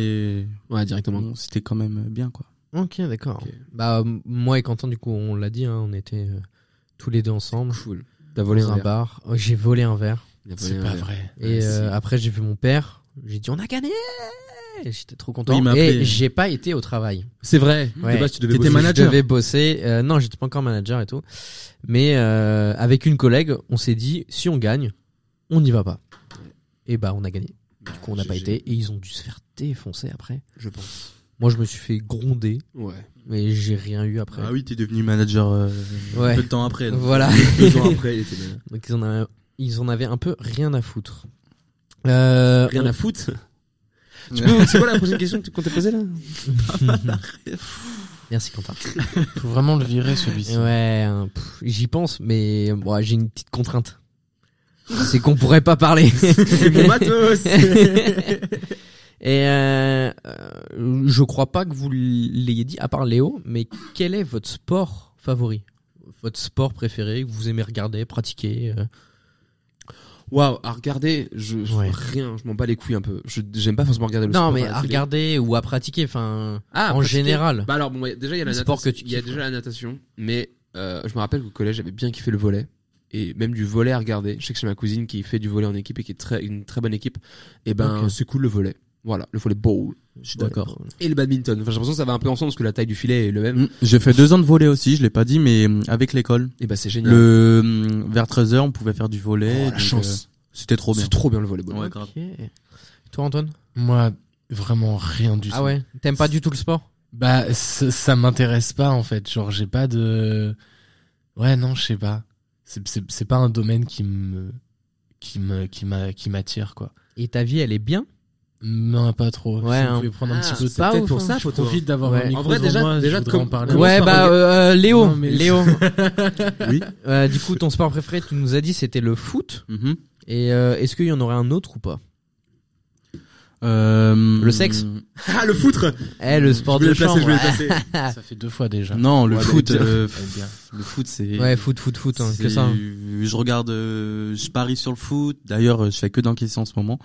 [SPEAKER 8] mais
[SPEAKER 6] Ouais, directement.
[SPEAKER 8] bon, c'était quand même euh, bien quoi.
[SPEAKER 7] Ok, d'accord.
[SPEAKER 6] Ok.
[SPEAKER 7] Bah m- moi et Quentin, du coup, on l'a dit, hein, on était euh, tous les deux ensemble
[SPEAKER 6] Cool. T'as volé
[SPEAKER 7] dans
[SPEAKER 6] un
[SPEAKER 7] un
[SPEAKER 6] bar.
[SPEAKER 7] bar. Oh, j'ai volé un verre
[SPEAKER 6] Il a volé
[SPEAKER 9] C'est
[SPEAKER 6] un
[SPEAKER 9] pas
[SPEAKER 6] verre.
[SPEAKER 9] vrai.
[SPEAKER 7] et
[SPEAKER 6] si.
[SPEAKER 7] euh, après j'ai vu mon père. J'ai dit on a gagné. J'étais trop content.
[SPEAKER 8] Oui, il m'a appelé.
[SPEAKER 7] et j'ai pas été au travail.
[SPEAKER 6] C'est vrai.
[SPEAKER 7] Ouais.
[SPEAKER 6] De base, tu devais
[SPEAKER 8] T'étais
[SPEAKER 6] bosser.
[SPEAKER 8] manager.
[SPEAKER 7] Je devais bosser. Euh, non, j'étais pas encore manager et tout. Mais euh, avec une collègue, on s'est dit si on gagne, on n'y va pas. Et bah on a gagné. Du coup, on n'a pas
[SPEAKER 6] GG.
[SPEAKER 7] été et ils ont dû se faire défoncer après.
[SPEAKER 6] Je pense.
[SPEAKER 7] Moi, je me suis fait gronder,
[SPEAKER 6] Ouais.
[SPEAKER 7] mais j'ai rien eu après.
[SPEAKER 8] Ah oui, t'es devenu manager euh,
[SPEAKER 7] Ouais.
[SPEAKER 8] un peu de temps après. donc.
[SPEAKER 7] Voilà.
[SPEAKER 6] Deux ans après, il était manager.
[SPEAKER 7] <laughs> Donc ils en avaient, ils en avaient un peu rien à foutre. Euh,
[SPEAKER 6] Rien à foutre. Tu peux, c'est quoi la prochaine question que tu comptais poser là
[SPEAKER 7] Merci Quentin.
[SPEAKER 9] Faut vraiment le virer celui-ci.
[SPEAKER 7] Ouais, hein, pff, j'y pense, mais bon, j'ai une petite contrainte. C'est qu'on pourrait pas parler.
[SPEAKER 6] C'est mon matos
[SPEAKER 7] <laughs> Et euh, euh, je crois pas que vous l'ayez dit, à part Léo, mais quel est votre sport favori Votre sport préféré que vous aimez regarder, pratiquer euh,
[SPEAKER 6] Waouh, à regarder, je, je-
[SPEAKER 7] Ouais.
[SPEAKER 6] rien, je m'en bats les couilles un peu. Je j'aime pas forcément regarder le
[SPEAKER 7] Non,
[SPEAKER 6] sport
[SPEAKER 7] mais
[SPEAKER 6] la
[SPEAKER 7] à
[SPEAKER 6] télé.
[SPEAKER 7] regarder ou à pratiquer, enfin,
[SPEAKER 6] Ah,
[SPEAKER 7] en
[SPEAKER 6] pratiquer.
[SPEAKER 7] général.
[SPEAKER 6] Bah alors bon, ouais, déjà il y a la
[SPEAKER 7] Le sport
[SPEAKER 6] natation,
[SPEAKER 7] que tu
[SPEAKER 6] il y a
[SPEAKER 7] kiffes,
[SPEAKER 6] déjà la natation, mais euh, je me rappelle qu'au collège j'avais bien kiffé le volet et même du volet à regarder. Je sais que c'est ma cousine qui fait du volet en équipe et qui est très une très bonne équipe. Et ben
[SPEAKER 7] Ok.
[SPEAKER 6] c'est cool le volet. Voilà, le volet bowl
[SPEAKER 7] Je suis
[SPEAKER 8] d'accord.
[SPEAKER 6] et le badminton. Enfin, j'ai l'impression que ça va un peu ensemble parce que la taille du filet est le même.
[SPEAKER 8] Mm. J'ai fait deux ans de volet aussi, je l'ai pas dit, mais mm, avec l'école.
[SPEAKER 6] Et bah c'est génial.
[SPEAKER 8] Le mm, vers 13h, on pouvait faire du volet.
[SPEAKER 6] Oh, la
[SPEAKER 8] donc,
[SPEAKER 6] chance.
[SPEAKER 8] euh, C'était trop bien.
[SPEAKER 6] C'est trop bien le volet
[SPEAKER 8] Ouais, grave.
[SPEAKER 7] Toi, Antoine
[SPEAKER 9] Moi, vraiment rien du tout.
[SPEAKER 7] Ah ouais T'aimes pas du tout le sport
[SPEAKER 9] Bah, ça, ça m'intéresse pas en fait. Genre, j'ai pas de. Ouais, non, je sais pas. C'est- C'est c'est pas un domaine qui me qui me qui m'a qui m'attire quoi.
[SPEAKER 7] Et ta vie, elle est bien
[SPEAKER 9] Non, pas trop.
[SPEAKER 7] Ouais,
[SPEAKER 9] Si
[SPEAKER 7] hein.
[SPEAKER 9] vous pouvez prendre un
[SPEAKER 6] Ah,
[SPEAKER 9] petit peu de
[SPEAKER 6] c'est
[SPEAKER 7] pas
[SPEAKER 6] peut-être
[SPEAKER 7] ouf,
[SPEAKER 6] pour
[SPEAKER 7] hein.
[SPEAKER 6] ça,
[SPEAKER 9] Je
[SPEAKER 6] photo.
[SPEAKER 9] profite d'avoir
[SPEAKER 7] Ouais.
[SPEAKER 9] un
[SPEAKER 7] En
[SPEAKER 9] micro
[SPEAKER 6] vrai,
[SPEAKER 9] devant
[SPEAKER 6] déjà-
[SPEAKER 9] moi, je
[SPEAKER 6] déjà,
[SPEAKER 9] voudrais
[SPEAKER 6] comme-
[SPEAKER 9] en parler.
[SPEAKER 6] Comment
[SPEAKER 7] Ouais,
[SPEAKER 6] ça,
[SPEAKER 7] bah,
[SPEAKER 6] regarde-
[SPEAKER 7] euh, Léo,
[SPEAKER 9] Non, mais-
[SPEAKER 6] <laughs>
[SPEAKER 7] Léo.
[SPEAKER 8] Oui.
[SPEAKER 7] Euh, du coup, ton sport préféré, tu nous as dit, c'était le foot.
[SPEAKER 8] Mhm.
[SPEAKER 7] Et euh, est-ce qu'il y en aurait un autre ou pas
[SPEAKER 8] Euh,
[SPEAKER 7] Le sexe
[SPEAKER 8] mm,
[SPEAKER 6] Ah le foutre.
[SPEAKER 7] Eh, le sport
[SPEAKER 6] je
[SPEAKER 7] de
[SPEAKER 6] voulais le
[SPEAKER 7] chambre.
[SPEAKER 6] placer, je voulais le placer.
[SPEAKER 9] Ça fait deux fois déjà.
[SPEAKER 8] Non, le
[SPEAKER 6] Ouais,
[SPEAKER 8] foot.
[SPEAKER 6] j'allais dire.
[SPEAKER 8] euh,
[SPEAKER 9] Eh bien.
[SPEAKER 8] le foot, c'est.
[SPEAKER 7] Ouais, foot, foot, foot, hein, que
[SPEAKER 8] c'est-
[SPEAKER 7] ça. hein.
[SPEAKER 8] Je regarde, euh, je parie sur le foot. D'ailleurs, euh, je fais que d'encaisser en ce moment.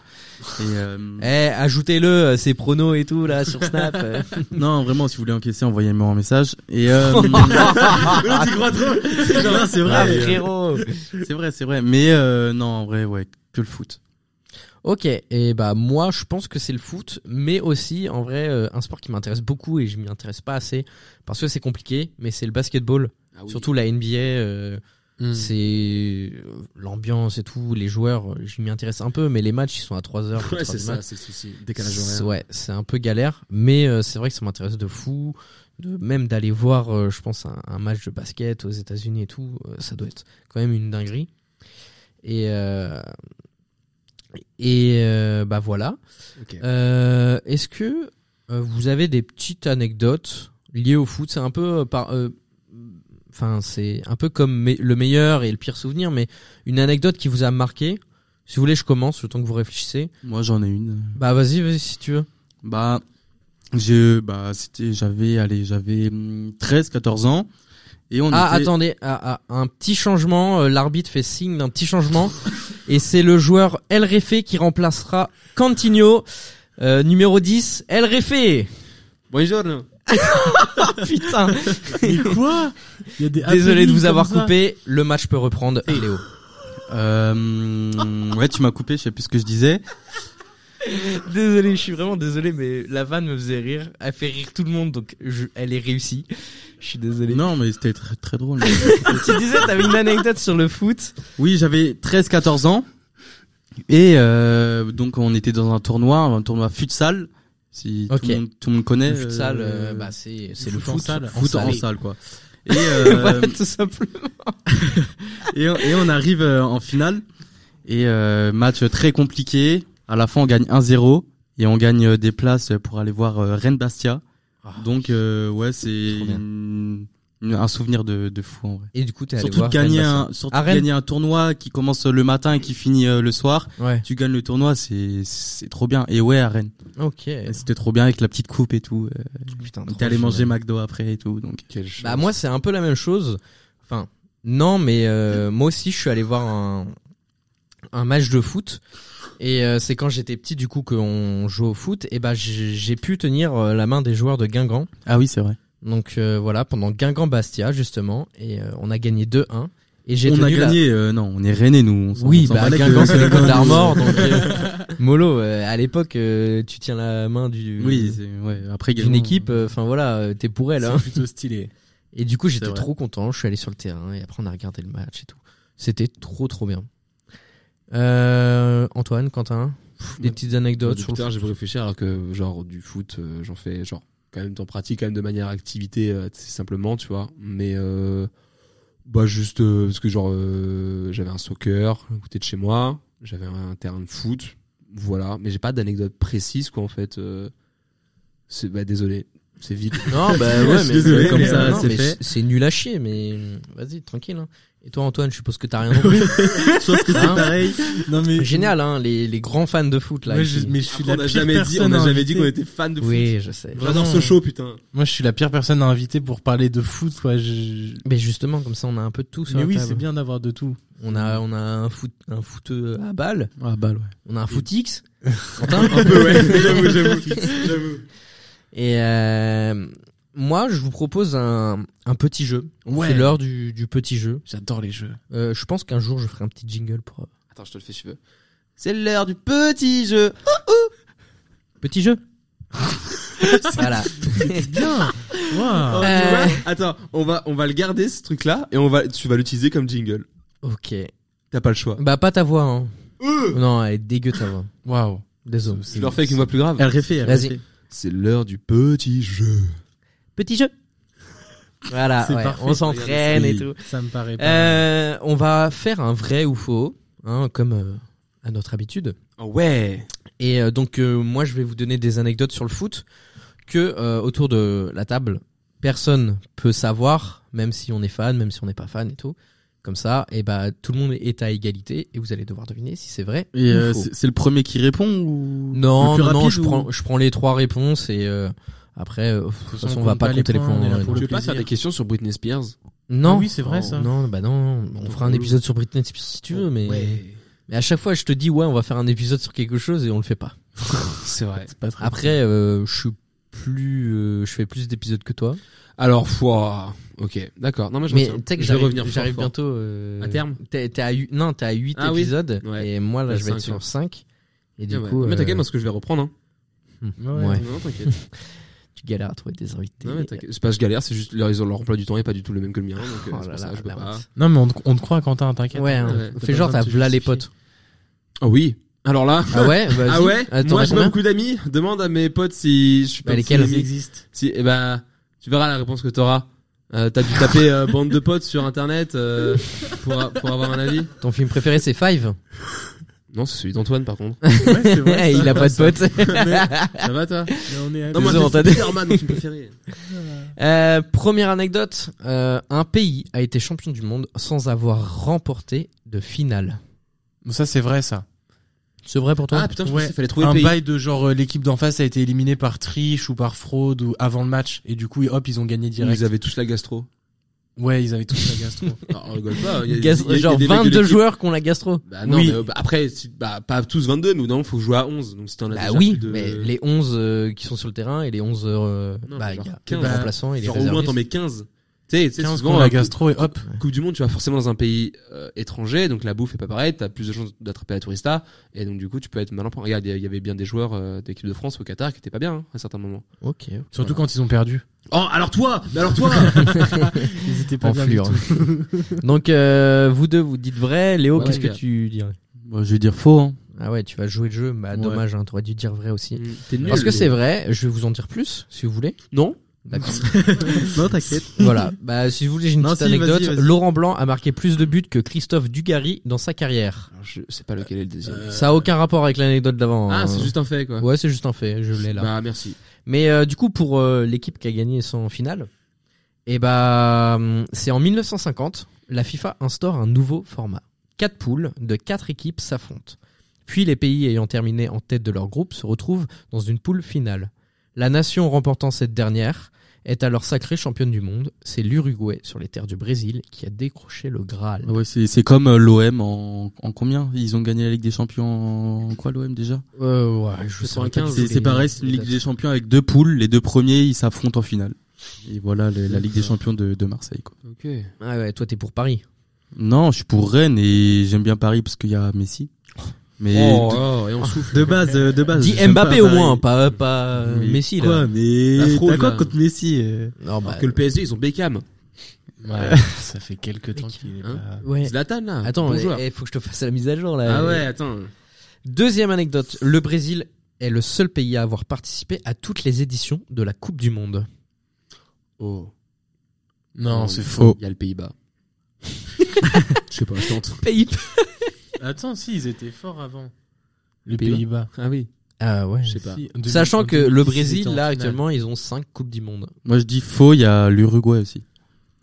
[SPEAKER 8] Et, euh,
[SPEAKER 7] Eh, ajoutez-le, euh, ses pronos et tout, là, sur
[SPEAKER 6] <laughs>
[SPEAKER 7] Snap. euh.
[SPEAKER 8] <laughs> non, vraiment, si vous voulez encaisser, envoyez-moi un message. Et euh, <laughs>
[SPEAKER 6] Non, c'est
[SPEAKER 7] Ah, frérot.
[SPEAKER 8] c'est vrai, c'est vrai. Mais euh, non, en vrai, ouais, que le foot.
[SPEAKER 7] Ok, et bah moi je pense que c'est le foot, mais aussi en vrai euh, un sport qui m'intéresse beaucoup et je m'y intéresse pas assez parce que c'est compliqué, mais c'est le basketball,
[SPEAKER 6] Ah
[SPEAKER 7] surtout la NBA, euh,
[SPEAKER 9] Hmm.
[SPEAKER 7] c'est euh, l'ambiance et tout, les joueurs, euh, je m'y intéresse un peu, mais les matchs ils sont à 3 heures.
[SPEAKER 6] <laughs> Ouais,
[SPEAKER 7] 4 heures
[SPEAKER 6] c'est
[SPEAKER 7] du
[SPEAKER 6] ça,
[SPEAKER 7] mat.
[SPEAKER 6] c'est le souci. Décalage horaire.
[SPEAKER 7] C'est- Ouais, c'est un peu galère, mais euh, c'est vrai que ça m'intéresse de fou, de même d'aller voir, euh, je pense, un, un match de basket aux États-Unis et tout, euh, ça doit être quand même une dinguerie. Et euh, et euh, bah voilà.
[SPEAKER 6] Ok.
[SPEAKER 7] Euh, Est-ce que euh, vous avez des petites anecdotes liées au foot C'est un peu euh, par euh, Enfin, c'est un peu comme me- le meilleur et le pire souvenir, mais une anecdote qui vous a marqué. Si vous voulez, je commence le temps que vous réfléchissez.
[SPEAKER 8] Moi, j'en ai une.
[SPEAKER 7] Bah, vas-y, vas-y si tu veux.
[SPEAKER 8] Bah, je, bah, c'était, j'avais, allez, j'avais 13, 14 ans. Et on
[SPEAKER 7] Ah,
[SPEAKER 8] était-
[SPEAKER 7] attendez, ah, ah, un petit changement. euh, L'arbitre fait signe d'un petit changement. et c'est le joueur El Refé qui remplacera Cantinho, euh, numéro 10. El Refé
[SPEAKER 6] Bonjour.
[SPEAKER 7] <laughs> Putain Ah,
[SPEAKER 9] Mais quoi Il y a des
[SPEAKER 7] Désolé de vous
[SPEAKER 9] happenings
[SPEAKER 7] avoir
[SPEAKER 9] comme ça.
[SPEAKER 7] coupé. Le match peut reprendre. Léo.
[SPEAKER 8] Euh, ouais, tu m'as coupé, je sais plus ce que je disais.
[SPEAKER 7] <laughs> Désolé, je suis vraiment désolé, mais la vanne me faisait rire. Elle fait rire tout le monde, donc je- elle est réussie. Je suis désolé.
[SPEAKER 8] Non, mais c'était très, très drôle. <laughs>
[SPEAKER 7] tu disais, t'avais une anecdote sur le foot.
[SPEAKER 8] oui, j'avais 13, 14 ans. Et, euh, donc, on était dans un tournoi, un tournoi futsal. Si
[SPEAKER 7] Ok.
[SPEAKER 8] tout, le monde, tout le monde connaît.
[SPEAKER 7] Le futsal,
[SPEAKER 8] euh,
[SPEAKER 7] euh, bah, c'est c'est
[SPEAKER 9] foot
[SPEAKER 7] le
[SPEAKER 9] en
[SPEAKER 7] foot.
[SPEAKER 9] salle.
[SPEAKER 8] foot en
[SPEAKER 7] salé.
[SPEAKER 8] salle,
[SPEAKER 7] <laughs>
[SPEAKER 8] quoi. Et, euh,
[SPEAKER 7] Voilà, tout simplement.
[SPEAKER 8] et, on- et on arrive euh, en finale. Et euh, match très compliqué. À la fin, on gagne 1-0 et on gagne euh, des places pour aller voir euh, Rennes Bastia. Donc euh, ouais, c'est
[SPEAKER 7] Ah. Trop bien.
[SPEAKER 8] une- une- un souvenir de, de fou en vrai.
[SPEAKER 7] Et du coup, t'es allé
[SPEAKER 8] Surtout de
[SPEAKER 7] voir. Ah,
[SPEAKER 8] gagner
[SPEAKER 7] Rennes
[SPEAKER 8] un, surtout
[SPEAKER 7] À
[SPEAKER 8] de
[SPEAKER 7] Rennes.
[SPEAKER 8] gagner un tournoi qui commence euh, le matin et qui finit euh, le soir.
[SPEAKER 7] Bastia. Ouais.
[SPEAKER 8] Tu gagnes le tournoi, c'est c'est trop bien. Et ouais, à Rennes,
[SPEAKER 7] Ah, Ok.
[SPEAKER 8] Et c'était trop bien avec la petite coupe et tout. Euh,
[SPEAKER 7] Putain,
[SPEAKER 8] T'es allé manger McDo après et tout, donc. euh.
[SPEAKER 6] Quel chou-
[SPEAKER 7] Bah moi c'est un peu la même chose. Enfin non mais euh, moi aussi je suis allé voir un un match de foot et euh, c'est quand j'étais petit du coup qu'on jouait au foot et bah j'ai j'ai pu tenir euh, la main des joueurs de Guingamp.
[SPEAKER 8] Ah oui, c'est vrai.
[SPEAKER 7] Donc euh, voilà pendant Guingamp Bastia justement et euh, on a gagné 2-1 Et j'ai
[SPEAKER 8] on a
[SPEAKER 7] tenu la-
[SPEAKER 8] gagné, euh, non, on est rennais, nous. on s'en- on
[SPEAKER 7] Oui,
[SPEAKER 8] s'en
[SPEAKER 7] bah
[SPEAKER 8] balèque
[SPEAKER 7] Guingamp
[SPEAKER 8] de-
[SPEAKER 7] c'est les Côtes d'Armor, donc euh, Molo. euh, à l'époque, euh, tu tiens la main du
[SPEAKER 8] Oui, c'est- ouais, après,
[SPEAKER 7] d'une
[SPEAKER 8] Guingamp,
[SPEAKER 7] équipe. Enfin voilà, euh, t'es pour elle. hein.
[SPEAKER 9] C'est plutôt stylé.
[SPEAKER 7] <laughs> Et du coup, j'étais
[SPEAKER 8] C'est vrai.
[SPEAKER 7] trop content. Je suis allé sur le terrain et après, on a regardé le match et tout. C'était trop, trop bien. Euh, Antoine, Quentin, des
[SPEAKER 6] moi-
[SPEAKER 7] petites anecdotes sur
[SPEAKER 6] Depuis
[SPEAKER 7] le
[SPEAKER 6] tard, j'ai voulu réfléchir alors que genre du foot, euh, j'en fais genre quand même t'en pratiques quand même de manière activité euh, c'est simplement, tu vois. Mais euh, bah juste euh, parce que genre euh, j'avais un soccer à côté de chez moi, j'avais un terrain de foot, voilà. Mais j'ai pas d'anecdote précise quoi en fait. euh, c'est bah désolé, c'est vide.
[SPEAKER 7] Non, bah
[SPEAKER 8] <laughs> Je
[SPEAKER 7] ouais,
[SPEAKER 8] suis
[SPEAKER 7] mais
[SPEAKER 8] désolé,
[SPEAKER 7] comme
[SPEAKER 8] mais,
[SPEAKER 7] ça,
[SPEAKER 8] euh, non,
[SPEAKER 7] c'est
[SPEAKER 8] mais
[SPEAKER 7] fait. C'est nul à chier, mais vas-y, tranquille. hein. Et toi, Antoine, je suppose que t'as rien non plus.
[SPEAKER 8] Je pense que c'est
[SPEAKER 7] Hein
[SPEAKER 8] pareil.
[SPEAKER 9] Non mais
[SPEAKER 7] Génial, hein, les, les grands fans de foot là.
[SPEAKER 9] Moi,
[SPEAKER 7] ici.
[SPEAKER 9] je, mais je suis
[SPEAKER 6] Ah, on
[SPEAKER 9] la
[SPEAKER 6] a
[SPEAKER 9] pire
[SPEAKER 6] jamais dit, on
[SPEAKER 9] personne
[SPEAKER 6] a
[SPEAKER 9] à
[SPEAKER 6] jamais dit
[SPEAKER 9] inviter.
[SPEAKER 6] qu'on était <laughs> fan de foot.
[SPEAKER 7] Oui, je sais.
[SPEAKER 6] J'adore ce show putain.
[SPEAKER 9] Moi, je suis la pire personne à inviter pour parler de foot, quoi. Je...
[SPEAKER 7] Mais justement, comme ça, on a un peu de tout sur
[SPEAKER 9] Mais
[SPEAKER 7] la
[SPEAKER 9] oui,
[SPEAKER 7] table.
[SPEAKER 9] c'est bien d'avoir de tout.
[SPEAKER 7] On a, on a un foot, un foot euh, à balle.
[SPEAKER 8] Ah, balle, ouais.
[SPEAKER 7] On a un foot
[SPEAKER 6] <laughs>
[SPEAKER 7] X. Quentin
[SPEAKER 6] Un
[SPEAKER 7] <laughs>
[SPEAKER 6] peu ouais, j'avoue, j'avoue, j'avoue.
[SPEAKER 7] Et euh, moi, je vous propose un, un petit jeu.
[SPEAKER 9] Ouais.
[SPEAKER 7] C'est l'heure du, du petit jeu.
[SPEAKER 9] J'adore les jeux.
[SPEAKER 7] Euh, je pense qu'un jour, je ferai un petit jingle pour euh,
[SPEAKER 6] Attends, je te le fais si tu veux. C'est l'heure du petit jeu. Oh,
[SPEAKER 7] petit
[SPEAKER 6] <laughs>
[SPEAKER 7] jeu. voilà.
[SPEAKER 9] Bien.
[SPEAKER 6] Oh,
[SPEAKER 9] Waouh.
[SPEAKER 6] tu
[SPEAKER 7] Euh.
[SPEAKER 6] vois Attends, on va, on va le garder ce truc là et on va, tu vas l'utiliser comme jingle.
[SPEAKER 7] ok.
[SPEAKER 6] T'as pas le choix.
[SPEAKER 7] Bah pas ta voix. Hein.
[SPEAKER 6] Euh.
[SPEAKER 7] non, elle est dégueu ta voix.
[SPEAKER 9] Waouh.
[SPEAKER 7] Désolé.
[SPEAKER 6] Je le refais avec une voix plus grave.
[SPEAKER 8] Elle refait, elle
[SPEAKER 7] Vas-y.
[SPEAKER 8] refait.
[SPEAKER 6] C'est l'heure du petit jeu.
[SPEAKER 7] Petit jeu. Voilà.
[SPEAKER 9] C'est
[SPEAKER 7] ouais,
[SPEAKER 9] parfait.
[SPEAKER 7] on s'entraîne et
[SPEAKER 8] Oui.
[SPEAKER 7] tout.
[SPEAKER 9] Ça me paraît pas.
[SPEAKER 7] Euh, on va faire un vrai ou faux, hein, comme euh, à notre habitude.
[SPEAKER 6] Oh ouais.
[SPEAKER 7] Et euh, donc euh, moi je vais vous donner des anecdotes sur le foot que euh, autour de la table personne peut savoir, même si on est fan, même si on n'est pas fan et tout. Comme ça, et bah tout le monde est à égalité et vous allez devoir deviner si c'est vrai
[SPEAKER 8] Et
[SPEAKER 7] ou
[SPEAKER 8] euh,
[SPEAKER 7] faux.
[SPEAKER 8] c'est c'est le premier qui répond ou
[SPEAKER 7] Non,
[SPEAKER 8] le plus
[SPEAKER 7] non, non,
[SPEAKER 8] rapide
[SPEAKER 7] je
[SPEAKER 8] ou-
[SPEAKER 7] prends, je prends les trois réponses et euh, après, euh, de toute façon, on va pas compter les points.
[SPEAKER 9] on est là
[SPEAKER 7] ouais,
[SPEAKER 9] pour
[SPEAKER 7] non.
[SPEAKER 6] Tu
[SPEAKER 9] le
[SPEAKER 6] veux pas
[SPEAKER 9] plaisir.
[SPEAKER 6] faire des questions sur Britney Spears
[SPEAKER 7] Non,
[SPEAKER 9] Ah oui, c'est vrai,
[SPEAKER 7] Oh,
[SPEAKER 9] ça.
[SPEAKER 7] Non, bah non, on fera un
[SPEAKER 6] euh,
[SPEAKER 7] épisode sur Britney Spears si tu veux, mais mais à chaque fois, je te dis ouais, on va faire un épisode sur quelque chose et on le fait pas.
[SPEAKER 6] C'est vrai.
[SPEAKER 9] C'est pas très.
[SPEAKER 7] Après, euh, je suis plus, euh, je fais plus d'épisodes que toi.
[SPEAKER 6] <laughs> Alors, foi. Ok, d'accord. Non, moi je
[SPEAKER 7] mais
[SPEAKER 6] retiens.
[SPEAKER 7] tu sais que
[SPEAKER 6] je vais
[SPEAKER 7] j'arrive
[SPEAKER 6] revenir fort,
[SPEAKER 7] j'arrive
[SPEAKER 6] fort.
[SPEAKER 7] bientôt euh,
[SPEAKER 6] À terme
[SPEAKER 7] T'es t'es à huit- non, t'es à 8
[SPEAKER 6] Ah oui.
[SPEAKER 7] épisodes
[SPEAKER 6] Ouais.
[SPEAKER 7] et moi là,
[SPEAKER 6] T'as
[SPEAKER 7] je vais être
[SPEAKER 6] cinq,
[SPEAKER 7] sur
[SPEAKER 6] hein.
[SPEAKER 7] 5 et du
[SPEAKER 6] Ah ouais.
[SPEAKER 7] coup,
[SPEAKER 6] mais
[SPEAKER 7] euh,
[SPEAKER 6] t'inquiète parce que je vais reprendre. Hein.
[SPEAKER 7] hmm,
[SPEAKER 9] Ouais.
[SPEAKER 7] ouais,
[SPEAKER 6] Non,
[SPEAKER 7] <laughs>
[SPEAKER 6] t'inquiète.
[SPEAKER 7] tu galères à trouver des invités.
[SPEAKER 6] non, mais t'inquiète. C'est pas que je galère, c'est juste leur, ils ont leur emploi du temps est pas du tout le même que le mien. Donc,
[SPEAKER 7] Oh
[SPEAKER 6] euh, c'est
[SPEAKER 7] là
[SPEAKER 6] pour ça,
[SPEAKER 7] là,
[SPEAKER 6] je peux
[SPEAKER 7] la
[SPEAKER 6] pas.
[SPEAKER 7] honte.
[SPEAKER 9] Non, mais on te, on te croit, Quentin, t'inquiète.
[SPEAKER 7] Ouais, hein.
[SPEAKER 6] ouais.
[SPEAKER 7] fais genre
[SPEAKER 9] T'as
[SPEAKER 7] t'as
[SPEAKER 9] besoin de te
[SPEAKER 7] v'là les
[SPEAKER 9] justifier.
[SPEAKER 7] potes.
[SPEAKER 6] Ah oui. Alors là.
[SPEAKER 7] Ah ouais vas-y.
[SPEAKER 6] Ah ouais
[SPEAKER 7] Euh, t'en
[SPEAKER 6] Moi
[SPEAKER 7] as
[SPEAKER 6] j'ai pas
[SPEAKER 7] combien
[SPEAKER 6] beaucoup d'amis. Demande à mes potes si je suis pas
[SPEAKER 7] Bah, lesquels
[SPEAKER 6] si-
[SPEAKER 9] existent.
[SPEAKER 6] Si, eh ben, tu verras la réponse que t'auras. Euh, T'as dû taper
[SPEAKER 7] <laughs>
[SPEAKER 6] euh, bande de potes sur internet euh, pour, a- pour avoir un avis
[SPEAKER 7] Ton film préféré c'est Five
[SPEAKER 6] Non, c'est celui d'Antoine par contre.
[SPEAKER 7] <laughs> Il a pas de
[SPEAKER 6] <laughs>
[SPEAKER 7] potes.
[SPEAKER 6] Ça va toi
[SPEAKER 9] Mais on est à-
[SPEAKER 6] Non, moi
[SPEAKER 7] Désolé, on t'a
[SPEAKER 6] c'est
[SPEAKER 7] dit.
[SPEAKER 6] Spider-Man, mon film préféré.
[SPEAKER 7] Euh, première anecdote, euh, un pays a été champion du monde sans avoir remporté de finale.
[SPEAKER 9] Bon, Ça, c'est vrai, ça.
[SPEAKER 7] C'est vrai pour
[SPEAKER 6] Ah putain, je pensais
[SPEAKER 9] Hein Ouais.
[SPEAKER 6] qu'il fallait trouver le
[SPEAKER 9] Un
[SPEAKER 6] pays.
[SPEAKER 9] bail de genre euh, l'équipe d'en face a été éliminée par triche ou par fraude ou avant le match et du coup ils- hop ils ont gagné direct.
[SPEAKER 6] Ils avaient tous la gastro.
[SPEAKER 9] Ouais ils avaient tous la gastro.
[SPEAKER 6] Ah, on rigole pas. il y a-
[SPEAKER 7] Gas-
[SPEAKER 6] il y a- il y a
[SPEAKER 7] genre
[SPEAKER 6] des mecs de
[SPEAKER 7] 22
[SPEAKER 6] l'équipe.
[SPEAKER 7] joueurs qui ont la gastro.
[SPEAKER 6] Bah non,
[SPEAKER 9] Oui.
[SPEAKER 6] mais, euh, bah, après, si- bah, pas tous 22, mais non, faut jouer à 11. Donc si t'en as
[SPEAKER 7] Bah
[SPEAKER 6] déjà
[SPEAKER 7] oui,
[SPEAKER 6] plus de...
[SPEAKER 7] mais les 11 euh, qui sont sur le terrain et les 11 euh,
[SPEAKER 6] Non,
[SPEAKER 7] bah,
[SPEAKER 6] mais
[SPEAKER 7] il y
[SPEAKER 6] genre
[SPEAKER 7] a
[SPEAKER 6] 15,
[SPEAKER 7] le
[SPEAKER 9] bah,
[SPEAKER 7] remplaçant et les
[SPEAKER 6] Genre au moins
[SPEAKER 7] réservistes.
[SPEAKER 6] t'en mets 15. Tu sais, tu sais,
[SPEAKER 9] 15
[SPEAKER 6] souvent,
[SPEAKER 9] qu'on la <laughs>
[SPEAKER 6] euh,
[SPEAKER 9] gastro et hop.
[SPEAKER 6] Coupe du Monde, tu vas forcément dans un pays euh, étranger, donc la bouffe est pas pareille, t'as plus de chances d'attraper la tourista, et donc du coup tu peux être malin. pour- Regarde, il y y avait bien des joueurs euh, de l'équipe de France au Qatar qui étaient pas bien hein, à certains moments.
[SPEAKER 7] OK.
[SPEAKER 9] Surtout quand ils ont perdu.
[SPEAKER 6] Oh, alors toi, mais alors <laughs> toi
[SPEAKER 9] Ils étaient pas bien du
[SPEAKER 7] enflure.
[SPEAKER 9] tout.
[SPEAKER 7] <laughs> Donc euh, vous deux vous dites vrai, Léo
[SPEAKER 6] Ouais,
[SPEAKER 7] qu'est-ce que
[SPEAKER 6] gars.
[SPEAKER 7] tu dirais
[SPEAKER 8] Bah, je vais dire faux. Hein.
[SPEAKER 7] Ah ouais, tu vas jouer le jeu, bah
[SPEAKER 8] Ouais.
[SPEAKER 7] dommage, hein, t'aurais dû dire vrai aussi.
[SPEAKER 6] T'es nul.
[SPEAKER 7] Parce que c'est vrai, je vais vous en dire plus si vous
[SPEAKER 6] <laughs>
[SPEAKER 7] voulez.
[SPEAKER 6] Non
[SPEAKER 7] D'accord.
[SPEAKER 8] non, t'inquiète.
[SPEAKER 7] voilà. Bah, si vous voulez, j'ai une
[SPEAKER 8] Non,
[SPEAKER 7] petite
[SPEAKER 8] si, vas-y,
[SPEAKER 7] anecdote.
[SPEAKER 8] vas-y.
[SPEAKER 7] Laurent Blanc a marqué plus de buts que Christophe Dugarry dans sa carrière.
[SPEAKER 6] Alors, je sais pas lequel est le deuxième.
[SPEAKER 7] Ça a aucun rapport avec l'anecdote d'avant. hein.
[SPEAKER 6] ah, c'est juste un fait quoi.
[SPEAKER 7] Ouais, c'est juste un fait. Je l'ai là.
[SPEAKER 6] Bah merci.
[SPEAKER 7] Mais euh, du coup, pour euh, l'équipe qui a gagné son finale, eh bah, hum, c'est en 1950, la FIFA instaure un nouveau format. Quatre poules de quatre équipes s'affrontent. Puis les pays ayant terminé en tête de leur groupe se retrouvent dans une poule finale. La nation remportant cette dernière est alors sacrée championne du monde. C'est l'Uruguay sur les terres du Brésil qui a décroché le Graal.
[SPEAKER 8] Ah Ouais, c'est c'est comme euh, l'OM en, en combien Ils ont gagné la Ligue des Champions en quoi l'OM déjà
[SPEAKER 7] Euh, ouais, je saurais pas
[SPEAKER 6] 95,
[SPEAKER 7] dire
[SPEAKER 8] C'est c'est
[SPEAKER 7] les-
[SPEAKER 8] pareil, c'est une
[SPEAKER 7] les
[SPEAKER 8] Ligue
[SPEAKER 7] dates.
[SPEAKER 8] des Champions avec deux poules. Les deux premiers, ils s'affrontent en finale. Et voilà le- la Ligue des Champions de, de Marseille. Quoi.
[SPEAKER 6] Ok.
[SPEAKER 7] Ah ouais, toi t'es pour Paris.
[SPEAKER 8] Non, je suis pour Rennes et j'aime bien Paris parce qu'il y a Messi. Mais
[SPEAKER 6] Oh, oh, et on souffle.
[SPEAKER 8] de, de base, euh, de base.
[SPEAKER 7] Dis
[SPEAKER 8] j'aime
[SPEAKER 7] Mbappé
[SPEAKER 8] pas
[SPEAKER 7] au
[SPEAKER 8] Paris.
[SPEAKER 7] moins, pas, pas euh,
[SPEAKER 8] Mais
[SPEAKER 7] Messi
[SPEAKER 8] quoi,
[SPEAKER 7] là.
[SPEAKER 8] Mais
[SPEAKER 6] La fraude,
[SPEAKER 8] t'as quoi
[SPEAKER 6] là.
[SPEAKER 8] contre Messi euh
[SPEAKER 7] Non, bah,
[SPEAKER 6] Que le PSG, ils ont Beckham.
[SPEAKER 8] <laughs>
[SPEAKER 9] Ouais, ça fait quelques temps qu'il est
[SPEAKER 6] Hein
[SPEAKER 9] pas.
[SPEAKER 7] ouais.
[SPEAKER 6] Zlatan, là.
[SPEAKER 7] Attends,
[SPEAKER 6] bon
[SPEAKER 7] il
[SPEAKER 6] joueur.
[SPEAKER 7] faut que je te fasse la mise à jour là.
[SPEAKER 6] Ah ouais, attends.
[SPEAKER 7] Deuxième anecdote, le Brésil est le seul pays à avoir participé à toutes les éditions de la Coupe du Monde.
[SPEAKER 6] Oh.
[SPEAKER 9] Non, c'est faux.
[SPEAKER 6] Il y a le <laughs> Pays-Bas. Je sais pas, je tente.
[SPEAKER 7] Pays
[SPEAKER 9] Attends, si, ils étaient forts avant. Les
[SPEAKER 6] Pays-Bas.
[SPEAKER 9] Pays-Bas.
[SPEAKER 6] Ah oui,
[SPEAKER 7] Ah ouais.
[SPEAKER 6] je sais pas.
[SPEAKER 9] Si, en 2000 en
[SPEAKER 7] Sachant que
[SPEAKER 9] 2010,
[SPEAKER 7] le
[SPEAKER 9] ils
[SPEAKER 7] Brésil,
[SPEAKER 9] étaient en
[SPEAKER 7] là
[SPEAKER 9] finale.
[SPEAKER 7] actuellement, ils ont 5 Coupes du Monde.
[SPEAKER 8] Moi je dis faux, il y a l'Uruguay aussi.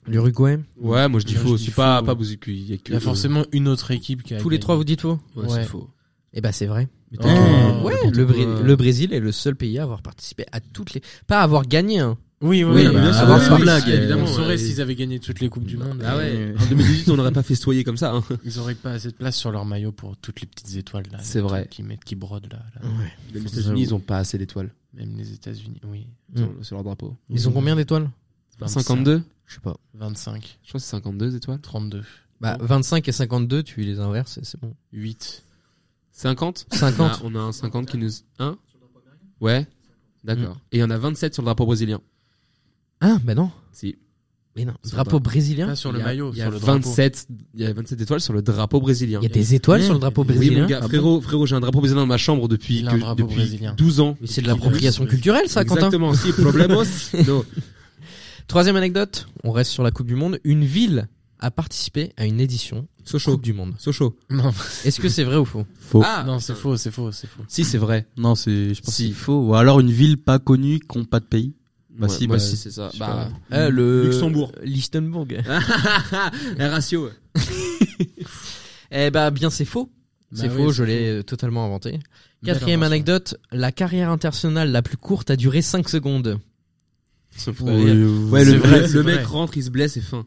[SPEAKER 7] L'Uruguay
[SPEAKER 6] Ouais, moi je dis
[SPEAKER 9] Moi, je
[SPEAKER 6] faux.
[SPEAKER 9] dis
[SPEAKER 6] C'est pas,
[SPEAKER 9] faux.
[SPEAKER 6] pas vous il y a que.
[SPEAKER 9] Il y a forcément une autre équipe qui a.
[SPEAKER 7] Tous les
[SPEAKER 9] gagné.
[SPEAKER 7] trois, vous dites faux
[SPEAKER 6] Ouais, c'est faux.
[SPEAKER 7] Eh ben c'est vrai.
[SPEAKER 6] Mais
[SPEAKER 9] Oh.
[SPEAKER 6] t'as-
[SPEAKER 7] euh,
[SPEAKER 9] Ouais,
[SPEAKER 6] t'as-
[SPEAKER 7] le, Bré-
[SPEAKER 6] t'as-
[SPEAKER 7] le Brésil est le seul pays à avoir participé à toutes les... Pas à avoir gagné, hein.
[SPEAKER 9] Oui, oui,
[SPEAKER 6] Oui,
[SPEAKER 9] oui.
[SPEAKER 6] bah, bien
[SPEAKER 9] bah,
[SPEAKER 6] sûr,
[SPEAKER 9] avant
[SPEAKER 6] oui,
[SPEAKER 9] ça,
[SPEAKER 6] oui,
[SPEAKER 8] blague,
[SPEAKER 6] si,
[SPEAKER 8] euh,
[SPEAKER 9] On
[SPEAKER 6] évidemment.
[SPEAKER 9] saurait
[SPEAKER 6] ouais.
[SPEAKER 9] s'ils avaient gagné toutes les Coupes du Monde.
[SPEAKER 6] Ah ouais.
[SPEAKER 8] Euh,
[SPEAKER 6] En 2018, on n'aurait pas festoyé
[SPEAKER 9] <laughs>
[SPEAKER 6] comme ça. hein.
[SPEAKER 9] Ils auraient pas assez de place sur leur maillot pour toutes les petites étoiles là. les
[SPEAKER 6] C'est vrai.
[SPEAKER 9] trucs Qui mettent, qui brodent là. là.
[SPEAKER 7] Mm.
[SPEAKER 6] Les
[SPEAKER 9] Faut
[SPEAKER 6] États-Unis, ils ont pas assez d'étoiles
[SPEAKER 9] Même les États-Unis, oui.
[SPEAKER 7] Mm.
[SPEAKER 9] Hmm.
[SPEAKER 6] sur- sur leur drapeau.
[SPEAKER 9] Ah,
[SPEAKER 7] Ils ont combien d'étoiles
[SPEAKER 9] 25,
[SPEAKER 6] 52
[SPEAKER 7] Je sais pas.
[SPEAKER 9] 25,
[SPEAKER 6] Je crois que c'est 52 étoiles.
[SPEAKER 9] 32,
[SPEAKER 7] Bah 25 et 52, tu les inverses et c'est bon.
[SPEAKER 9] 8.
[SPEAKER 6] 50
[SPEAKER 7] 50.
[SPEAKER 6] On a, on a un 50 qui nous. Hein Ouais.
[SPEAKER 9] Hmm.
[SPEAKER 6] D'accord. Et il y en a 27 sur le drapeau brésilien.
[SPEAKER 7] Ah bah non.
[SPEAKER 6] Si.
[SPEAKER 7] Mais non.
[SPEAKER 6] Ils sont
[SPEAKER 7] Drapeau
[SPEAKER 6] pas-
[SPEAKER 7] brésilien
[SPEAKER 9] Pas sur le
[SPEAKER 6] Il y a-
[SPEAKER 9] maillot,
[SPEAKER 6] il y a
[SPEAKER 9] sur le drapeau.
[SPEAKER 6] 27, Il y a 27 étoiles sur le drapeau brésilien.
[SPEAKER 7] Il y a des étoiles sur le drapeau
[SPEAKER 6] Oui,
[SPEAKER 7] brésilien Ah
[SPEAKER 6] mon gars, frérot, frérot, j'ai un drapeau brésilien dans ma chambre depuis,
[SPEAKER 9] Il a un
[SPEAKER 6] que-
[SPEAKER 9] drapeau
[SPEAKER 6] depuis
[SPEAKER 9] brésilien.
[SPEAKER 6] 12 ans.
[SPEAKER 7] Mais c'est de l'appropriation culturelle ça, Quentin
[SPEAKER 6] Exactement, si, <laughs> problemos. No.
[SPEAKER 7] Troisième anecdote, on reste sur la Coupe du Monde. Une ville a participé à une édition de
[SPEAKER 6] Sochaux.
[SPEAKER 7] Coupe du Monde.
[SPEAKER 6] Sochaux.
[SPEAKER 9] Non,
[SPEAKER 7] Est-ce que c'est vrai ou faux
[SPEAKER 8] Faux.
[SPEAKER 6] Ah
[SPEAKER 9] non c'est faux, c'est faux, c'est faux.
[SPEAKER 6] Si, c'est vrai.
[SPEAKER 8] Non, c'est je pense
[SPEAKER 6] Si.
[SPEAKER 8] que c'est faux ou alors une ville pas connue qui n'a pas de pays. Bah
[SPEAKER 6] Ouais,
[SPEAKER 8] si,
[SPEAKER 6] moi,
[SPEAKER 8] bah,
[SPEAKER 6] si, c'est ça.
[SPEAKER 8] je sais
[SPEAKER 6] Bah,
[SPEAKER 7] Ah, le...
[SPEAKER 6] Luxembourg.
[SPEAKER 7] Liechtenbourg.
[SPEAKER 9] <laughs>
[SPEAKER 6] Un ratio.
[SPEAKER 7] <laughs> Eh bah bien c'est faux. C'est
[SPEAKER 9] Bah oui,
[SPEAKER 7] faux,
[SPEAKER 9] c'est
[SPEAKER 7] je l'ai euh, totalement inventé. Quatrième anecdote, la carrière internationale la plus courte a duré 5 secondes.
[SPEAKER 6] Ouais,
[SPEAKER 8] Ouais,
[SPEAKER 6] le,
[SPEAKER 9] C'est vrai,
[SPEAKER 6] vrai-
[SPEAKER 9] c'est
[SPEAKER 6] le
[SPEAKER 9] vrai.
[SPEAKER 6] mec rentre, il se blesse et fin.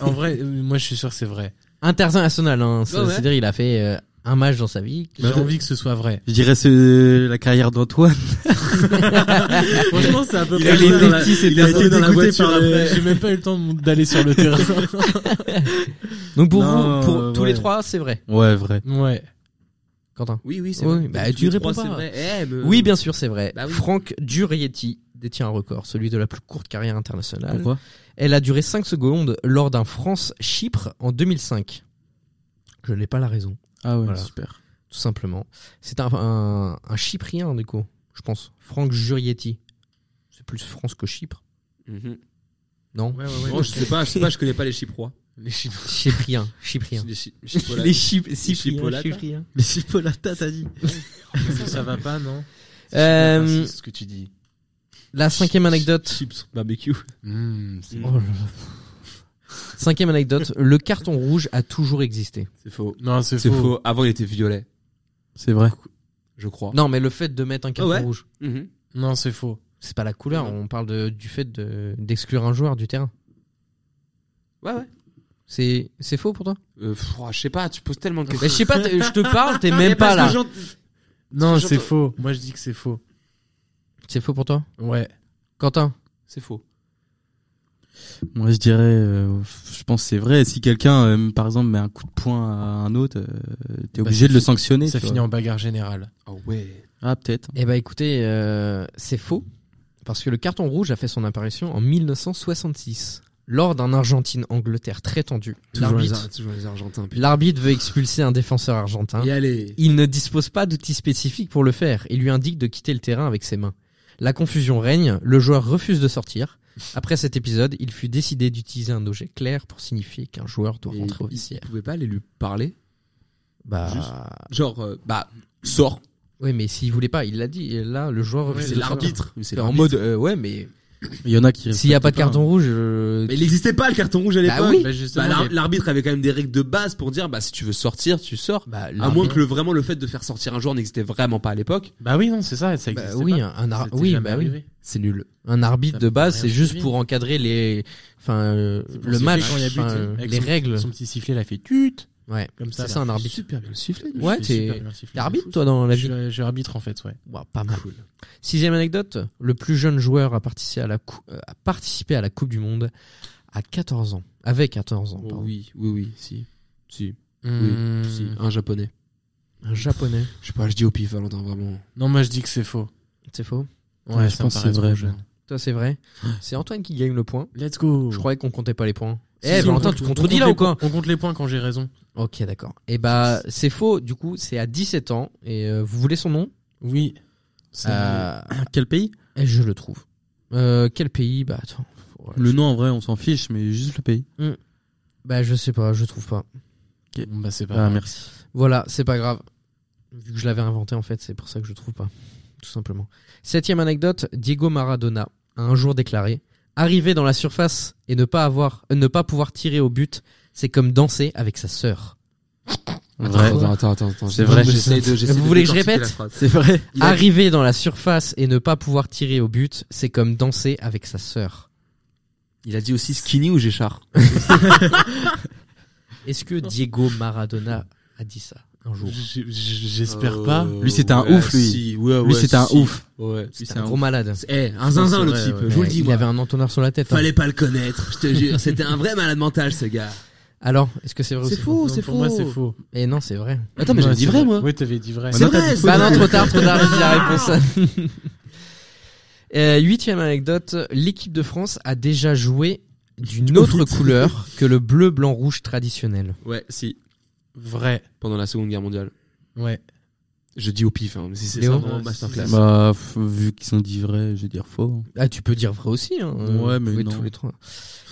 [SPEAKER 9] En vrai, euh, moi je suis sûr que c'est vrai.
[SPEAKER 7] International, hein. c'est-
[SPEAKER 6] ouais.
[SPEAKER 7] c'est-à-dire il a fait euh, un match dans sa vie.
[SPEAKER 9] J'ai envie que ce soit vrai.
[SPEAKER 8] Je dirais c'est la carrière <laughs> d'Antoine.
[SPEAKER 9] Franchement, c'est à peu
[SPEAKER 8] Il a été petit,
[SPEAKER 6] il a
[SPEAKER 8] c'était
[SPEAKER 6] été dans la
[SPEAKER 8] dégoûté
[SPEAKER 6] voiture
[SPEAKER 8] par le-
[SPEAKER 9] J'ai même pas eu le temps de- d'aller sur le terrain.
[SPEAKER 7] Donc pour
[SPEAKER 8] Non,
[SPEAKER 7] vous, pour tous
[SPEAKER 8] ouais.
[SPEAKER 7] les trois, c'est vrai.
[SPEAKER 8] Ouais, vrai.
[SPEAKER 9] Ouais.
[SPEAKER 7] Quentin.
[SPEAKER 6] Oui, oui,
[SPEAKER 7] c'est Oui, vrai. bah, Tous tu les réponds trois, pas. c'est
[SPEAKER 6] Eh,
[SPEAKER 7] Oui, bien sûr, c'est vrai.
[SPEAKER 6] Bah oui.
[SPEAKER 7] Franck Durietti détient un record, celui de la plus courte carrière internationale.
[SPEAKER 8] Pourquoi
[SPEAKER 7] Elle a duré 5 secondes lors d'un France-Chypre en 2005. Je n'ai pas la raison,
[SPEAKER 8] Ah ouais,
[SPEAKER 7] Voilà.
[SPEAKER 8] super.
[SPEAKER 7] tout simplement. C'est un, un, un Chyprien, du coup, je pense. Franck Jurietti. C'est plus France que Chypre, non
[SPEAKER 9] Ouais, ouais, ouais.
[SPEAKER 6] je sais pas, je sais pas, je connais pas les <laughs> Chyprois.
[SPEAKER 9] Les Chinois.
[SPEAKER 7] Chyprien, Chyprien.
[SPEAKER 6] Les Chy- <laughs> Chyprois.
[SPEAKER 7] Les Chyp- Cypriens,
[SPEAKER 6] Chipolates.
[SPEAKER 7] Chypriens.
[SPEAKER 8] Mais c'est pas la tata, t'as dit.
[SPEAKER 9] Ça, ça va pas, non
[SPEAKER 7] Euh,
[SPEAKER 9] C'est ce que tu dis.
[SPEAKER 7] La cinquième anecdote.
[SPEAKER 6] Chips, barbecue.
[SPEAKER 9] C'est
[SPEAKER 7] Oh là là. Cinquième anecdote, le carton rouge a toujours existé.
[SPEAKER 6] C'est faux.
[SPEAKER 9] Non, c'est
[SPEAKER 6] C'est
[SPEAKER 9] faux.
[SPEAKER 6] faux. Avant, il était violet,
[SPEAKER 8] C'est vrai.
[SPEAKER 6] je crois.
[SPEAKER 7] Non, mais le fait de mettre un carton
[SPEAKER 6] ouais.
[SPEAKER 7] rouge,
[SPEAKER 6] Mhm.
[SPEAKER 9] Non, c'est faux.
[SPEAKER 7] c'est pas la couleur. On parle de- du fait de- d'exclure un joueur du terrain.
[SPEAKER 6] Ouais, ouais.
[SPEAKER 7] C'est c'est faux pour toi
[SPEAKER 6] Euh, pff, oh, je sais pas, tu poses tellement de
[SPEAKER 7] Mais
[SPEAKER 6] questions.
[SPEAKER 7] je sais pas, t'es- je te parle,
[SPEAKER 6] <laughs>
[SPEAKER 7] t'es même pas là.
[SPEAKER 9] Non,
[SPEAKER 6] Parce que
[SPEAKER 9] c'est
[SPEAKER 6] j'entends-
[SPEAKER 9] faux. Moi, je dis que c'est faux.
[SPEAKER 7] C'est faux pour toi
[SPEAKER 9] Ouais.
[SPEAKER 7] Quentin
[SPEAKER 6] C'est faux.
[SPEAKER 8] Moi, je dirais, euh, je pense que c'est vrai. Si quelqu'un, euh, par exemple, met un coup de poing à un autre, euh, t'es
[SPEAKER 9] Bah,
[SPEAKER 8] obligé
[SPEAKER 9] ça
[SPEAKER 8] de le
[SPEAKER 9] fi-
[SPEAKER 8] sanctionner.
[SPEAKER 9] Ça
[SPEAKER 8] tu
[SPEAKER 9] finit
[SPEAKER 8] vois.
[SPEAKER 9] en bagarre générale.
[SPEAKER 6] Ah ouais.
[SPEAKER 8] Ah, peut-être.
[SPEAKER 7] Eh ben écoutez, euh, c'est faux. Parce que le carton rouge a fait son apparition en 1966. Lors d'un Argentine-Angleterre très tendu, l'arbitre
[SPEAKER 6] toujours les Argentins. putain.
[SPEAKER 7] l'arbitre veut expulser un défenseur argentin.
[SPEAKER 6] Et allez.
[SPEAKER 7] Il ne dispose pas d'outils spécifiques pour le faire et lui indique de quitter le terrain avec ses mains. La confusion règne, le joueur refuse de sortir. Après cet épisode, il fut décidé d'utiliser un objet clair pour signifier qu'un joueur doit
[SPEAKER 6] Et
[SPEAKER 7] rentrer au
[SPEAKER 6] il-
[SPEAKER 7] vestiaire.
[SPEAKER 6] Il pouvait pas aller lui parler.
[SPEAKER 7] Bah,
[SPEAKER 6] Genre, euh, bah, sors.
[SPEAKER 7] oui, mais s'il voulait pas, il l'a dit. Et là, le joueur refuse
[SPEAKER 6] C'est
[SPEAKER 7] de sortir.
[SPEAKER 6] l'arbitre. C'est
[SPEAKER 7] En mode, euh, ouais, mais
[SPEAKER 8] Il y en a qui.
[SPEAKER 7] s'il n'y a pas de
[SPEAKER 8] respectent
[SPEAKER 7] carton rouge, euh,
[SPEAKER 6] Mais il n'existait pas le carton rouge à l'époque.
[SPEAKER 7] oui.
[SPEAKER 9] Bah,
[SPEAKER 6] Bah,
[SPEAKER 9] justement,
[SPEAKER 6] l'ar-
[SPEAKER 9] mais-
[SPEAKER 6] l'arbitre avait quand même des règles de base pour dire bah si tu veux sortir, tu sors.
[SPEAKER 7] bah,
[SPEAKER 6] À
[SPEAKER 7] l'arbitre-
[SPEAKER 6] moins que le, vraiment le fait de faire sortir un joueur n'existait vraiment pas à l'époque.
[SPEAKER 9] bah oui, non, c'est ça. Ça
[SPEAKER 7] bah,
[SPEAKER 9] existe.
[SPEAKER 7] oui, un, ar- oui, bah oui.
[SPEAKER 6] C'est nul.
[SPEAKER 7] un arbitre
[SPEAKER 9] Ça
[SPEAKER 7] de
[SPEAKER 9] peut
[SPEAKER 7] base,
[SPEAKER 9] rien
[SPEAKER 7] c'est juste
[SPEAKER 9] changer.
[SPEAKER 7] pour encadrer les, enfin, euh,
[SPEAKER 9] pour
[SPEAKER 7] le
[SPEAKER 9] siffler
[SPEAKER 7] match,
[SPEAKER 9] quand il y a but,
[SPEAKER 7] enfin,
[SPEAKER 9] hein,
[SPEAKER 7] euh,
[SPEAKER 9] avec
[SPEAKER 7] les règles.
[SPEAKER 9] Son petit sifflet, il a fait tut.
[SPEAKER 7] Ouais,
[SPEAKER 9] Comme ça.
[SPEAKER 7] c'est ça un arbitre.
[SPEAKER 6] Super bien le sifflet.
[SPEAKER 7] Ouais, t'es- T'es arbitre toi dans la vie
[SPEAKER 9] Je suis arbitre en fait, ouais.
[SPEAKER 7] Ouah, pas mal. Sixième anecdote, le plus jeune joueur à participer à la, cou- euh, à participer à la Coupe du Monde à 14 ans. Avec 14 ans, pardon.
[SPEAKER 6] oui, oui, oui, si. Si,
[SPEAKER 9] Hmm.
[SPEAKER 6] oui, si. Un japonais.
[SPEAKER 7] Un japonais.
[SPEAKER 6] Je sais pas, je dis au pif, Valentin, vraiment.
[SPEAKER 9] Non, moi je dis que c'est faux.
[SPEAKER 7] C'est faux.
[SPEAKER 9] Ouais,
[SPEAKER 8] Ouais, je
[SPEAKER 9] ça me
[SPEAKER 8] pense que
[SPEAKER 9] paraît
[SPEAKER 8] c'est vrai,
[SPEAKER 9] trop
[SPEAKER 8] je-
[SPEAKER 9] jeune.
[SPEAKER 7] Toi, c'est
[SPEAKER 9] <gasps>
[SPEAKER 7] vrai. C'est Antoine qui gagne le point.
[SPEAKER 9] Let's go.
[SPEAKER 7] Je croyais qu'on comptait pas les points. Eh,
[SPEAKER 9] Oh. Si, si, on
[SPEAKER 7] Valentin,
[SPEAKER 9] compte-
[SPEAKER 7] tu
[SPEAKER 9] on
[SPEAKER 7] contredis
[SPEAKER 9] compte
[SPEAKER 7] là
[SPEAKER 9] les
[SPEAKER 7] ou quoi
[SPEAKER 9] points- On compte les points quand j'ai raison.
[SPEAKER 7] Ok, d'accord. Eh bah, c'est faux. Du coup, c'est à 17 ans. Et euh, vous voulez son nom
[SPEAKER 9] Oui. C'est- <coughs>
[SPEAKER 7] Euh,
[SPEAKER 8] Quel pays
[SPEAKER 7] et Je le trouve. Euh, quel pays Bah, attends. Ouais,
[SPEAKER 8] Le
[SPEAKER 7] je-
[SPEAKER 8] nom en vrai, on s'en fiche, mais juste le pays.
[SPEAKER 7] Bah, je sais pas. Je trouve pas.
[SPEAKER 9] Bon, bah, c'est pas
[SPEAKER 8] Ah,
[SPEAKER 9] grave.
[SPEAKER 8] merci.
[SPEAKER 7] Voilà, c'est pas grave. Vu que je l'avais inventé, en fait, c'est pour ça que je trouve pas. Tout simplement. Septième anecdote, Diego Maradona a un jour déclaré Arriver dans la surface et ne pas, avoir, euh, ne pas pouvoir tirer au but, c'est comme danser avec sa sœur.
[SPEAKER 8] Vrai.
[SPEAKER 6] Attends, attends, attends, attends.
[SPEAKER 8] C'est vrai.
[SPEAKER 6] J'essaie de, j'essaie
[SPEAKER 7] Vous
[SPEAKER 6] de
[SPEAKER 7] voulez que je
[SPEAKER 6] décortiquer
[SPEAKER 7] répète
[SPEAKER 6] la phrase.
[SPEAKER 8] C'est vrai.
[SPEAKER 6] Il a-
[SPEAKER 7] Arriver dans la surface et ne pas pouvoir tirer au but, c'est comme danser avec sa sœur.
[SPEAKER 6] Il a dit aussi skinny ou Géchard
[SPEAKER 7] Est-ce que Diego Maradona a dit ça un jour
[SPEAKER 9] J- j- J'espère pas.
[SPEAKER 8] Lui, c'était un ouf, lui. Lui, c'était un ouf.
[SPEAKER 6] Euh, Ouais.
[SPEAKER 8] Lui,
[SPEAKER 7] C'est un
[SPEAKER 8] ouf.
[SPEAKER 7] gros malade.
[SPEAKER 6] Eh, un zinzin, le type. Je vous le dis,
[SPEAKER 7] il
[SPEAKER 6] moi.
[SPEAKER 7] avait un entonnoir sur la tête. hein.
[SPEAKER 6] Fallait pas le connaître, je te jure. C'était un vrai malade mental, ce gars.
[SPEAKER 7] Alors, est-ce que c'est vrai ou
[SPEAKER 6] Oh, C'est
[SPEAKER 7] Oh, c'est
[SPEAKER 6] faux,
[SPEAKER 7] faux
[SPEAKER 6] c'est
[SPEAKER 9] Pour moi,
[SPEAKER 6] faux.
[SPEAKER 9] c'est faux.
[SPEAKER 7] Et non, c'est vrai.
[SPEAKER 6] Attends, mais
[SPEAKER 9] Ouais,
[SPEAKER 6] j'avais
[SPEAKER 9] c'est
[SPEAKER 6] dit vrai, moi.
[SPEAKER 9] Oui, t'avais dit vrai.
[SPEAKER 6] C'est vrai. c'est
[SPEAKER 7] Bah non,
[SPEAKER 6] vrai.
[SPEAKER 7] trop tard, trop tard, j'ai dit la
[SPEAKER 6] <laughs>
[SPEAKER 7] réponse. Euh, Huitième anecdote, l'équipe de France a déjà joué d'une autre couleur que le bleu, blanc, rouge traditionnel.
[SPEAKER 6] Ouais, si.
[SPEAKER 9] Vrai.
[SPEAKER 6] Pendant la Seconde Guerre mondiale.
[SPEAKER 9] Ouais.
[SPEAKER 6] Je dis au pif, hein, mais si c'est ça,
[SPEAKER 7] Léo
[SPEAKER 6] vraiment masterclass.
[SPEAKER 8] Bah, f- vu qu'ils ont dit vrai, je vais dire faux. hein.
[SPEAKER 7] Ah, tu peux dire vrai aussi. Hein. euh,
[SPEAKER 8] Ouais,
[SPEAKER 7] vous
[SPEAKER 8] mais
[SPEAKER 7] pouvez
[SPEAKER 8] non.
[SPEAKER 7] tous les trois.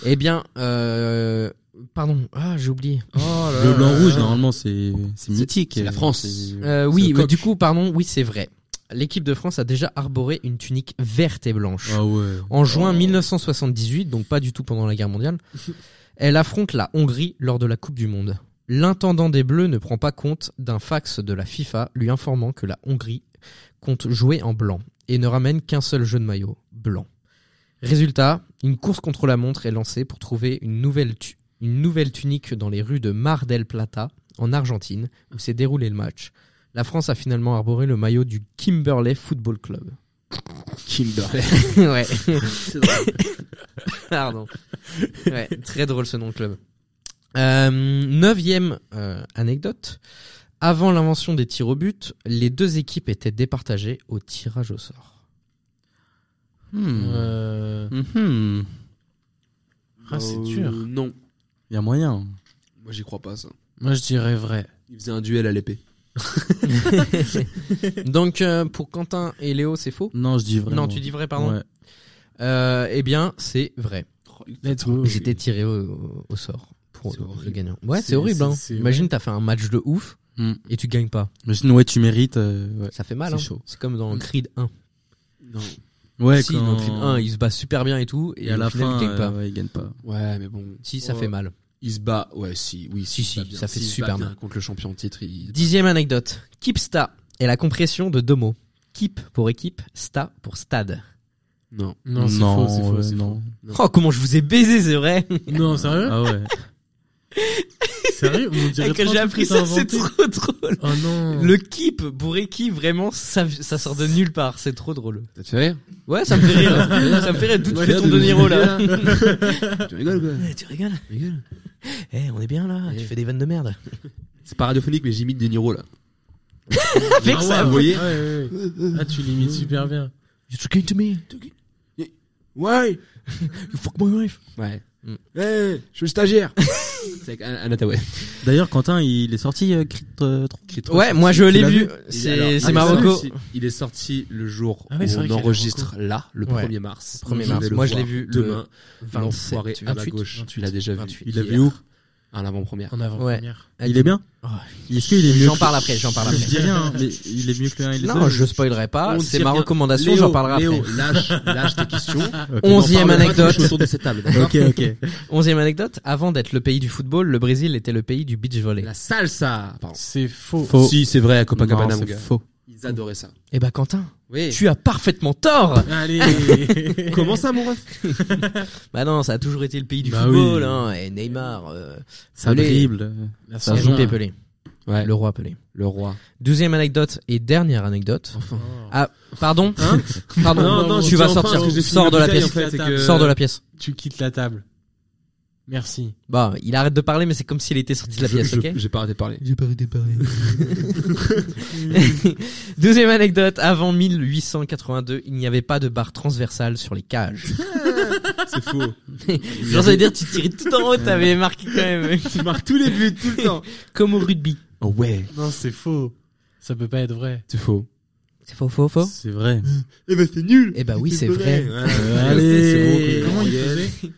[SPEAKER 7] Eh bien, euh, pardon, ah, j'ai oublié.
[SPEAKER 8] Le blanc-rouge, normalement, c'est Oh c'est mythique.
[SPEAKER 6] c'est la France.
[SPEAKER 8] C'est-
[SPEAKER 7] Euh, oui,
[SPEAKER 6] le
[SPEAKER 7] mais
[SPEAKER 6] coq.
[SPEAKER 7] du coup, pardon, oui, c'est vrai. L'équipe de France a déjà arboré une tunique verte et blanche.
[SPEAKER 8] Ah ouais.
[SPEAKER 7] En juin 1978, donc pas du tout pendant la guerre mondiale, elle affronte la Hongrie lors de la Coupe du Monde. L'intendant des Bleus ne prend pas compte d'un fax de la FIFA lui informant que la Hongrie compte jouer en blanc et ne ramène qu'un seul jeu de maillot, blanc. Résultat, une course contre la montre est lancée pour trouver une nouvelle, tu- une nouvelle tunique dans les rues de Mar del Plata, en Argentine, où s'est déroulé le match. La France a finalement arboré le maillot du Kimberley Football Club.
[SPEAKER 6] Kimberley.
[SPEAKER 7] <laughs> ouais. <laughs> Pardon. Ouais, très drôle ce nom de club. Euh, neuvième euh, anecdote. Avant l'invention des tirs au but, les deux équipes étaient départagées au tirage au sort.
[SPEAKER 8] Hmm.
[SPEAKER 9] Euh,
[SPEAKER 7] Hmm.
[SPEAKER 8] Mhm.
[SPEAKER 9] Ah, c'est
[SPEAKER 6] Euh,
[SPEAKER 7] Oh.
[SPEAKER 9] dur.
[SPEAKER 6] Non.
[SPEAKER 8] Il y a moyen.
[SPEAKER 6] Moi, j'y crois pas, ça.
[SPEAKER 9] Moi, je dirais vrai.
[SPEAKER 6] Il faisait un duel à l'épée.
[SPEAKER 7] Donc euh, pour Quentin et Léo, c'est faux
[SPEAKER 8] Non, je dis vrai.
[SPEAKER 7] Non, tu dis vrai, pardon.
[SPEAKER 8] Ouais.
[SPEAKER 7] Euh, eh bien, c'est vrai.
[SPEAKER 6] Oh,
[SPEAKER 9] Let's go.
[SPEAKER 7] Ils étaient tirés au, au sort pour
[SPEAKER 6] C'est
[SPEAKER 7] le
[SPEAKER 6] horrible.
[SPEAKER 7] gagnant. Ouais,
[SPEAKER 9] C'est-
[SPEAKER 7] c'est horrible. Hein.
[SPEAKER 9] c'est- c'est-
[SPEAKER 7] Imagine, t'as fait un match de ouf
[SPEAKER 8] Hmm.
[SPEAKER 7] et tu gagnes pas.
[SPEAKER 8] Mais sinon, ouais, tu mérites. euh, ouais.
[SPEAKER 7] Ça fait mal.
[SPEAKER 8] C'est
[SPEAKER 7] hein.
[SPEAKER 8] chaud.
[SPEAKER 7] C'est comme dans Creed 1.
[SPEAKER 6] Non.
[SPEAKER 8] Ouais,
[SPEAKER 7] si,
[SPEAKER 8] quand-
[SPEAKER 7] dans Creed 1, il se bat super bien et tout, et,
[SPEAKER 8] Et à
[SPEAKER 7] au
[SPEAKER 8] la
[SPEAKER 7] final,
[SPEAKER 8] fin,
[SPEAKER 7] il gagne pas.
[SPEAKER 8] euh, ouais, il gagne pas.
[SPEAKER 6] Ouais, mais bon.
[SPEAKER 7] Si, ça
[SPEAKER 6] Ouais.
[SPEAKER 7] fait mal.
[SPEAKER 6] Il se bat, ouais, si, oui,
[SPEAKER 7] Si,
[SPEAKER 6] il se
[SPEAKER 7] si,
[SPEAKER 6] bat bien.
[SPEAKER 7] ça fait
[SPEAKER 6] S'il se
[SPEAKER 7] super
[SPEAKER 6] bat bien
[SPEAKER 7] mal.
[SPEAKER 6] Contre le champion de titre, il-
[SPEAKER 7] Dixième anecdote. Kipsta est la compression de deux mots. Kip pour équipe, sta pour stade.
[SPEAKER 6] Non.
[SPEAKER 9] Non, c'est faux, c'est faux,
[SPEAKER 8] ouais,
[SPEAKER 9] c'est
[SPEAKER 8] non.
[SPEAKER 6] Non.
[SPEAKER 7] Oh, comment je vous ai baisé, c'est vrai
[SPEAKER 9] faux. Non, sérieux
[SPEAKER 8] Ah
[SPEAKER 9] <laughs>
[SPEAKER 8] ouais.
[SPEAKER 9] Sérieux On dirait
[SPEAKER 7] Quand
[SPEAKER 9] pas
[SPEAKER 7] j'ai
[SPEAKER 9] un
[SPEAKER 7] appris
[SPEAKER 9] truc que
[SPEAKER 7] ça,
[SPEAKER 9] t'as
[SPEAKER 7] c'est
[SPEAKER 9] inventé.
[SPEAKER 7] trop drôle.
[SPEAKER 9] Oh non.
[SPEAKER 7] Le kip pour équipe, vraiment, ça, ça sort de nulle part. C'est trop drôle.
[SPEAKER 6] Ça te fait rire
[SPEAKER 7] Ouais, ça me fait rire. ça me fait rire. Tout fait ton De Niro, là.
[SPEAKER 6] Tu rigoles, quoi.
[SPEAKER 7] <laughs> Eh, tu rigoles Eh, on est bien, là.
[SPEAKER 6] Eh.
[SPEAKER 7] Tu fais des vannes de merde.
[SPEAKER 6] C'est pas radiophonique, mais j'imite De Niro, là. Ah
[SPEAKER 7] Avec ça,
[SPEAKER 6] vous voyez
[SPEAKER 9] Ouais, ouais, ouais. Ah, tu l'imites super bien.
[SPEAKER 7] You talking to me
[SPEAKER 6] Ouais
[SPEAKER 7] You fuck my wife
[SPEAKER 6] Ouais. Eh,
[SPEAKER 7] Mm.
[SPEAKER 6] je suis stagiaire <laughs> C'est avec Anna Anna Tawai.
[SPEAKER 8] D'ailleurs, Quentin, il est sorti euh, Creed, euh, trois.
[SPEAKER 7] Ouais, moi, je l'ai
[SPEAKER 6] l'as
[SPEAKER 7] vu.
[SPEAKER 6] Il- alors, il
[SPEAKER 7] C'est
[SPEAKER 6] est
[SPEAKER 7] c'est Marocco.
[SPEAKER 6] sorti- Il est sorti le jour
[SPEAKER 9] Ah
[SPEAKER 6] où
[SPEAKER 9] oui, c'est vrai
[SPEAKER 6] on
[SPEAKER 9] qu'il y a
[SPEAKER 6] enregistre là, le
[SPEAKER 7] Ouais.
[SPEAKER 6] 1er mars.
[SPEAKER 7] 1er
[SPEAKER 6] Je
[SPEAKER 7] mars.
[SPEAKER 6] vais le
[SPEAKER 7] Moi, je
[SPEAKER 6] voir
[SPEAKER 7] l'ai vu le
[SPEAKER 6] demain. L'enfoiré à la
[SPEAKER 7] 28,
[SPEAKER 6] gauche. Il l'a déjà vu.
[SPEAKER 7] 28.
[SPEAKER 6] Il l'a
[SPEAKER 7] Hier.
[SPEAKER 6] vu où À l'avant-première.
[SPEAKER 9] En avant-première.
[SPEAKER 8] Il est bien
[SPEAKER 7] Oh,
[SPEAKER 8] Est-ce qu'il est mieux
[SPEAKER 7] J'en
[SPEAKER 8] que-
[SPEAKER 7] parle après, j'en parle après.
[SPEAKER 8] Je dis rien, hein, mais il est mieux que le 1 et le 2.
[SPEAKER 7] Non, je spoilerai pas,
[SPEAKER 6] On
[SPEAKER 7] c'est
[SPEAKER 6] dit
[SPEAKER 7] ma
[SPEAKER 6] rien.
[SPEAKER 7] recommandation,
[SPEAKER 6] Léo,
[SPEAKER 7] j'en parlerai
[SPEAKER 6] Léo,
[SPEAKER 7] après.
[SPEAKER 6] lâche, lâche tes questions.
[SPEAKER 7] Onzième anecdote.
[SPEAKER 6] autour de cette table, d'accord
[SPEAKER 8] Ok, ok.
[SPEAKER 7] Onzième anecdote, avant d'être le pays du football, le Brésil était le pays du beach volley.
[SPEAKER 6] La salsa. Pardon.
[SPEAKER 9] C'est faux.
[SPEAKER 8] Faux.
[SPEAKER 6] Si, c'est vrai, à Copacabana,
[SPEAKER 8] Non,
[SPEAKER 6] mon
[SPEAKER 8] c'est
[SPEAKER 6] gars.
[SPEAKER 8] faux.
[SPEAKER 6] Ils adoraient ça.
[SPEAKER 7] Eh ben Quentin,
[SPEAKER 6] Oui.
[SPEAKER 7] tu as parfaitement tort
[SPEAKER 9] Allez.
[SPEAKER 6] <laughs> Comment ça, mon ref
[SPEAKER 7] Bah non, ça a toujours été le pays du
[SPEAKER 9] Bah
[SPEAKER 7] football,
[SPEAKER 9] oui.
[SPEAKER 7] hein, et Neymar, euh,
[SPEAKER 8] Ça
[SPEAKER 7] Pelé.
[SPEAKER 8] dribble.
[SPEAKER 9] La
[SPEAKER 8] Ça
[SPEAKER 9] Saint-Jean.
[SPEAKER 7] Pelé, Pelé,
[SPEAKER 6] Ouais,
[SPEAKER 7] le
[SPEAKER 6] le,
[SPEAKER 7] roi Pelé.
[SPEAKER 6] roi.
[SPEAKER 7] Deuxième anecdote et dernière anecdote.
[SPEAKER 8] Oh.
[SPEAKER 7] Ah, pardon
[SPEAKER 6] Hein
[SPEAKER 7] Pardon,
[SPEAKER 6] Non, non,
[SPEAKER 7] tu
[SPEAKER 6] je
[SPEAKER 7] vas
[SPEAKER 6] dis enfin,
[SPEAKER 7] sortir,
[SPEAKER 6] parce que j'ai fini
[SPEAKER 7] sors de la
[SPEAKER 6] ma bouteille,
[SPEAKER 7] pièce,
[SPEAKER 6] en fait, c'est que-
[SPEAKER 7] sors de la pièce.
[SPEAKER 9] Tu quittes la table. Merci.
[SPEAKER 7] Bah, il arrête de parler, mais c'est comme s'il était sorti de la pièce,
[SPEAKER 6] Je-
[SPEAKER 7] ok
[SPEAKER 6] J'ai pas arrêté de parler.
[SPEAKER 9] J'ai pas arrêté de parler.
[SPEAKER 7] <laughs> Deuxième anecdote, avant 1882, il n'y avait pas de barre transversale sur les cages.
[SPEAKER 6] C'est faux.
[SPEAKER 7] Genre, ça veut dire, tu tirais tout en haut, t'avais marqué quand même.
[SPEAKER 6] <laughs> tu marques tous les buts, tout le temps.
[SPEAKER 7] <laughs> Comme au rugby.
[SPEAKER 6] Oh ouais.
[SPEAKER 9] Non, c'est faux. Ça peut pas être vrai.
[SPEAKER 6] C'est faux.
[SPEAKER 7] C'est faux, faux, faux
[SPEAKER 8] C'est vrai.
[SPEAKER 6] Eh ben c'est nul.
[SPEAKER 7] Eh ben oui, c'est vrai.
[SPEAKER 8] Euh,
[SPEAKER 6] Allez. Comment il faisait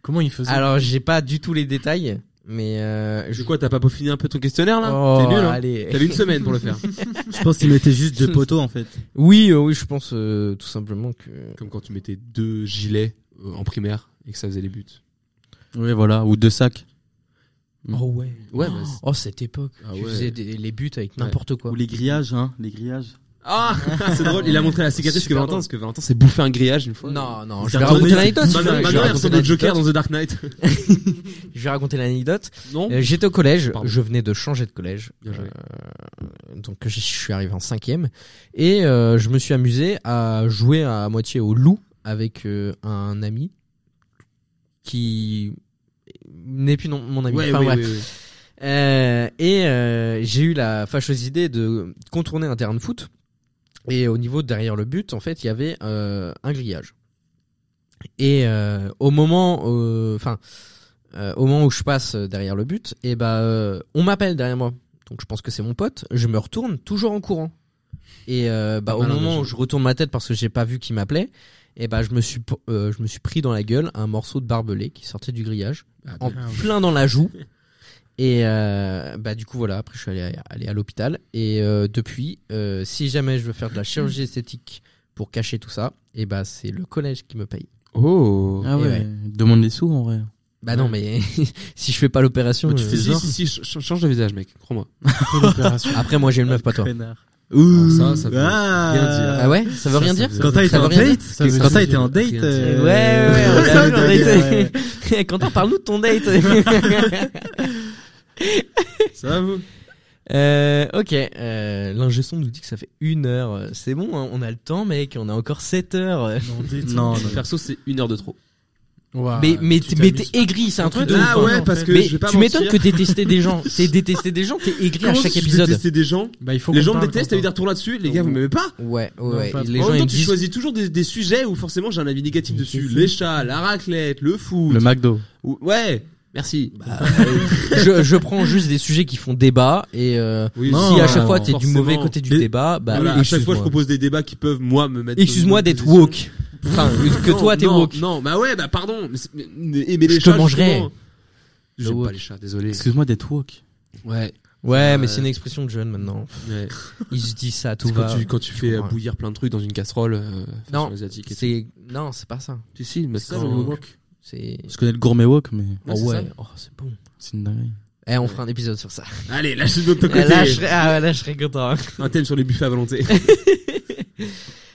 [SPEAKER 9] Comment il faisait
[SPEAKER 7] Alors, j'ai pas du tout les détails, mais euh,
[SPEAKER 6] Je quoi, t'as pas peaufiné un peu ton questionnaire là
[SPEAKER 7] Oh,
[SPEAKER 6] T'es nul. Hein
[SPEAKER 7] allez.
[SPEAKER 6] T'avais une semaine pour le <laughs> faire.
[SPEAKER 8] Je pense qu'il mettait juste deux poteaux en fait.
[SPEAKER 7] Oui, euh, oui, je pense euh, tout simplement que.
[SPEAKER 6] Comme quand tu mettais deux gilets euh, en primaire et que ça faisait les buts.
[SPEAKER 8] Oui, voilà, ou deux sacs.
[SPEAKER 7] Oh ouais.
[SPEAKER 6] Ouais, bah, c'est-
[SPEAKER 7] Oh cette époque.
[SPEAKER 6] Ah
[SPEAKER 7] tu
[SPEAKER 6] ouais.
[SPEAKER 7] faisais des- les buts avec n'importe quoi.
[SPEAKER 8] Ou les grillages, hein, les grillages.
[SPEAKER 6] Ah, c'est drôle. Il a montré la cicatrice que
[SPEAKER 7] Super
[SPEAKER 6] Valentin,
[SPEAKER 7] drôle.
[SPEAKER 6] parce que Valentin s'est bouffé un grillage une fois.
[SPEAKER 7] Non, non,
[SPEAKER 8] Il
[SPEAKER 7] je
[SPEAKER 8] s'est
[SPEAKER 7] vais raconter
[SPEAKER 8] retourné,
[SPEAKER 7] l'anecdote.
[SPEAKER 8] c'est-
[SPEAKER 7] je vais-
[SPEAKER 8] Bah,
[SPEAKER 7] je
[SPEAKER 6] Maintenant,
[SPEAKER 7] vais
[SPEAKER 6] maintenant, il
[SPEAKER 7] raconter
[SPEAKER 6] ressemble au
[SPEAKER 7] l'anecdote.
[SPEAKER 6] Joker dans The Dark Knight.
[SPEAKER 7] Je vais raconter l'anecdote.
[SPEAKER 6] <laughs> Non.
[SPEAKER 7] Euh, J'étais au collège,
[SPEAKER 6] Pardon.
[SPEAKER 7] je venais de changer de collège,
[SPEAKER 6] Bien joué.
[SPEAKER 7] Euh, donc je suis arrivé en cinquième et euh, je me suis amusé à jouer à, moitié au loup avec euh, un ami qui n'est plus non- mon ami. Enfin, bref. Euh, et euh, j'ai eu la fâcheuse idée de contourner un terrain de foot. Et au niveau de derrière le but, en fait, il y avait euh, un grillage. Et euh, au moment, euh, enfin, euh, au moment où je passe derrière le but, et ben, euh, on m'appelle derrière moi. Donc je pense que c'est mon pote. Je me retourne toujours en courant. Et euh, bah, au
[SPEAKER 6] Malin,
[SPEAKER 7] moment
[SPEAKER 6] déjà.
[SPEAKER 7] où je retourne ma tête parce que j'ai pas vu qui m'appelait, et ben je me suis, po- euh, je me suis pris dans la gueule un morceau de barbelé qui sortait du grillage en plein dans la joue. Et euh, bah du coup voilà, après je suis allé, allé à l'hôpital et euh, depuis, euh, si jamais je veux faire de la chirurgie esthétique pour cacher tout ça, et bah c'est le collège qui me paye.
[SPEAKER 6] Oh.
[SPEAKER 8] Ah
[SPEAKER 7] Et
[SPEAKER 8] ouais.
[SPEAKER 7] ouais.
[SPEAKER 8] Demande les sous en vrai.
[SPEAKER 7] Bah non mais <laughs> si je fais pas l'opération,
[SPEAKER 8] Bah, tu
[SPEAKER 7] euh,
[SPEAKER 8] fais
[SPEAKER 6] Si,
[SPEAKER 8] genre.
[SPEAKER 6] si, si, ch- ch- change de visage, mec. Crois-moi.
[SPEAKER 7] après moi j'ai une meuf pas toi.
[SPEAKER 8] Ouh,
[SPEAKER 6] ça, ça veut rien dire.
[SPEAKER 7] Ah ouais, ça veut rien dire.
[SPEAKER 8] Quand t'as été
[SPEAKER 7] Ça veut
[SPEAKER 8] en
[SPEAKER 7] rien dire
[SPEAKER 8] date,
[SPEAKER 9] Ça veut
[SPEAKER 8] quand t'as
[SPEAKER 9] rien
[SPEAKER 8] été en date.
[SPEAKER 6] dire. Rien
[SPEAKER 7] Ouais
[SPEAKER 8] euh, <laughs>
[SPEAKER 7] ouais ouais. on
[SPEAKER 8] ça
[SPEAKER 7] l'a
[SPEAKER 8] veut
[SPEAKER 7] vu, on
[SPEAKER 8] rien dire, ouais.
[SPEAKER 7] a été- Quentin, parle-nous de ton date.
[SPEAKER 6] Ça va, vous
[SPEAKER 7] <laughs> Euh, ok, euh, l'ingé son nous dit que ça fait une heure. C'est bon, hein, on a le temps, mec. On a encore 7 heures.
[SPEAKER 8] Non, non.
[SPEAKER 6] Perso, c'est une heure de trop.
[SPEAKER 9] Ouah,
[SPEAKER 7] mais mais
[SPEAKER 9] tu
[SPEAKER 7] t- mais
[SPEAKER 9] t'amuses
[SPEAKER 7] t'es aigri, c'est un truc de
[SPEAKER 9] Ah
[SPEAKER 7] ouf, hein.
[SPEAKER 9] ouais, parce que
[SPEAKER 7] Mais tu m'étonnes que t'aies détesté des
[SPEAKER 6] <laughs>
[SPEAKER 7] gens. T'es détesté des gens, t'es aigri à chaque épisode.
[SPEAKER 6] des gens.
[SPEAKER 9] pas. Bah, il faut
[SPEAKER 6] Les
[SPEAKER 9] qu'on
[SPEAKER 6] gens me
[SPEAKER 9] parle,
[SPEAKER 6] détestent, t'as eu
[SPEAKER 9] Quentin.
[SPEAKER 6] des retours là-dessus. Les gars, vous m'aimez pas
[SPEAKER 7] Ouais,
[SPEAKER 9] Non,
[SPEAKER 7] ouais.
[SPEAKER 9] pas
[SPEAKER 7] les
[SPEAKER 6] En
[SPEAKER 7] gens
[SPEAKER 6] même
[SPEAKER 7] ils
[SPEAKER 6] temps,
[SPEAKER 7] me
[SPEAKER 6] tu
[SPEAKER 7] disent.
[SPEAKER 6] choisis toujours des, des sujets où forcément j'ai un avis négatif
[SPEAKER 9] Mais
[SPEAKER 6] dessus.
[SPEAKER 9] c'est ça.
[SPEAKER 6] Les chats, la raclette, le foot.
[SPEAKER 8] Le McDo.
[SPEAKER 6] Ou- Ouais, merci.
[SPEAKER 7] <laughs> Je, je prends juste des sujets qui font débat et euh,
[SPEAKER 6] Oui,
[SPEAKER 7] si
[SPEAKER 6] non,
[SPEAKER 7] à chaque fois t'es
[SPEAKER 6] forcément.
[SPEAKER 7] du mauvais côté du
[SPEAKER 6] Mais-
[SPEAKER 7] débat, <laughs> bah
[SPEAKER 6] Voilà, à chaque fois, je
[SPEAKER 7] excuse-moi.
[SPEAKER 6] propose des débats qui peuvent, moi, me mettre.
[SPEAKER 7] Excuse-moi d'être
[SPEAKER 6] woke
[SPEAKER 7] woke.
[SPEAKER 6] <laughs>
[SPEAKER 7] Enfin, que
[SPEAKER 6] Non,
[SPEAKER 7] toi t'es
[SPEAKER 6] non,
[SPEAKER 7] woke.
[SPEAKER 6] Non, bah ouais, bah pardon. mais c'est- mais- mais- mais les
[SPEAKER 7] Je te
[SPEAKER 6] chats,
[SPEAKER 7] mangerai.
[SPEAKER 6] justement.
[SPEAKER 7] Le
[SPEAKER 6] J'aime
[SPEAKER 7] woke.
[SPEAKER 6] pas les chats, désolé.
[SPEAKER 8] Excuse-moi d'être woke.
[SPEAKER 6] Ouais.
[SPEAKER 7] Ouais, mais
[SPEAKER 6] Ouais.
[SPEAKER 7] c'est une expression de jeune maintenant.
[SPEAKER 6] ouais.
[SPEAKER 7] Ils se disent ça, tout
[SPEAKER 6] C'est
[SPEAKER 7] va.
[SPEAKER 6] Quand tu, quand tu fais euh,
[SPEAKER 7] comprends.
[SPEAKER 6] bouillir plein de trucs dans une casserole euh,
[SPEAKER 7] Non,
[SPEAKER 6] façon asiatique. et
[SPEAKER 7] C'est non, c'est pas ça.
[SPEAKER 6] tout. Si, si, mais
[SPEAKER 7] c'est ça,
[SPEAKER 6] quand-
[SPEAKER 7] le woke. C'est
[SPEAKER 8] Je connais le gourmet woke, mais
[SPEAKER 7] oh
[SPEAKER 6] c'est
[SPEAKER 7] ouais,
[SPEAKER 6] ça.
[SPEAKER 7] oh c'est bon.
[SPEAKER 8] c'est une dinguerie.
[SPEAKER 7] Eh, on fera un épisode sur ça.
[SPEAKER 6] <laughs> Allez, lâchez de notre côté.
[SPEAKER 7] Là, je serais, ah, ouais, là, je serais content. hein.
[SPEAKER 6] Un thème sur les buffets
[SPEAKER 7] <laughs>
[SPEAKER 6] à volonté.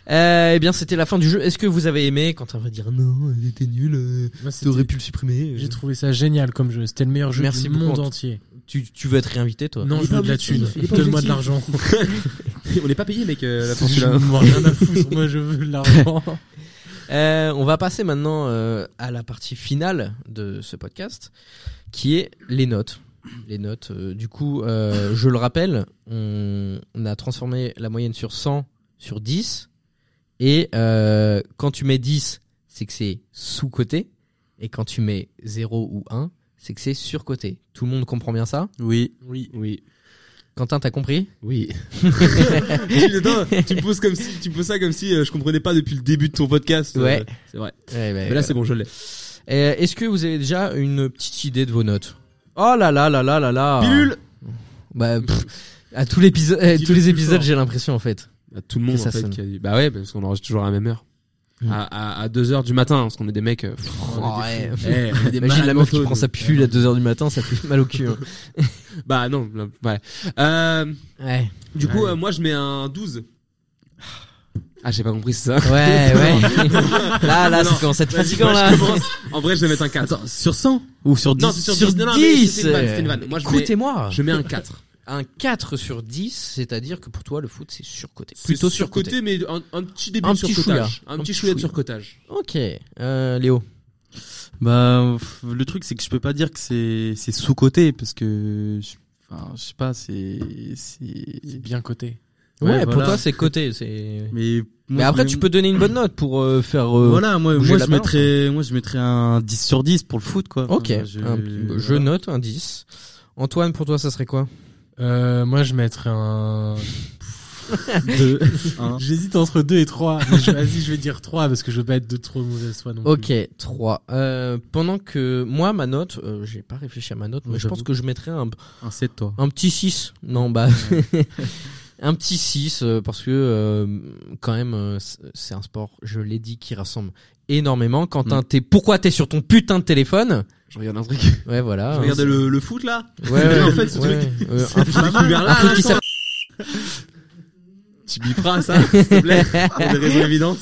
[SPEAKER 7] Euh, eh bien, c'était la fin du jeu. Est-ce que vous avez aimé Quand on va dire non, elle était nulle, euh,
[SPEAKER 9] Moi, c'était-
[SPEAKER 7] t'aurais pu le supprimer. euh.
[SPEAKER 9] J'ai trouvé ça génial comme jeu. C'était le meilleur jeu
[SPEAKER 7] Merci
[SPEAKER 9] du
[SPEAKER 7] beaucoup,
[SPEAKER 9] monde
[SPEAKER 7] Antoine.
[SPEAKER 9] entier.
[SPEAKER 7] Tu, tu veux être réinvité, toi
[SPEAKER 9] Non, je veux de la thune. Donne-moi de l'argent.
[SPEAKER 6] On n'est pas payé, mec, euh,
[SPEAKER 9] <laughs>
[SPEAKER 6] la
[SPEAKER 9] Je
[SPEAKER 7] hein.
[SPEAKER 6] <laughs> formule.
[SPEAKER 9] m'en ai rien à foutre. Moi, je veux
[SPEAKER 7] <laughs>
[SPEAKER 9] de l'argent.
[SPEAKER 7] Euh, on va passer maintenant euh, à la partie finale de ce podcast, qui est les notes. Les notes. euh, du coup, euh, je le rappelle, on, on a transformé la moyenne sur 100 sur 10. Et euh, quand tu mets 10, c'est que c'est sous-côté. Et quand tu mets 0 ou 1, c'est que c'est sur-côté. Tout le monde comprend bien ça
[SPEAKER 8] Oui.
[SPEAKER 6] Oui, oui,
[SPEAKER 7] Quentin, t'as compris
[SPEAKER 6] oui. Attends, tu me poses comme si, tu me poses ça comme si euh, je comprenais pas depuis le début de ton podcast. euh,
[SPEAKER 7] Ouais.
[SPEAKER 6] c'est vrai.
[SPEAKER 7] Ouais, bah,
[SPEAKER 6] Mais là, c'est bon, je l'ai.
[SPEAKER 7] Euh, Est-ce que vous avez déjà une petite idée de vos notes Oh là là là là là là
[SPEAKER 6] Pilule.
[SPEAKER 7] Bah, pff, à tous, l'épiso- euh,
[SPEAKER 6] Mm. Dis-le
[SPEAKER 7] tous les
[SPEAKER 6] plus
[SPEAKER 7] épisodes,
[SPEAKER 6] fort.
[SPEAKER 7] j'ai l'impression en fait.
[SPEAKER 6] Bah, tout le monde
[SPEAKER 7] Que ça
[SPEAKER 6] en fait,
[SPEAKER 7] sonne.
[SPEAKER 6] qui a dit- bah ouais parce qu'on enregistre toujours à la même heure
[SPEAKER 7] Mm.
[SPEAKER 6] à, à, à 2 heures du matin hein, parce qu'on est des mecs euh, pff,
[SPEAKER 7] <laughs> Oh, ouais.
[SPEAKER 6] eh, on est des
[SPEAKER 7] Imagine
[SPEAKER 6] malades
[SPEAKER 7] la meuf qui
[SPEAKER 6] mentaux,
[SPEAKER 7] prend
[SPEAKER 6] nous.
[SPEAKER 7] sa pilule à 2h du matin, ça fait mal au
[SPEAKER 6] <laughs>
[SPEAKER 7] cul. hein.
[SPEAKER 6] bah non là, ouais euh,
[SPEAKER 7] Ouais,
[SPEAKER 6] du coup euh, moi je mets un
[SPEAKER 7] <sighs>
[SPEAKER 6] 12 ah j'ai pas compris c'est ça
[SPEAKER 7] ouais, ouais. là, là,
[SPEAKER 6] <laughs> Non,
[SPEAKER 7] ça commence à être
[SPEAKER 6] Vas-y,
[SPEAKER 7] fatigant
[SPEAKER 6] moi, <laughs> je
[SPEAKER 7] là.
[SPEAKER 6] commence.
[SPEAKER 7] <laughs>
[SPEAKER 6] en vrai je vais mettre un 4
[SPEAKER 8] Sur 100 Ou sur 10
[SPEAKER 6] non c'est sur,
[SPEAKER 7] Sur
[SPEAKER 6] 10 non, non, mais
[SPEAKER 7] 10,
[SPEAKER 6] c'était une vanne, c'était une vanne. moi je mets,
[SPEAKER 7] Écoutez-moi,
[SPEAKER 6] je mets un 4
[SPEAKER 7] un 4 sur 10, c'est-à-dire que pour toi, le foot, c'est surcoté. <laughs> Plutôt
[SPEAKER 6] C'est surcoté
[SPEAKER 7] surcoté.
[SPEAKER 6] mais un, un petit début
[SPEAKER 7] Un
[SPEAKER 6] de
[SPEAKER 7] petit
[SPEAKER 6] surcotage
[SPEAKER 7] chouïa.
[SPEAKER 6] un petit chouïa de surcotage
[SPEAKER 7] Ok, euh, Léo.
[SPEAKER 8] Bah, pff, le truc, c'est que je peux pas dire que c'est c'est sous-côté, parce que, je- enfin, je sais pas, c'est. c'est-
[SPEAKER 9] bien coté.
[SPEAKER 7] Ouais,
[SPEAKER 8] Ouais,
[SPEAKER 7] pour
[SPEAKER 8] voilà.
[SPEAKER 7] toi c'est coté, c'est.
[SPEAKER 8] Mais,
[SPEAKER 7] Mais
[SPEAKER 8] moi,
[SPEAKER 7] après
[SPEAKER 8] je-
[SPEAKER 7] tu peux donner une bonne note pour euh, faire. euh,
[SPEAKER 8] Voilà, moi,
[SPEAKER 7] bouger
[SPEAKER 8] moi
[SPEAKER 7] la
[SPEAKER 8] je
[SPEAKER 7] balance,
[SPEAKER 8] mettrais, moi, je mettrais un 10 sur 10 pour le foot, quoi. Enfin,
[SPEAKER 7] Ok. Un- Je,
[SPEAKER 8] Bah, voilà.
[SPEAKER 7] note un 10. Antoine, pour toi ça serait quoi
[SPEAKER 9] Euh, moi, je mettrais un.
[SPEAKER 8] Deux. Un.
[SPEAKER 9] J'hésite entre 2 et 3. Vas-y, je vais dire 3 parce que je veux pas être de trop mauvaise foi non plus.
[SPEAKER 7] Ok, 3. pendant que moi ma note, euh, j'ai pas réfléchi à ma note, mais
[SPEAKER 8] Ouais,
[SPEAKER 7] je pense
[SPEAKER 8] j'avoue.
[SPEAKER 7] que je mettrais un
[SPEAKER 8] <laughs> Un 7,
[SPEAKER 7] <laughs>
[SPEAKER 8] toi.
[SPEAKER 7] Un petit 6. Non, bah. <laughs> un petit 6, euh, parce que, euh, quand même, euh, c- c'est un sport, je l'ai dit, qui rassemble énormément. Quentin, t'es, pourquoi t'es sur ton putain de téléphone
[SPEAKER 6] Je regarde un truc.
[SPEAKER 7] Ouais, voilà.
[SPEAKER 6] je regardais Ah, le, le foot là. Ah,
[SPEAKER 7] Ouais, ouais,
[SPEAKER 6] en fait, ce
[SPEAKER 7] ouais, euh, un
[SPEAKER 6] J'ai découvert là.
[SPEAKER 7] un foot qui
[SPEAKER 6] attends. Tu biperas ça, <laughs> s'il
[SPEAKER 7] <laughs>
[SPEAKER 6] te plaît. Pour des raisons évidentes.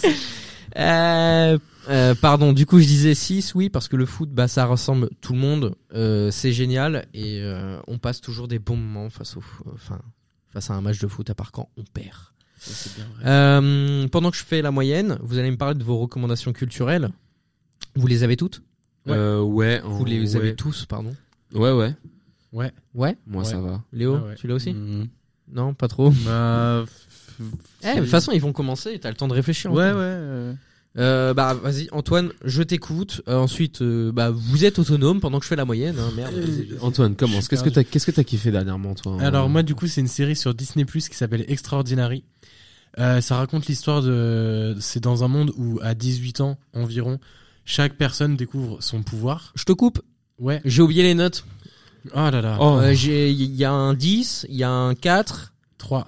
[SPEAKER 7] Euh, euh, pardon, du coup je disais 6, oui, parce que le foot, bah, ça rassemble tout le monde, euh, c'est génial, et euh, on passe toujours des bons moments face, au, fo- enfin, face à un match de foot, à part quand on perd. Euh, pendant que je fais la moyenne, vous allez me parler de vos recommandations culturelles. Vous les avez toutes Ouais.
[SPEAKER 6] Euh, ouais.
[SPEAKER 7] Vous les avez tous, pardon.
[SPEAKER 6] Ouais, ouais.
[SPEAKER 9] Ouais.
[SPEAKER 7] Ouais,
[SPEAKER 6] Moi,
[SPEAKER 9] Ouais.
[SPEAKER 6] ça va.
[SPEAKER 7] Léo,
[SPEAKER 9] Ah ouais.
[SPEAKER 7] tu l'as aussi
[SPEAKER 8] Mmh.
[SPEAKER 7] Non, pas trop.
[SPEAKER 8] Bah, f-
[SPEAKER 7] Eh, de toute façon, ils vont commencer, t'as le temps de réfléchir.
[SPEAKER 8] Ouais, ouais.
[SPEAKER 7] Antoine.
[SPEAKER 8] euh,
[SPEAKER 7] Euh, bah, vas-y, Antoine, je t'écoute. Euh, ensuite, euh, bah, vous êtes autonome pendant que je fais la moyenne. hein, merde.
[SPEAKER 6] Antoine,
[SPEAKER 9] Je
[SPEAKER 6] commence.
[SPEAKER 9] suis
[SPEAKER 6] Qu'est-ce que
[SPEAKER 9] perdu.
[SPEAKER 6] t'as, qu'est-ce que t'as kiffé dernièrement, toi en-
[SPEAKER 9] Alors moi du coup c'est une série sur Disney Plus qui s'appelle Extraordinary. Euh, ça raconte l'histoire de... C'est dans un monde où à 18 ans environ, chaque personne découvre son pouvoir.
[SPEAKER 7] Je te coupe,
[SPEAKER 9] Ouais.
[SPEAKER 7] j'ai oublié les notes.
[SPEAKER 9] Oh là là.
[SPEAKER 6] Oh.
[SPEAKER 7] Euh, j'ai- Il y a un 10, il y a un 4,
[SPEAKER 9] 3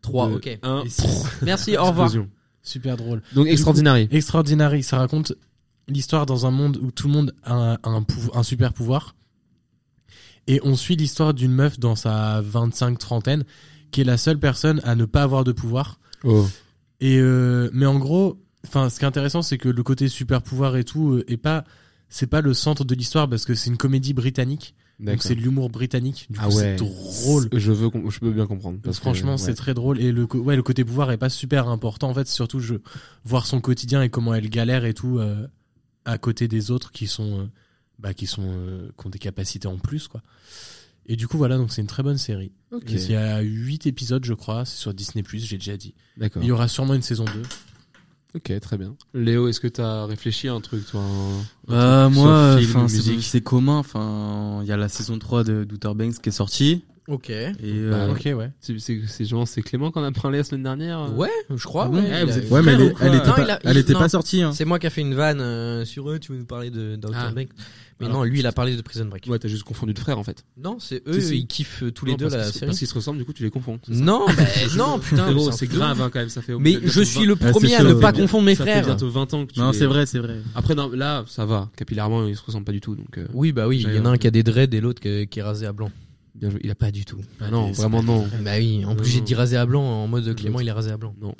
[SPEAKER 7] 3,
[SPEAKER 6] Deux,
[SPEAKER 7] ok.
[SPEAKER 6] un.
[SPEAKER 9] et 6.
[SPEAKER 7] Merci, au revoir.
[SPEAKER 6] Explosion.
[SPEAKER 9] Super drôle.
[SPEAKER 6] Donc, extraordinary.
[SPEAKER 9] Extraordinary, ça raconte l'histoire dans un monde où tout le monde a un, un pou- un super pouvoir. Et on suit l'histoire d'une meuf dans sa 25-trentaine qui est la seule personne à ne pas avoir de pouvoir.
[SPEAKER 6] Oh.
[SPEAKER 9] Et euh, mais en gros, enfin, ce qui est intéressant, c'est que le côté super pouvoir et tout euh, est pas, c'est pas le centre de l'histoire parce que c'est une comédie britannique, donc c'est de l'humour britannique. Du coup,
[SPEAKER 6] Ah
[SPEAKER 9] c'est
[SPEAKER 6] ouais.
[SPEAKER 9] drôle.
[SPEAKER 6] Je veux, com- je peux bien comprendre. Parce que,
[SPEAKER 9] Franchement,
[SPEAKER 6] ouais.
[SPEAKER 9] c'est très drôle et le co- ouais, le côté pouvoir est pas super important en fait, surtout je voir son quotidien et comment elle galère et tout euh, à côté des autres qui sont euh, bah qui sont euh, qui ont des capacités en plus quoi. Et du coup voilà, donc c'est une très bonne série.
[SPEAKER 6] Ok.
[SPEAKER 9] Et Il y a 8 épisodes je crois, c'est sur Disney+, j'ai déjà dit.
[SPEAKER 6] D'accord.
[SPEAKER 9] Il y aura sûrement une saison 2.
[SPEAKER 6] Ok, très bien. Léo, est-ce que t'as réfléchi à un truc, toi hein un-
[SPEAKER 8] Bah,
[SPEAKER 6] un truc
[SPEAKER 8] moi,
[SPEAKER 6] sur film,
[SPEAKER 8] enfin, c'est
[SPEAKER 6] musique.
[SPEAKER 8] c'est commun. Enfin, il y a la saison 3 de d'Outer Banks qui est sortie.
[SPEAKER 7] Ok.
[SPEAKER 8] Et,
[SPEAKER 7] Bah,
[SPEAKER 8] euh,
[SPEAKER 9] Ok ouais.
[SPEAKER 6] C'est, c'est, c'est, genre, c'est Clément qu'on a parlé la semaine dernière
[SPEAKER 7] Ouais, je crois.
[SPEAKER 6] Ah bon
[SPEAKER 7] ouais,
[SPEAKER 6] Eh,
[SPEAKER 7] il
[SPEAKER 6] vous
[SPEAKER 7] a-
[SPEAKER 6] êtes
[SPEAKER 8] Ouais, mais elle,
[SPEAKER 6] Frère ou
[SPEAKER 8] est-
[SPEAKER 6] quoi
[SPEAKER 8] elle était
[SPEAKER 7] Non,
[SPEAKER 8] pas,
[SPEAKER 7] il a-
[SPEAKER 8] elle
[SPEAKER 7] il-
[SPEAKER 8] était
[SPEAKER 7] non.
[SPEAKER 8] pas sortie. Hein.
[SPEAKER 7] C'est moi qui a fait une vanne euh, sur eux, tu veux nous parler de d'Outer
[SPEAKER 6] Ah.
[SPEAKER 7] Banks. Mais
[SPEAKER 6] Alors.
[SPEAKER 7] non, lui il a parlé de Prison Break.
[SPEAKER 6] Ouais, t'as juste confondu de frères, en fait.
[SPEAKER 7] Non, c'est eux,
[SPEAKER 6] Si, si.
[SPEAKER 7] ils kiffent euh, tous les
[SPEAKER 6] Non,
[SPEAKER 7] deux
[SPEAKER 6] parce
[SPEAKER 7] la
[SPEAKER 6] qu'ils se- Parce
[SPEAKER 7] série.
[SPEAKER 6] qu'ils se ressemblent, du coup, tu les confonds. c'est ça <laughs>
[SPEAKER 7] Non, bah, non, putain,
[SPEAKER 6] Frérot,
[SPEAKER 7] un
[SPEAKER 6] c'est
[SPEAKER 7] truc de
[SPEAKER 6] grave
[SPEAKER 7] ouf.
[SPEAKER 6] hein, quand même, ça fait. au
[SPEAKER 7] Mais
[SPEAKER 6] bout de-
[SPEAKER 7] je suis le
[SPEAKER 6] ça
[SPEAKER 8] c'est
[SPEAKER 7] premier à
[SPEAKER 8] sûr,
[SPEAKER 7] ne
[SPEAKER 8] ouais.
[SPEAKER 7] pas
[SPEAKER 6] fait bien-
[SPEAKER 7] confondre mes
[SPEAKER 6] ça fait
[SPEAKER 7] frères.
[SPEAKER 6] bientôt 20 ans que tu
[SPEAKER 8] Non,
[SPEAKER 6] les-
[SPEAKER 8] c'est vrai, c'est vrai.
[SPEAKER 6] Après, non, là, ça va. Capillairement, ils se ressemblent pas du tout, donc euh,
[SPEAKER 7] Oui, bah oui, il y en a
[SPEAKER 6] J'avais-
[SPEAKER 7] un qui a des dreads et l'autre qui qui est rasé à blanc.
[SPEAKER 6] bien joué. Il a pas.
[SPEAKER 7] Pas du tout.
[SPEAKER 6] Ah non, vraiment non.
[SPEAKER 7] Bah oui, en plus
[SPEAKER 6] Non,
[SPEAKER 7] j'ai
[SPEAKER 6] non.
[SPEAKER 7] dit rasé à blanc en mode Clément, il est rasé à blanc.
[SPEAKER 6] Non.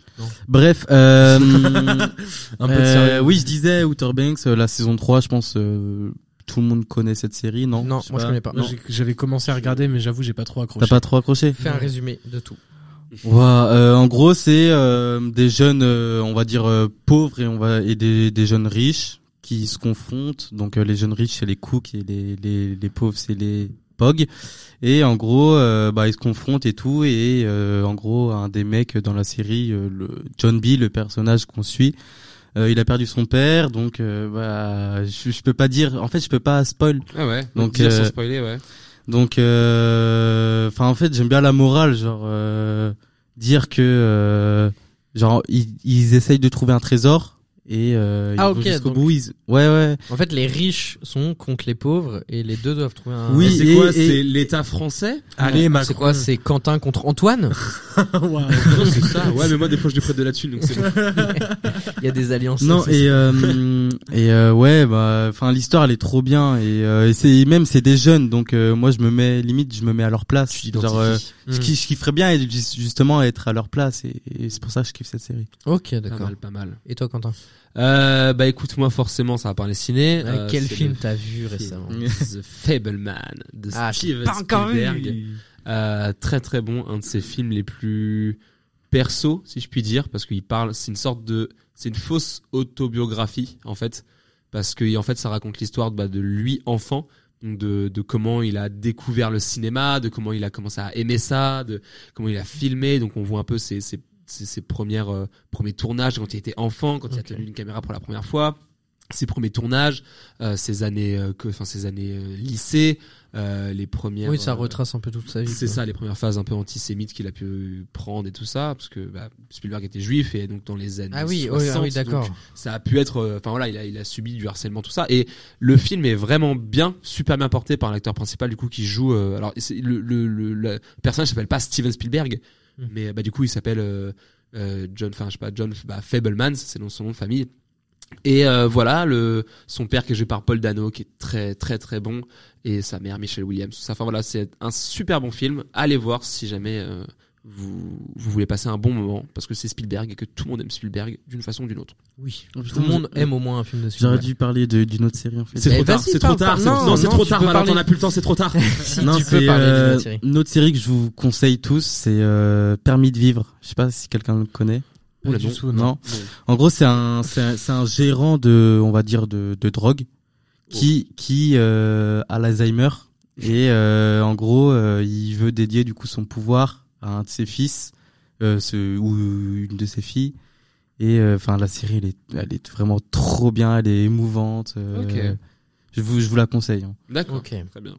[SPEAKER 8] Bref, euh,
[SPEAKER 9] Un peu de
[SPEAKER 8] euh,
[SPEAKER 9] sérieux.
[SPEAKER 8] oui, je disais Outer Banks, euh, la saison 3, je pense, euh, tout le monde connaît cette série, non?
[SPEAKER 7] Non,
[SPEAKER 8] sais
[SPEAKER 7] moi je
[SPEAKER 8] pas.
[SPEAKER 7] connais pas.
[SPEAKER 9] Moi, j'ai- J'avais commencé à regarder, mais j'avoue, j'ai pas trop accroché.
[SPEAKER 8] T'as pas trop accroché?
[SPEAKER 7] Fais un résumé de tout.
[SPEAKER 8] Ouah, euh, en gros, c'est euh, des jeunes, euh, on va dire euh, pauvres et on va et des, des jeunes riches qui se confrontent. Donc euh, les jeunes riches c'est les cooks et les les, les pauvres c'est les pogs. Et en gros, euh, bah ils se confrontent et tout. Et euh, en gros, un des mecs dans la série, euh, le John B, le personnage qu'on suit, euh, il a perdu son père. Donc euh, bah je, je peux pas dire. En fait, je peux pas spoil.
[SPEAKER 6] Ah ouais.
[SPEAKER 8] Donc,
[SPEAKER 6] dire sans
[SPEAKER 8] euh,
[SPEAKER 6] spoiler, ouais.
[SPEAKER 8] Donc, euh, enfin, en fait, j'aime bien la morale, genre euh, dire que euh, genre ils, ils essayent de trouver un trésor et euh, ils
[SPEAKER 7] Ah,
[SPEAKER 8] vont
[SPEAKER 7] ok,
[SPEAKER 8] jusqu'au
[SPEAKER 7] donc-
[SPEAKER 8] bout. Ils... Ouais,
[SPEAKER 7] <laughs>
[SPEAKER 8] ouais.
[SPEAKER 7] En fait, les riches sont contre les pauvres et les deux doivent trouver un.
[SPEAKER 8] Oui,
[SPEAKER 6] Mais c'est
[SPEAKER 8] et-
[SPEAKER 6] quoi
[SPEAKER 8] et-
[SPEAKER 6] C'est l'État français
[SPEAKER 9] Allez,
[SPEAKER 7] C'est
[SPEAKER 9] Macron.
[SPEAKER 7] quoi C'est Quentin contre Antoine Ah,
[SPEAKER 9] Waouh.
[SPEAKER 7] <laughs>
[SPEAKER 6] C'est ça. Ouais, mais moi, des fois, je lui prête de la thune, donc c'est bon.
[SPEAKER 7] Il y a des alliances.
[SPEAKER 8] Non
[SPEAKER 7] ça, c'est
[SPEAKER 8] et euh, et euh, ouais, bah, enfin, l'histoire elle est trop bien et, euh, et c'est même c'est des jeunes, donc euh, moi je me mets limite, je me mets à leur place. genre, euh, je,
[SPEAKER 7] Mm.
[SPEAKER 8] ki- je kifferais bien être- justement être à leur place et, et c'est pour ça que je kiffe cette série.
[SPEAKER 7] Mm. Ok,
[SPEAKER 6] Pas
[SPEAKER 7] d'accord.
[SPEAKER 6] mal, pas mal.
[SPEAKER 7] Et toi, Quentin
[SPEAKER 6] Euh, bah écoute, moi forcément, ça va parler ciné. Euh,
[SPEAKER 7] Quel
[SPEAKER 6] c'est
[SPEAKER 7] film
[SPEAKER 6] le
[SPEAKER 7] t'as vu
[SPEAKER 6] film
[SPEAKER 7] récemment
[SPEAKER 6] The Fableman de
[SPEAKER 7] Ah, je l'ai
[SPEAKER 6] Steven
[SPEAKER 7] pas encore vu.
[SPEAKER 6] Spielberg. Euh, très très bon, un de ses films les plus perso, si je puis dire, parce qu'il parle. C'est une sorte de, c'est une fausse autobiographie en fait, parce que en fait ça raconte l'histoire bah, de lui enfant donc de, de comment il a découvert le cinéma, de comment il a commencé à aimer ça, de comment il a filmé. Donc on voit un peu ses, ses, ses, ses premières, euh, premiers tournages quand il était enfant, quand il a tenu une caméra pour la première fois, ses premiers tournages, euh, ses années, euh, que, enfin ses années euh, lycée, euh, les premières.
[SPEAKER 7] Oui, ça
[SPEAKER 6] euh,
[SPEAKER 7] retrace un peu toute sa vie.
[SPEAKER 6] c'est
[SPEAKER 7] quoi.
[SPEAKER 6] ça, les premières phases un peu antisémites qu'il a pu prendre et tout ça, parce que bah, Spielberg était juif et donc dans les années
[SPEAKER 7] Ah oui, oui,
[SPEAKER 6] 60,
[SPEAKER 7] ah oui,
[SPEAKER 6] donc
[SPEAKER 7] d'accord.
[SPEAKER 6] ça a pu être, euh, enfin voilà, il a, il a subi du harcèlement, tout ça. Et le film est vraiment bien, super bien porté par l'acteur principal du coup qui joue. euh, alors c'est- le, le, le, le personnage s'appelle pas Steven Spielberg,
[SPEAKER 7] Mm.
[SPEAKER 6] mais bah du coup il s'appelle euh, euh, John, enfin je sais pas, John bah, Fablemans, c'est nom- son nom de famille. Et euh, voilà, le, son père qui est joué par Paul Dano, qui est très très très bon, et sa mère Michelle Williams. tout ça. Enfin voilà, c'est un super bon film. Allez voir si jamais euh, vous, vous voulez passer un bon moment, parce que c'est Spielberg et que tout le monde aime Spielberg d'une façon ou d'une autre.
[SPEAKER 7] Oui.
[SPEAKER 8] Oh, putain,
[SPEAKER 7] Tout le monde
[SPEAKER 8] j'ai-
[SPEAKER 7] aime au moins un film de
[SPEAKER 8] J'aurais
[SPEAKER 7] Spielberg.
[SPEAKER 8] dû parler de- d'une autre série en fait.
[SPEAKER 6] C'est
[SPEAKER 7] Mais
[SPEAKER 6] trop tard,
[SPEAKER 7] vas-y,
[SPEAKER 6] c'est trop
[SPEAKER 7] parle,
[SPEAKER 6] tard.
[SPEAKER 7] parle.
[SPEAKER 6] c'est- Non,
[SPEAKER 7] Non,
[SPEAKER 6] c'est
[SPEAKER 7] non,
[SPEAKER 6] trop
[SPEAKER 7] tu
[SPEAKER 6] tard,
[SPEAKER 7] peux
[SPEAKER 6] Valentin, <laughs> on
[SPEAKER 7] parler.
[SPEAKER 6] n'a plus le temps, c'est trop tard.
[SPEAKER 7] Si,
[SPEAKER 8] Non,
[SPEAKER 7] tu peux
[SPEAKER 8] c'est,
[SPEAKER 7] parler d'une
[SPEAKER 8] euh,
[SPEAKER 7] autre série.
[SPEAKER 8] une autre série que je vous conseille tous, c'est euh, Permis de vivre. Je sais pas si quelqu'un le connaît.
[SPEAKER 6] Oula,
[SPEAKER 9] du
[SPEAKER 6] non.
[SPEAKER 9] tout, non.
[SPEAKER 8] En gros, c'est un, c'est un, c'est un gérant de, on va dire, de, de drogue qui, qui euh, a l'Alzheimer et euh, en gros, euh, il veut dédier du coup son pouvoir à un de ses fils euh, ce, ou une de ses filles. Et euh, enfin, la série, elle est, elle est vraiment trop bien, elle est émouvante. euh,
[SPEAKER 6] Ok.
[SPEAKER 8] Je vous, je vous la conseille. hein.
[SPEAKER 6] D'accord.
[SPEAKER 7] Ok.
[SPEAKER 6] Très bien.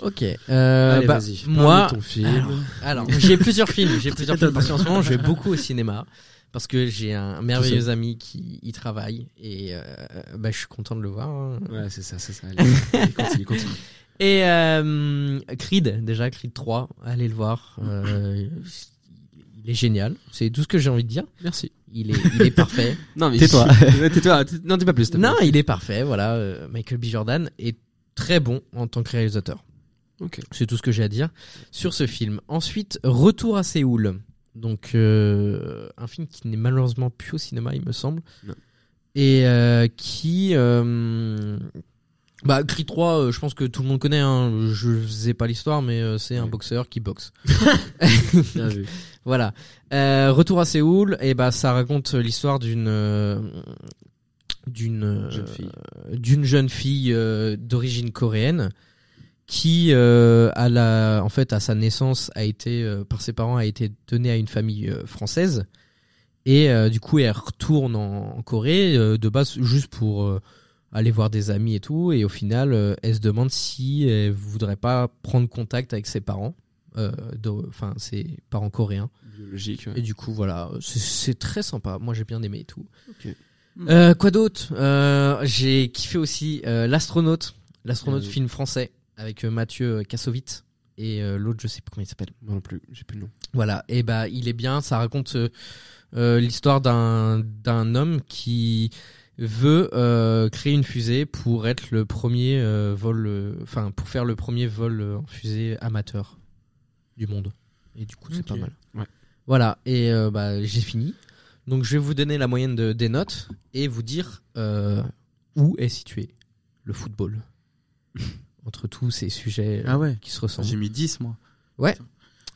[SPEAKER 7] Ok. Euh,
[SPEAKER 6] Allez,
[SPEAKER 7] bah,
[SPEAKER 6] vas-y.
[SPEAKER 7] moi,
[SPEAKER 6] Parle de ton film.
[SPEAKER 7] Alors, j'ai plusieurs films,
[SPEAKER 6] <laughs>
[SPEAKER 7] j'ai plusieurs films parce qu'en ce moment, je vais beaucoup au cinéma parce que j'ai un merveilleux ami qui y travaille et euh, bah, je suis content de le voir. hein.
[SPEAKER 6] Ouais, c'est ça, c'est ça. <laughs> Allez, allez, continue, continue.
[SPEAKER 7] Et euh, Creed, déjà Creed 3, allez le voir. Euh, il est génial, c'est tout ce que j'ai envie de dire.
[SPEAKER 6] Merci.
[SPEAKER 7] Il est, il est
[SPEAKER 6] <laughs>
[SPEAKER 7] parfait.
[SPEAKER 6] Non, mais
[SPEAKER 8] Tais-toi.
[SPEAKER 6] Ouais, Tais-toi. tais- Non, dis pas plus. t'as
[SPEAKER 7] Non,
[SPEAKER 6] pas-
[SPEAKER 7] il est parfait, voilà. euh, Michael B. Jordan est très bon en tant que réalisateur.
[SPEAKER 6] Ok.
[SPEAKER 7] C'est tout ce que j'ai à dire sur ce film. Ensuite, Retour à Séoul. Donc, euh, un film qui n'est malheureusement plus au cinéma, il me semble.
[SPEAKER 6] Non.
[SPEAKER 7] Et euh, qui. euh, bah, Cri 3, euh, je pense que tout le monde connaît. Hein. Je faisais pas l'histoire, mais euh, c'est un
[SPEAKER 6] Ouais.
[SPEAKER 7] boxeur qui boxe.
[SPEAKER 6] Bien <laughs> vu.
[SPEAKER 7] Voilà. Euh, Retour à Séoul, et bah ça raconte l'histoire d'une euh, d'une
[SPEAKER 6] Jeune
[SPEAKER 7] euh,
[SPEAKER 6] fille.
[SPEAKER 7] d'une jeune fille euh, d'origine coréenne qui euh, à la en fait à sa naissance a été euh, par ses parents a été donnée à une famille euh, française et euh, du coup elle retourne en, en Corée euh, de base juste pour euh, aller voir des amis et tout et au final euh, elle se demande si elle voudrait pas prendre contact avec ses parents euh, d'o- enfin ses parents coréens
[SPEAKER 6] Biologique. ouais.
[SPEAKER 7] et du coup, voilà, c'est- c'est très sympa. Moi, j'ai bien aimé et tout.
[SPEAKER 6] Ok.
[SPEAKER 7] Euh, quoi d'autre Euh, J'ai kiffé aussi euh, l'astronaute, l'astronaute
[SPEAKER 6] Ah oui.
[SPEAKER 7] film français avec euh, Mathieu Kassovitz et euh, l'autre, je sais plus comment il s'appelle.
[SPEAKER 6] Moi non plus, j'ai plus le nom.
[SPEAKER 7] Voilà, et bah il est bien, ça raconte euh, euh, l'histoire d'un d'un homme qui veut euh, créer une fusée pour être le premier euh, vol euh, enfin pour faire le premier vol euh, en fusée amateur du monde. Et du coup, c'est
[SPEAKER 9] Ok.
[SPEAKER 7] pas mal.
[SPEAKER 6] Ouais.
[SPEAKER 7] Voilà, et euh, bah j'ai fini. Donc je vais vous donner la moyenne de- des notes et vous dire euh, où est situé le football entre tous ces sujets euh,
[SPEAKER 8] Ah ouais.
[SPEAKER 7] qui se ressemblent.
[SPEAKER 8] J'ai mis 10 moi.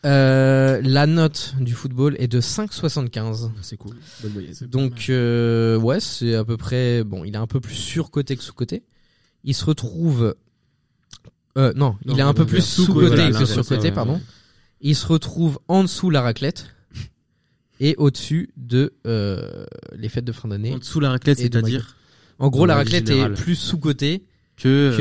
[SPEAKER 7] Euh, la note du football est de 5,75.
[SPEAKER 6] C'est cool. Bonne moyenne.
[SPEAKER 7] Donc, euh, ouais, c'est à peu près. Bon, il est un peu plus surcoté que sous-coté. Il se retrouve. Euh, non, il est un peu plus sous-coté
[SPEAKER 6] Voilà,
[SPEAKER 7] que
[SPEAKER 6] l'inverse,
[SPEAKER 7] surcoté,
[SPEAKER 6] ouais.
[SPEAKER 7] pardon. Il se retrouve en dessous la raclette et au-dessus de euh, les fêtes de fin d'année.
[SPEAKER 8] En dessous la raclette,
[SPEAKER 7] et de
[SPEAKER 8] c'est-à-dire
[SPEAKER 7] En gros,
[SPEAKER 6] Dans
[SPEAKER 7] la
[SPEAKER 6] la
[SPEAKER 7] raclette
[SPEAKER 6] générale.
[SPEAKER 7] est plus sous-cotée
[SPEAKER 8] que.
[SPEAKER 7] que,
[SPEAKER 8] euh,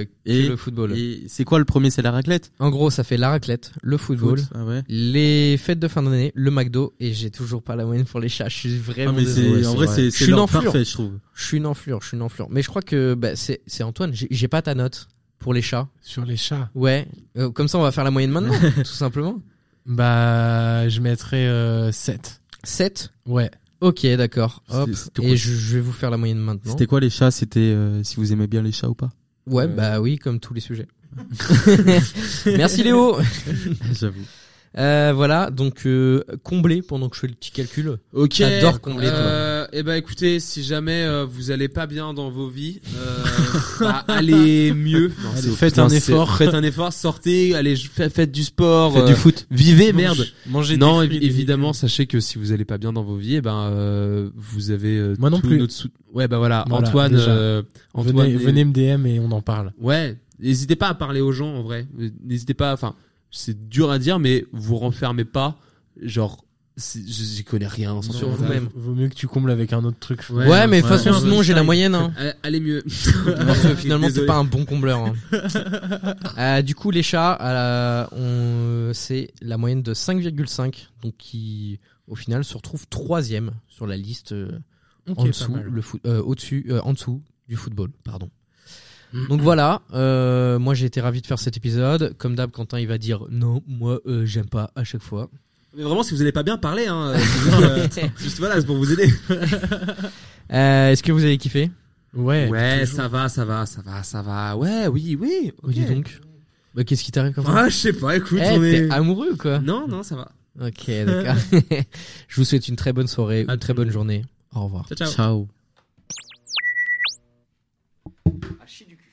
[SPEAKER 7] euh, que
[SPEAKER 8] Et-
[SPEAKER 7] le football.
[SPEAKER 8] ok. Et c'est quoi le premier C'est la raclette.
[SPEAKER 7] En gros, ça fait la raclette, le football,
[SPEAKER 8] Ah ouais.
[SPEAKER 7] les fêtes de fin d'année, le McDo, et j'ai toujours pas la moyenne pour les chats. Je suis
[SPEAKER 8] Ah,
[SPEAKER 7] vraiment
[SPEAKER 8] mais
[SPEAKER 7] désolé.
[SPEAKER 8] c'est en vrai c'est
[SPEAKER 7] Je
[SPEAKER 8] c'est
[SPEAKER 7] suis
[SPEAKER 8] l'ordre
[SPEAKER 7] une enflure.
[SPEAKER 8] parfait je trouve.
[SPEAKER 7] Je suis une enflure, je suis une enflure. Mais je crois que bah, c'est c'est Antoine, j'ai- j'ai pas ta note pour les chats.
[SPEAKER 9] Sur les chats.
[SPEAKER 7] Ouais, Euh, comme ça on va faire la
[SPEAKER 8] <laughs>
[SPEAKER 7] moyenne maintenant, tout simplement.
[SPEAKER 9] Bah, je mettrais 7.
[SPEAKER 7] 7
[SPEAKER 9] Ouais.
[SPEAKER 7] Ok, d'accord. Hop.
[SPEAKER 8] C'est- c'était quoi
[SPEAKER 7] Et je, je vais vous faire la moyenne maintenant.
[SPEAKER 8] C'était quoi les chats C'était euh, si vous aimez bien les chats ou pas
[SPEAKER 7] Ouais, <laughs>
[SPEAKER 6] Euh.
[SPEAKER 7] bah oui, comme tous les sujets. Merci Léo.
[SPEAKER 8] <laughs> J'avoue.
[SPEAKER 7] Euh, voilà, donc euh, comblé pendant que je fais le petit calcul.
[SPEAKER 6] Ok.
[SPEAKER 7] J'adore combler tout
[SPEAKER 6] Euh, eh ben écoutez, si jamais euh, vous allez pas bien dans vos vies, euh, <laughs> bah, allez mieux. Non,
[SPEAKER 9] Allez,
[SPEAKER 6] c'est-
[SPEAKER 9] faites
[SPEAKER 6] non,
[SPEAKER 9] un
[SPEAKER 6] c'est-
[SPEAKER 9] effort.
[SPEAKER 6] Faites un effort, sortez, allez, je- fa- faites du sport, euh,
[SPEAKER 7] foot.
[SPEAKER 8] Eh,
[SPEAKER 6] vivez, merde.
[SPEAKER 9] Manger
[SPEAKER 6] non, évi- évidemment, sachez que si vous allez pas bien dans vos vies, eh ben euh, vous avez euh,
[SPEAKER 9] Moi non
[SPEAKER 6] tout
[SPEAKER 9] plus.
[SPEAKER 6] notre sou- Ouais, bah voilà,
[SPEAKER 9] Voilà,
[SPEAKER 6] Antoine,
[SPEAKER 9] déjà.
[SPEAKER 6] euh, Antoine,
[SPEAKER 9] venez,
[SPEAKER 6] est-
[SPEAKER 9] venez me DM et on en parle.
[SPEAKER 6] Ouais, n'hésitez pas à parler aux gens en vrai. N'hésitez pas, enfin, c'est dur à dire, mais vous renfermez pas. Genre, c'est- je j'y connais rien sur
[SPEAKER 7] Non,
[SPEAKER 6] vous.
[SPEAKER 7] vous-même.
[SPEAKER 9] Vaut mieux que tu combles avec un autre truc. je
[SPEAKER 6] Ouais.
[SPEAKER 7] Ouais, mais de toute
[SPEAKER 6] ouais,
[SPEAKER 7] façon,
[SPEAKER 6] ouais,
[SPEAKER 7] sinon j'ai la moyenne. Hein.
[SPEAKER 6] Euh, Allez <laughs> mieux.
[SPEAKER 7] <laughs> Parce que finalement, t'es
[SPEAKER 6] Désolé.
[SPEAKER 7] pas un bon combleur.
[SPEAKER 9] <laughs>
[SPEAKER 7] hein. Euh, du coup, les chats, euh, on- c'est la moyenne de 5,5, donc qui, au final, se retrouve troisième sur la liste euh,
[SPEAKER 9] pense.
[SPEAKER 7] en
[SPEAKER 9] Ok,
[SPEAKER 7] dessous,
[SPEAKER 9] pas mal.
[SPEAKER 7] le foot, euh, au-dessus, euh, en dessous du football, pardon.
[SPEAKER 9] Mm.
[SPEAKER 7] Donc voilà, euh, moi j'ai été ravi de faire cet épisode. Comme d'hab, Quentin il va dire non, moi euh, j'aime pas à chaque
[SPEAKER 9] <laughs>
[SPEAKER 7] fois.
[SPEAKER 6] Mais vraiment, si vous n'allez pas bien parler, hein, c'est juste, euh, juste voilà, c'est pour vous aider.
[SPEAKER 7] <laughs> Euh, Est-ce que vous avez kiffé
[SPEAKER 9] Ouais.
[SPEAKER 6] Ouais, ça va, ça va, ça va, ça va. Ouais, oui, oui.
[SPEAKER 7] Oh, Dis donc. Bah, Qu'est-ce qui t'arrive comme ça
[SPEAKER 6] Ah, je sais pas. Écoute,
[SPEAKER 7] Eh,
[SPEAKER 6] on est.
[SPEAKER 7] T'es amoureux ou quoi
[SPEAKER 6] Non, non, ça va. <laughs>
[SPEAKER 7] <laughs> Ok, d'accord. Je vous souhaite une très bonne soirée, une très bonne journée. Au revoir.
[SPEAKER 6] Ciao, ciao.
[SPEAKER 8] Ciao.